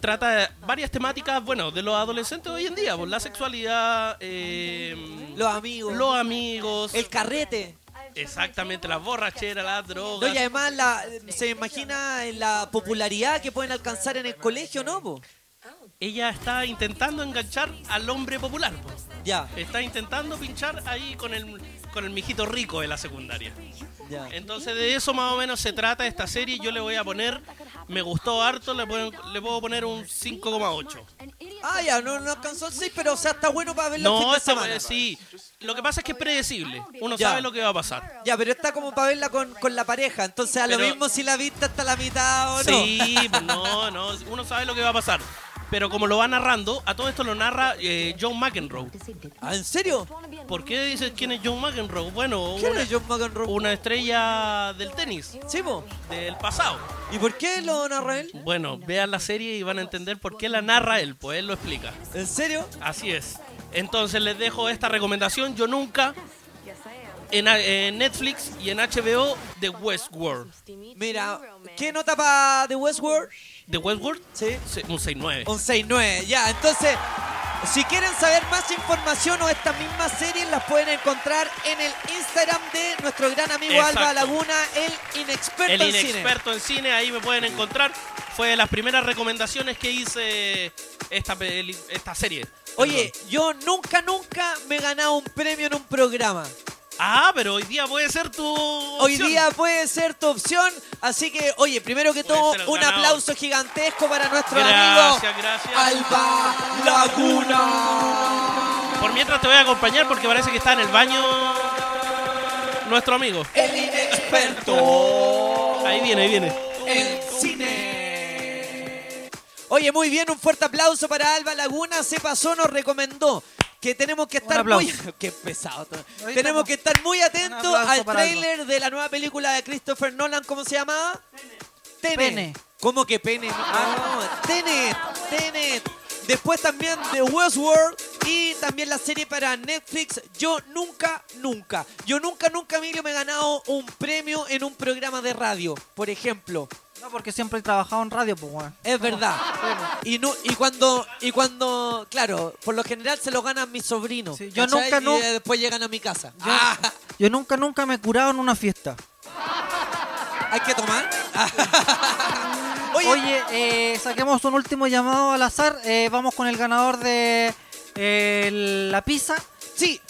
Trata de varias temáticas, bueno, de los adolescentes hoy en día. Pues, la sexualidad, eh, Los amigos. Los amigos. El carrete. Exactamente, las borracheras, las No, drogas. y además la, se imagina la popularidad que pueden alcanzar en el colegio, ¿no? po? Ella está intentando enganchar al hombre popular. po. Ya. Está intentando pinchar ahí con el, con el mijito rico de la secundaria. Ya. Entonces de eso más o menos se trata esta serie. Yo le voy a poner, me gustó harto, le, pueden- le puedo poner un 5,8. Ah, ya, no, no alcanzó el 6, pero o sea, está bueno para verlo el fin No, de esa- semana. pues. sí. Lo que pasa es que es predecible. Uno Ya. sabe lo que va a pasar. Ya, pero está como para verla con, con la pareja. Entonces, a lo Pero- mismo si la vista hasta la mitad o no. Sí, pues no, no, uno sabe lo que va a pasar. Pero como lo va narrando, a todo esto lo narra eh, John McEnroe. Ah, ¿En serio? ¿Por qué dices quién es John McEnroe? Bueno, ¿Quién una, es John McEnroe? una estrella del tenis. Sí, Del pasado. ¿Y por qué lo narra él? Bueno, vean la serie y van a entender por qué la narra él, pues él lo explica. ¿En serio? Así es. Entonces les dejo esta recomendación. Yo nunca en, a- en Netflix y en HBO de Westworld. Mira, ¿qué nota para The Westworld? ¿De Westworld? Sí. Un 6-9. Un 6-9, ya. Entonces, si quieren saber más información o estas mismas series, las pueden encontrar en el Instagram de nuestro gran amigo Alba Exacto. Laguna, el inexperto El en cine. inexperto en cine, ahí me pueden encontrar. Fue de las primeras recomendaciones que hice esta, peli- esta serie. Oye, yo nunca, nunca me he ganado un premio en un programa. Ah, pero hoy día puede ser tu. Hoy día puede ser tu opción. Así que, oye, primero que todo, ser el un ganador. aplauso gigantesco para nuestro Gracias, amigo gracias. Alba Laguna. Por mientras te voy a acompañar porque parece que está en el baño nuestro amigo. El inexperto. Ahí viene, ahí viene. El cine. Oye, muy bien, un fuerte aplauso para Alba Laguna. Se pasó, nos recomendó que tenemos que estar muy, qué pesado. todo. tenemos que estar muy atentos aplauso al para Alba. tráiler de la nueva película de Christopher Nolan, ¿cómo se llamaba? Tenet. Pene. ¿Cómo que pene? Ah, no, Tenet, Tenet. Después también de Westworld y también la serie para Netflix Yo nunca, nunca. Yo nunca, nunca, Emilio, me he ganado un premio en un programa de radio, por ejemplo. No, porque siempre he trabajado en radio, pues, weón. Es verdad. Y no, y cuando y cuando, claro, por lo general se lo ganan mis sobrinos. yo ¿cachai? y nunca, nu- eh, después llegan a mi casa. Ah, Yo nunca, nunca me he curado en una fiesta. hay que tomar. Oye, eh, saquemos un último llamado al azar. Eh, vamos con el ganador de eh, la pizza. Eh, Sí.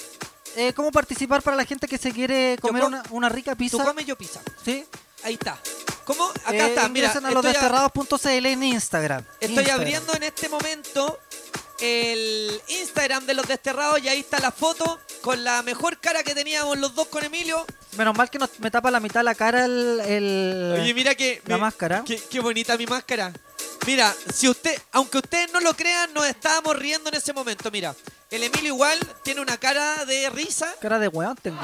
¿Cómo participar para la gente que se quiere comer co- una, una rica pizza? Tú comes yo pizza. Sí. Ahí está. ¿Cómo? Acá Eh, está. Mira, ingresen a estoy, a- losdesterrados.cl en Instagram. estoy Instagram. abriendo en este momento el Instagram de los desterrados y ahí está la foto con la mejor cara que teníamos los dos con Emilio. Menos mal que nos, me tapa la mitad la cara el. el- Oye, mira que. La mi- máscara. Qué, qué bonita mi máscara. Mira, si usted, aunque ustedes no lo crean, nos estábamos riendo en ese momento. Mira, el Emilio igual tiene una cara de risa. Cara de weón tengo.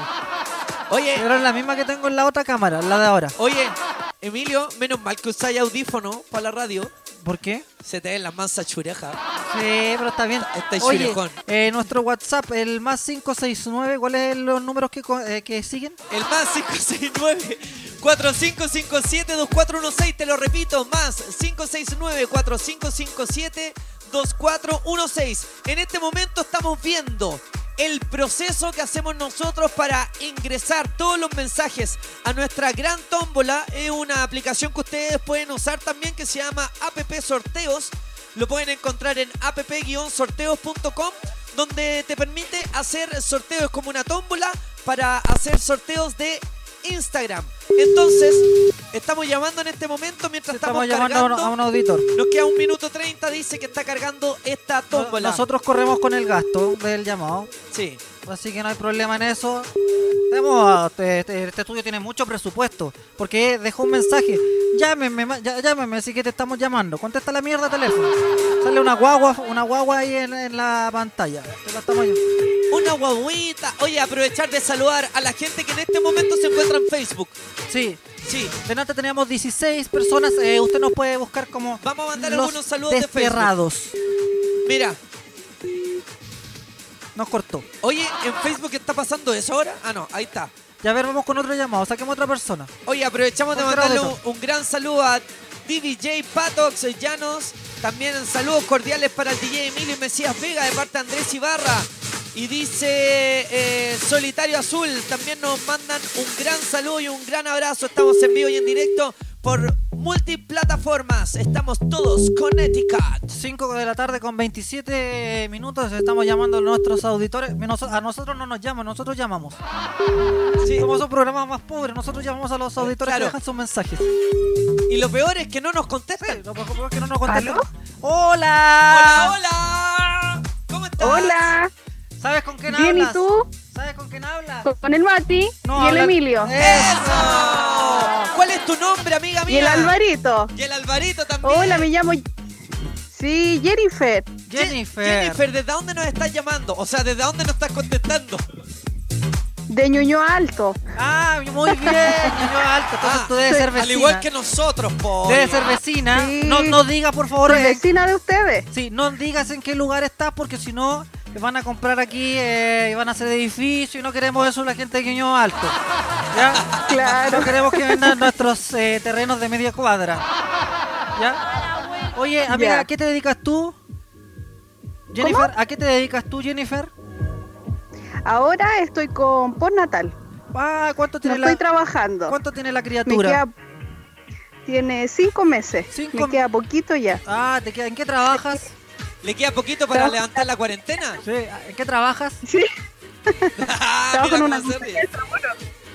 Oye. Pero es la misma que tengo en la otra cámara, la de ahora. Oye, Emilio, menos mal que usáis audífono para la radio. ¿Por qué? Se te ven las mansas churejas. Sí, pero está bien. Estáis Oye, churejón. eh, nuestro WhatsApp, el más 569, ¿cuáles son los números que, co- eh, que siguen? El más 569 4557-2416, te lo repito, más 569-4557-2416. En este momento estamos viendo el proceso que hacemos nosotros para ingresar todos los mensajes a nuestra gran tómbola. Es una aplicación que ustedes pueden usar también que se llama App Sorteos. Lo pueden encontrar en app-sorteos.com donde te permite hacer sorteos como una tómbola para hacer sorteos de Instagram. Entonces, estamos llamando en este momento mientras estamos, Estamos llamando a un- cargando. a un auditor. Nos queda un minuto 30, dice que está cargando esta tómbola. Nosotros corremos con el gasto del llamado. Sí. Así que no hay problema en eso. Tenemos a- te- te- este estudio tiene mucho presupuesto. Porque dejó un mensaje. Llámeme, ma- ya- llámeme, así que te estamos llamando. Contesta la mierda de teléfono. Sale una guagua, una guagua ahí en, en la pantalla. Te la estamos llamando. Una guaguita. Oye, aprovechar de saludar a la gente que en este momento se encuentra en Facebook. Sí. Sí. Delante teníamos 16 personas. eh, usted nos puede buscar como. Vamos a mandar los algunos saludos de Facebook. desterrados. Mira, Nos cortó. oye, en Facebook está pasando eso ahora. Ah, no, ahí está. Ya a ver, vamos con otro llamado. Saquemos otra persona. Oye, aprovechamos de Otro mandarle un, auditor. un gran saludo a DDJ Patox Llanos. También saludos cordiales para el DJ Emilio y Mesías Vega de parte de Andrés Ibarra. Y dice eh, Solitario Azul, también nos mandan un gran saludo y un gran abrazo. Estamos en vivo y en directo por multiplataformas. Estamos todos Connecticut. 5 de la tarde con 27 minutos estamos llamando a nuestros auditores. Nos- A nosotros no nos llaman, nosotros llamamos. Somos un programa más pobre, nosotros llamamos a los auditores Claro. que dejan sus mensajes. Y lo peor es que no nos contestan. lo peor es que no nos contestan. Hola, ¡Hola! hola. ¿Cómo estás? Hola. ¿Sabes con quién Bien, ¿y hablas? tú? ¿Sabes con quién hablas? Con el Mati No, y el habla- Emilio. ¡Eso! ¿Cuál es tu nombre, amiga mía? Y el Alvarito. Y el Alvarito también. Hola, me llamo. Sí, Jennifer. Jennifer. Jennifer, ¿desde dónde nos estás llamando? O sea, ¿desde dónde nos estás contestando? De Ñuño Alto. Ah, muy bien, niño alto. Entonces Ah, tú debes ser vecina. Al igual que nosotros, po. Debes ser vecina. No, no diga, por favor. Soy eh, vecina de ustedes. Sí, no digas en qué lugar estás porque si no te van a comprar aquí eh, y van a hacer edificio y no queremos eso la gente de Quiño Alto. ¿Ya? Claro. No queremos que vendan nuestros eh, terrenos de media cuadra. ¿Ya? Oye, amiga, Ya. ¿a qué te dedicas tú? Jennifer, ¿a qué te dedicas tú, Jennifer? Ahora estoy con postnatal. Ah, ¿cuánto tiene no la- estoy trabajando. ¿Cuánto tiene la Me criatura? queda... Tiene cinco meses. Me queda poquito ya. Ah, ¿te queda... ¿en qué trabajas? ¿Le queda poquito para Trabajo- levantar la cuarentena? Ah, Sí, ¿en qué trabajas? Sí. Trabajo en una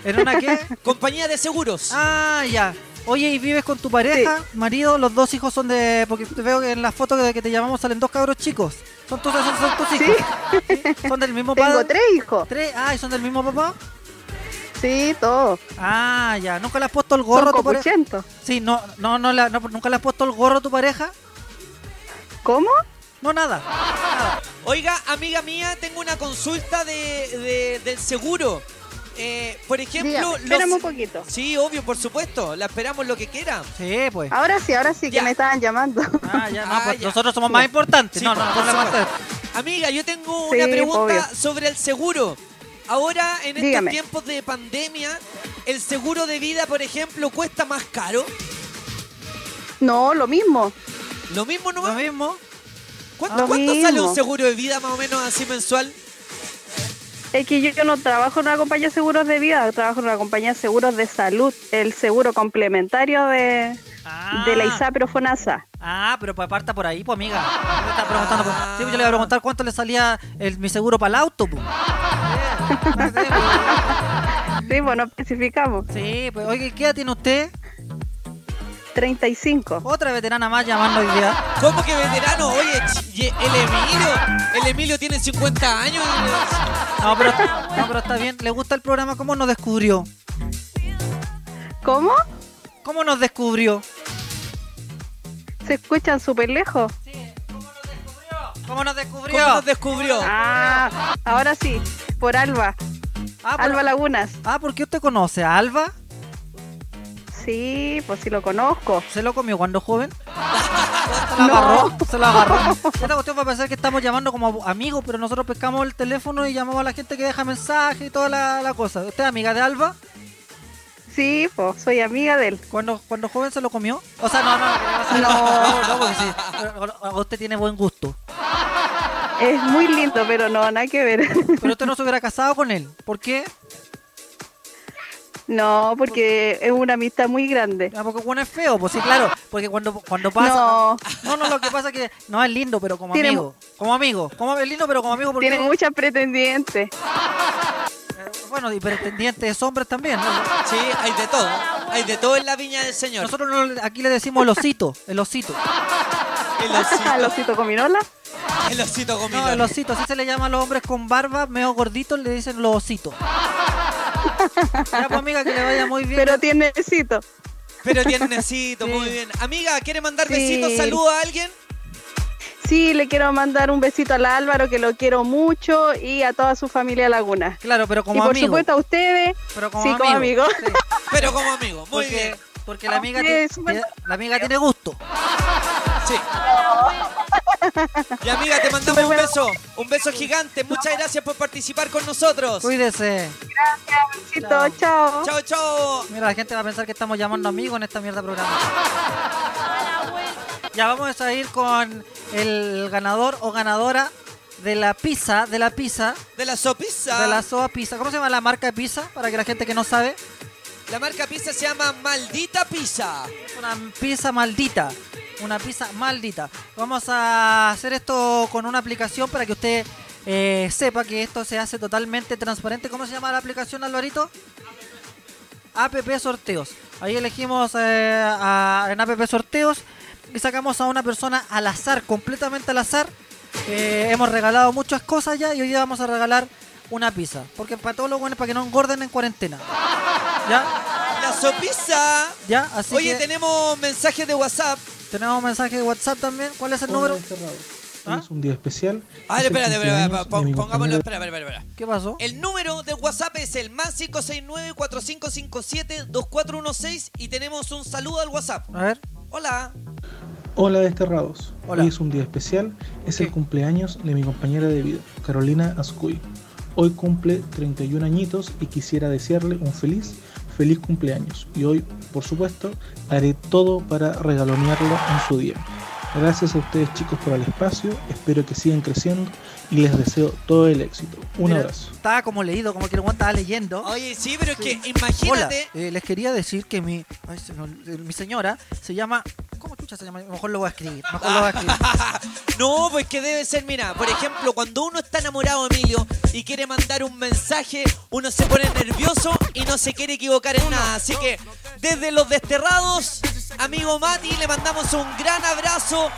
¿En una qué? Compañía de seguros. Ah, ya. Oye, ¿y vives con tu pareja, marido? Los dos hijos son de... Porque te veo que en la foto de que te llamamos salen dos cabros chicos. Son tus, son, son tus hijos. ¿Sí? ¿Son del mismo Tengo padre? tres hijos. ¿Tres? Ah, ¿y son del mismo papá? Sí, todo. Ah, ya. ¿Nunca le has puesto el gorro Son a tu pareja? copuchentos. Sí, no, no, no, la- no, ¿nunca le has puesto el gorro a tu pareja? ¿Cómo? No, nada. Oiga, amiga mía, tengo una consulta de, de- del seguro. Eh, por ejemplo, Dígame, los- espérame un poquito. Sí, obvio, por supuesto. La esperamos lo que quiera. Sí, pues. Ahora sí, ahora sí, Ya. que me estaban llamando. Ah, ya, no, Ah, pues ya. nosotros somos más importantes. Sí, no, no, por no, problema supuesto. usted. Amiga, yo tengo Sí, una pregunta obvio. sobre el seguro. Ahora, en estos Dígame. tiempos de pandemia, ¿el seguro de vida, por ejemplo, cuesta más caro? No, lo mismo. ¿Lo mismo nomás? Lo mismo. ¿Cuánto, Lo cuánto sale un mismo. seguro de vida más o menos así mensual? Es que yo, yo no trabajo en una compañía de seguros de vida, trabajo en una compañía de seguros de salud, el seguro complementario de, de la ISAPRO FONASA. Ah, pero pues aparta por ahí, pues amiga. Me está preguntando, pues. Sí, pues, yo le voy a preguntar cuánto le salía el- mi seguro para el auto, pues. Sí, bueno, especificamos. Sí, pues oye, ¿qué edad tiene usted? 35. Otra veterana más llamando hoy día. ¿Cómo que veterano? Oye, ch- y el Emilio, el Emilio tiene 50 años. No, pero, no, pero está bien. ¿Le gusta el programa? ¿Cómo nos descubrió? ¿Cómo? ¿Cómo nos descubrió? ¿Se escuchan súper lejos? ¿Cómo nos descubrió? ¿Cómo nos descubrió? Ah, ahora sí, por Alba. Ah, por- Alba Lagunas. Ah, ¿por qué usted conoce a Alba? Sí, pues sí lo conozco. ¿Se lo comió cuando joven? ¿Se lo No. agarró? ¿Se lo agarró? Esta cuestión va a pensar que estamos llamando como amigos, pero nosotros pescamos el teléfono y llamamos a la gente que deja mensaje y toda la, la cosa. ¿Usted es amiga de Alba? Sí, pues, soy amiga de él. ¿Cuándo, cuando joven se lo comió? O sea, no, no, No. no, no, porque sí. Pero Usted tiene buen gusto. Es muy lindo, pero no, nada que ver. Pero usted no se hubiera casado con él. ¿Por qué? No, porque es una amistad muy grande. porque Juan es feo, pues sí, claro. Porque cuando, cuando pasa. No. no, no, lo que pasa es que no es lindo, pero como Tiene- amigo. Como amigo. Como es lindo, pero como amigo. Porque, Tiene muchas pretendientes. Bueno, y pretendientes hombres también. ¿no? Sí, hay de todo. Hay de todo en la viña del Señor. Nosotros no- aquí le decimos el osito. El osito. El osito. ¿El osito cominola? El osito comido. No, el osito. Así se le llama a los hombres con barba, medio gorditos, le dicen los ositos. Ya, pues, amiga, que le vaya muy bien. Pero tiernecito. Pero tiernecito, muy bien. Amiga, ¿quiere mandar Sí. besitos, saludos a alguien? Sí, le quiero mandar un besito al Álvaro, que lo quiero mucho, y a toda su familia Laguna. Claro, pero como y por amigo. supuesto a ustedes. Pero como sí, amigo. Ah, como amigos. Pero como amigo, muy bien. Porque la amiga, ti- ti- la amiga tiene gusto. Sí. Y amiga, te mandamos un beso. Un beso gigante. Muchas gracias por participar con nosotros. Cuídese. Chao, chao. Chao, chao. Mira, la gente va a pensar que estamos llamando amigos en esta mierda de programa. Ya vamos a ir con el ganador o ganadora de la pizza, de la pizza, De la sopisa. de la soa pizza. ¿Cómo se llama la marca de pizza? Para que la gente que no sabe. La marca pizza se llama Maldita Pizza. Una pizza maldita. Una pizza maldita. Vamos a hacer esto con una aplicación para que usted eh, sepa que esto se hace totalmente transparente. ¿Cómo se llama la aplicación, Alvarito? APP Sorteos. Ahí elegimos eh, a- en APP Sorteos y sacamos a una persona al azar, completamente al azar. Eh, hemos regalado muchas cosas ya y hoy día vamos a regalar una pizza. Porque para todos los buenos, para que no engorden en cuarentena. ¿Ya? La sopisa. ¿Ya? Así Oye, que- tenemos mensajes de WhatsApp. tenemos un mensaje de WhatsApp también. ¿Cuál es el número? Es un día especial. Ah, Es el espérate, espérate, espérate, cumpleaños de mi pongámoslo, compañero- espera, espera, espera. espera. ¿Qué pasó? El número de WhatsApp es el más 569-4557-2416 y tenemos un saludo al WhatsApp. A ver. Hola. Hola, desterrados. Hoy es un día especial. Es el cumpleaños de mi compañera de vida, Carolina Ascuy. Hoy cumple 31 añitos y quisiera desearle un feliz, feliz cumpleaños. Y hoy, por supuesto, haré todo para regalonearlo en su día. Gracias a ustedes chicos por el espacio, espero que sigan creciendo y les deseo todo el éxito. Un Mira, abrazo. Estaba como leído, como que el guante estaba leyendo. Oye, sí, pero es que Hola, imagínate. eh, les quería decir que mi, ay, se me ol- eh, mi señora se llama... ¿Cómo chucha se llama? Mejor lo voy a escribir. Mejor lo voy a escribir. No, pues que debe ser, mira, por ejemplo, cuando uno está enamorado, Emilio, y quiere mandar un mensaje, uno se pone nervioso y no se quiere equivocar en nada. Así que, desde los desterrados, amigo Mati, le mandamos un gran abrazo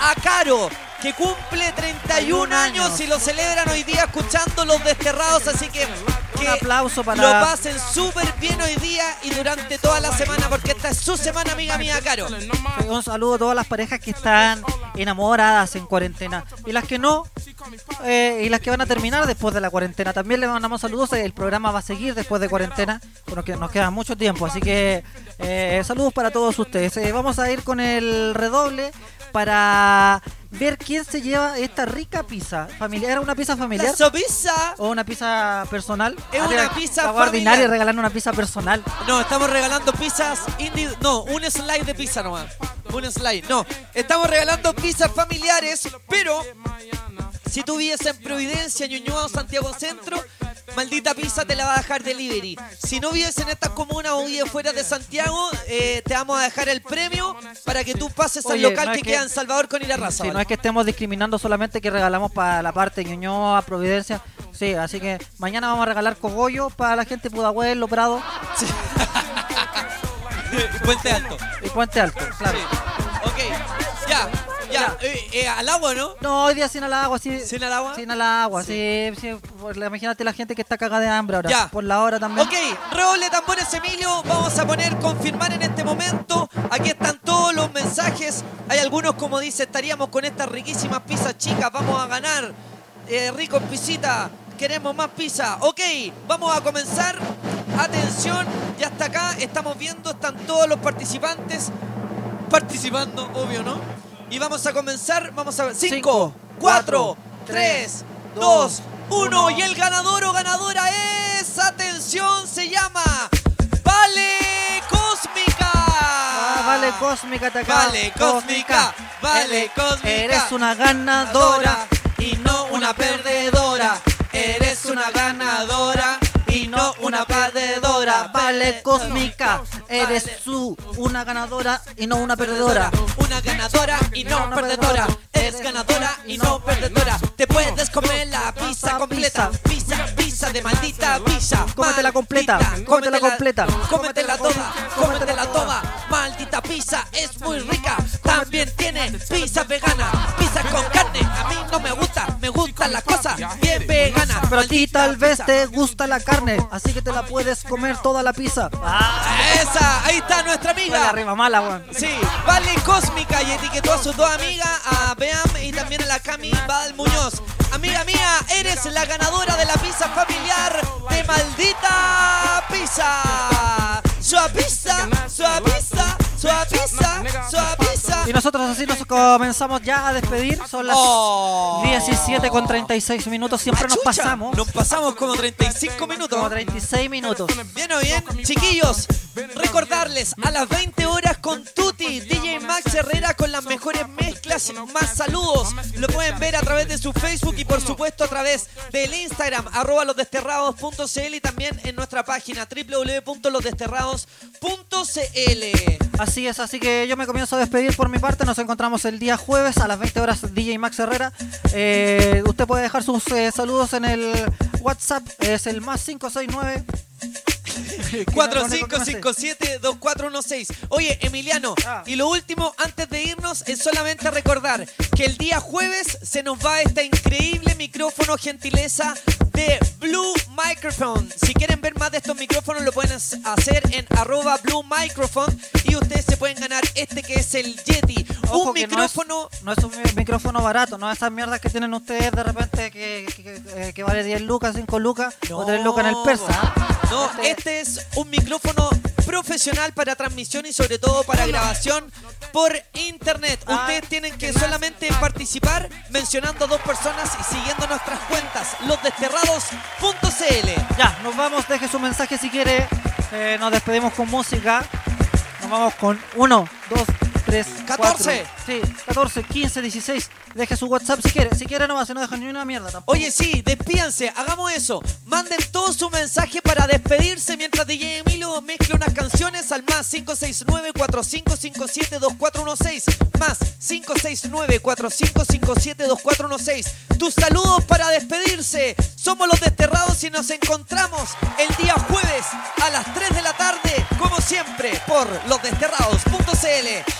a Caro, que cumple 31 años y lo celebran hoy día escuchando los desterrados. Así que, que aplauso para- lo pasen súper bien hoy día y durante toda la semana, porque esta es su semana, amiga mía, Caro. Eh, Un saludo a todas las parejas que están enamoradas en cuarentena y las que no eh, y las que van a terminar después de la cuarentena. También les mandamos saludos. eh, El programa va a seguir después de cuarentena, bueno, que nos queda mucho tiempo. Así que eh, saludos para todos ustedes. Eh, vamos a ir con el redoble para ver quién se lleva esta rica pizza familiar. ¿Era una pizza familiar? ¡La pizza! ¿O una pizza personal? Es Ah, una te- pizza estaba ordinaria familiar. regalando una pizza personal. No, estamos regalando pizzas indi- No, un slide de pizza nomás. Un slide. No, estamos regalando pizzas familiares, pero si tú vives en Providencia, Ñuñoa o Santiago Centro, maldita pizza te la va a dejar delivery. Si no vives en estas comunas o vives fuera de Santiago, eh, te vamos a dejar el premio para que tú pases al Oye, local no es que, que- queda en Salvador con Irarraza. Sí, no es que estemos discriminando solamente que regalamos para la parte de Ñuñoa, Providencia. Sí, así que mañana vamos a regalar cogollo para la gente de Pudahuel, Lo Prado Puente Alto. y Puente Alto, claro. Ok, ya, ya. eh, eh, al agua, ¿no? No, hoy día sin al agua, sí. ¿Sin al agua? Sin al agua, sí. sí, por la- imagínate la gente que está cagada de hambre ahora. Ya. Por la hora también. Ok, redoble de tambores Emilio, vamos a poner confirmar en este momento. Aquí están todos los mensajes. Hay algunos como dice, estaríamos con estas riquísimas pizzas chicas, vamos a ganar. Eh, rico en pisita, queremos más pizza. Ok, vamos a comenzar. Atención, ya está acá, estamos viendo, están todos los participantes participando, obvio, ¿no? Y vamos a comenzar, vamos a ver. 5, 4, 3, 2, 1. Y el ganador o ganadora es, atención, se llama Vale Ah, Vale, cósmica, te acá. Ah, Vale, cósmica, Eh, vale, cósmica. Eres una ganadora y no una perdedora. Eres una ganadora y no una perdedora. Vale, cósmica, eres tú una ganadora y no una perdedora. Una ganadora y no perdedora. Eres ganadora y no perdedora. Te puedes comer la pizza completa. Pizza, pizza de maldita pizza. Cómetela completa, cómetela completa. Cómetela toda, cómetela toda. Maldita pizza es muy rica. También tiene pizza vegana. Pizza con carne, a mí no me gusta. Me gusta la cosa bien vegana. Pero a ti tal vez te gusta la carne, así que te la puedes comer toda la pizza. Ah, Esa, ahí está nuestra amiga. La rima mala, weón. Sí, Vale Cósmica y etiquetó a sus dos amigas, a Beam y también a la Cami Val Muñoz. Amiga mía, eres la ganadora de la pizza familiar de maldita pizza. Suapiza, suapiza, suapiza, suapiza. Y nosotros así nos comenzamos ya a despedir. Son las Oh. 17 con 36 minutos. Siempre nos pasamos. Nos pasamos como 35 minutos. Como 36 minutos. Bien o bien, chiquillos, recordarles a las 20 horas con Tuti, DJ Max Herrera con las mejores mezclas, más saludos. Lo pueden ver a través de su Facebook y por supuesto a través del Instagram, arroba losdesterrados.cl y también en nuestra página www.losdesterrados.cl. Así es, así que yo me comienzo a despedir por mi parte. Nos encontramos el día jueves a las 20 horas DJ Max Herrera. Eh, usted puede dejar sus eh, saludos en el WhatsApp. Es el más 569. 4557-2416. Oye, Emiliano, y lo último antes de irnos es solamente recordar que el día jueves se nos va esta increíble micrófono gentileza de Blue Microphone. Si quieren ver más de estos micrófonos lo pueden hacer en arroba Blue Microphone y ustedes se pueden ganar este que es el Yeti. Ojo un que micrófono... No es, no es un mi- micrófono barato, no esas mierdas que tienen ustedes de repente que, que- que- que vale 10 lucas, 5 lucas o 3 lucas en el persa. No, este es un micrófono profesional para transmisión y sobre todo para grabación por internet. Ah, Ustedes tienen que solamente participar mencionando dos personas y siguiendo nuestras cuentas, losdesterrados.cl. Ya, nos vamos, deje su mensaje si quiere. Eh, nos despedimos con música. Nos vamos con 1, 2, 3, 14. Sí, 14, 15, 16. Deje su WhatsApp si quiere. Si quiere, no va, si no deja ni una mierda tampoco. Oye, sí, despídanse, hagamos eso. Manden todo su mensaje para despedirse mientras DJ Emilio mezcla unas canciones al más 569-4557-2416. Más 569-4557-2416. Tus saludos para despedirse. Somos los desterrados y nos encontramos el día jueves a las 3 de la tarde, como siempre, por losdesterrados.cl.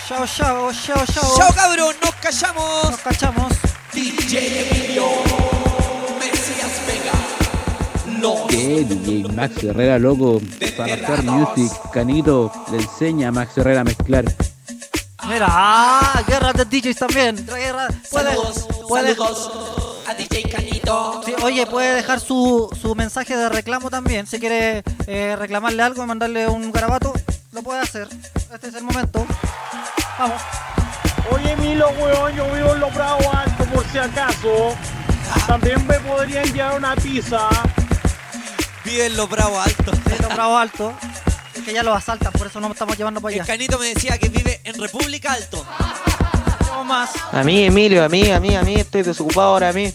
Chao, chao, chao, chao. Chao, cabrón, nos callamos. Nos cachamos. DJ Emilio, Mesías Vega. No. ¿Qué? DJ Max Herrera, loco. Para hacer music, Canito, le enseña a Max Herrera a mezclar. Mira, ah, guerra de DJs también. Tra- Guerra. Puede, Saludos, puede- saludos a DJ Canito. Sí, oye, puede dejar su, su mensaje de reclamo también. Si quiere eh, reclamarle algo, mandarle un garabato, lo puede hacer. Este es el momento. Vamos. Oye, Milo, weón, yo vivo en Los Bravos Altos, por si acaso. También me podrían llevar una pizza. Viven los bravos altos. Los bravos altos. Es que ya los asaltan, por eso no estamos llevando para allá. El canito me decía que vive en República Alto. No más. A mí, Emilio, a mí, a mí, a mí, estoy desocupado ahora, a mí.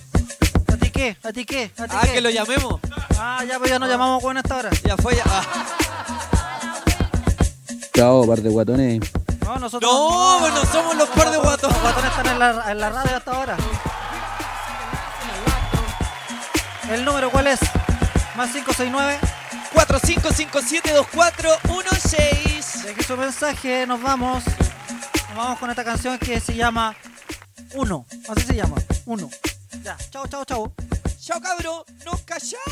¿A ti qué? ¿A ti qué? ¿A ti Ah, qué? que lo llamemos. Ah, ya, pues ya nos llamamos con esta hora. Ya fue, ya. Ah. Chao, par de guatones. No, nosotros. No, pues no somos los par de guatones. Los guatones están en la, en la radio hasta ahora. ¿El número cuál es? Más 569. 45572416. Deje su mensaje, nos vamos. Nos vamos con esta canción que se llama Uno. Así se llama, Uno. Ya, chao, chao, chao. Chao, cabrón. Nos callamos.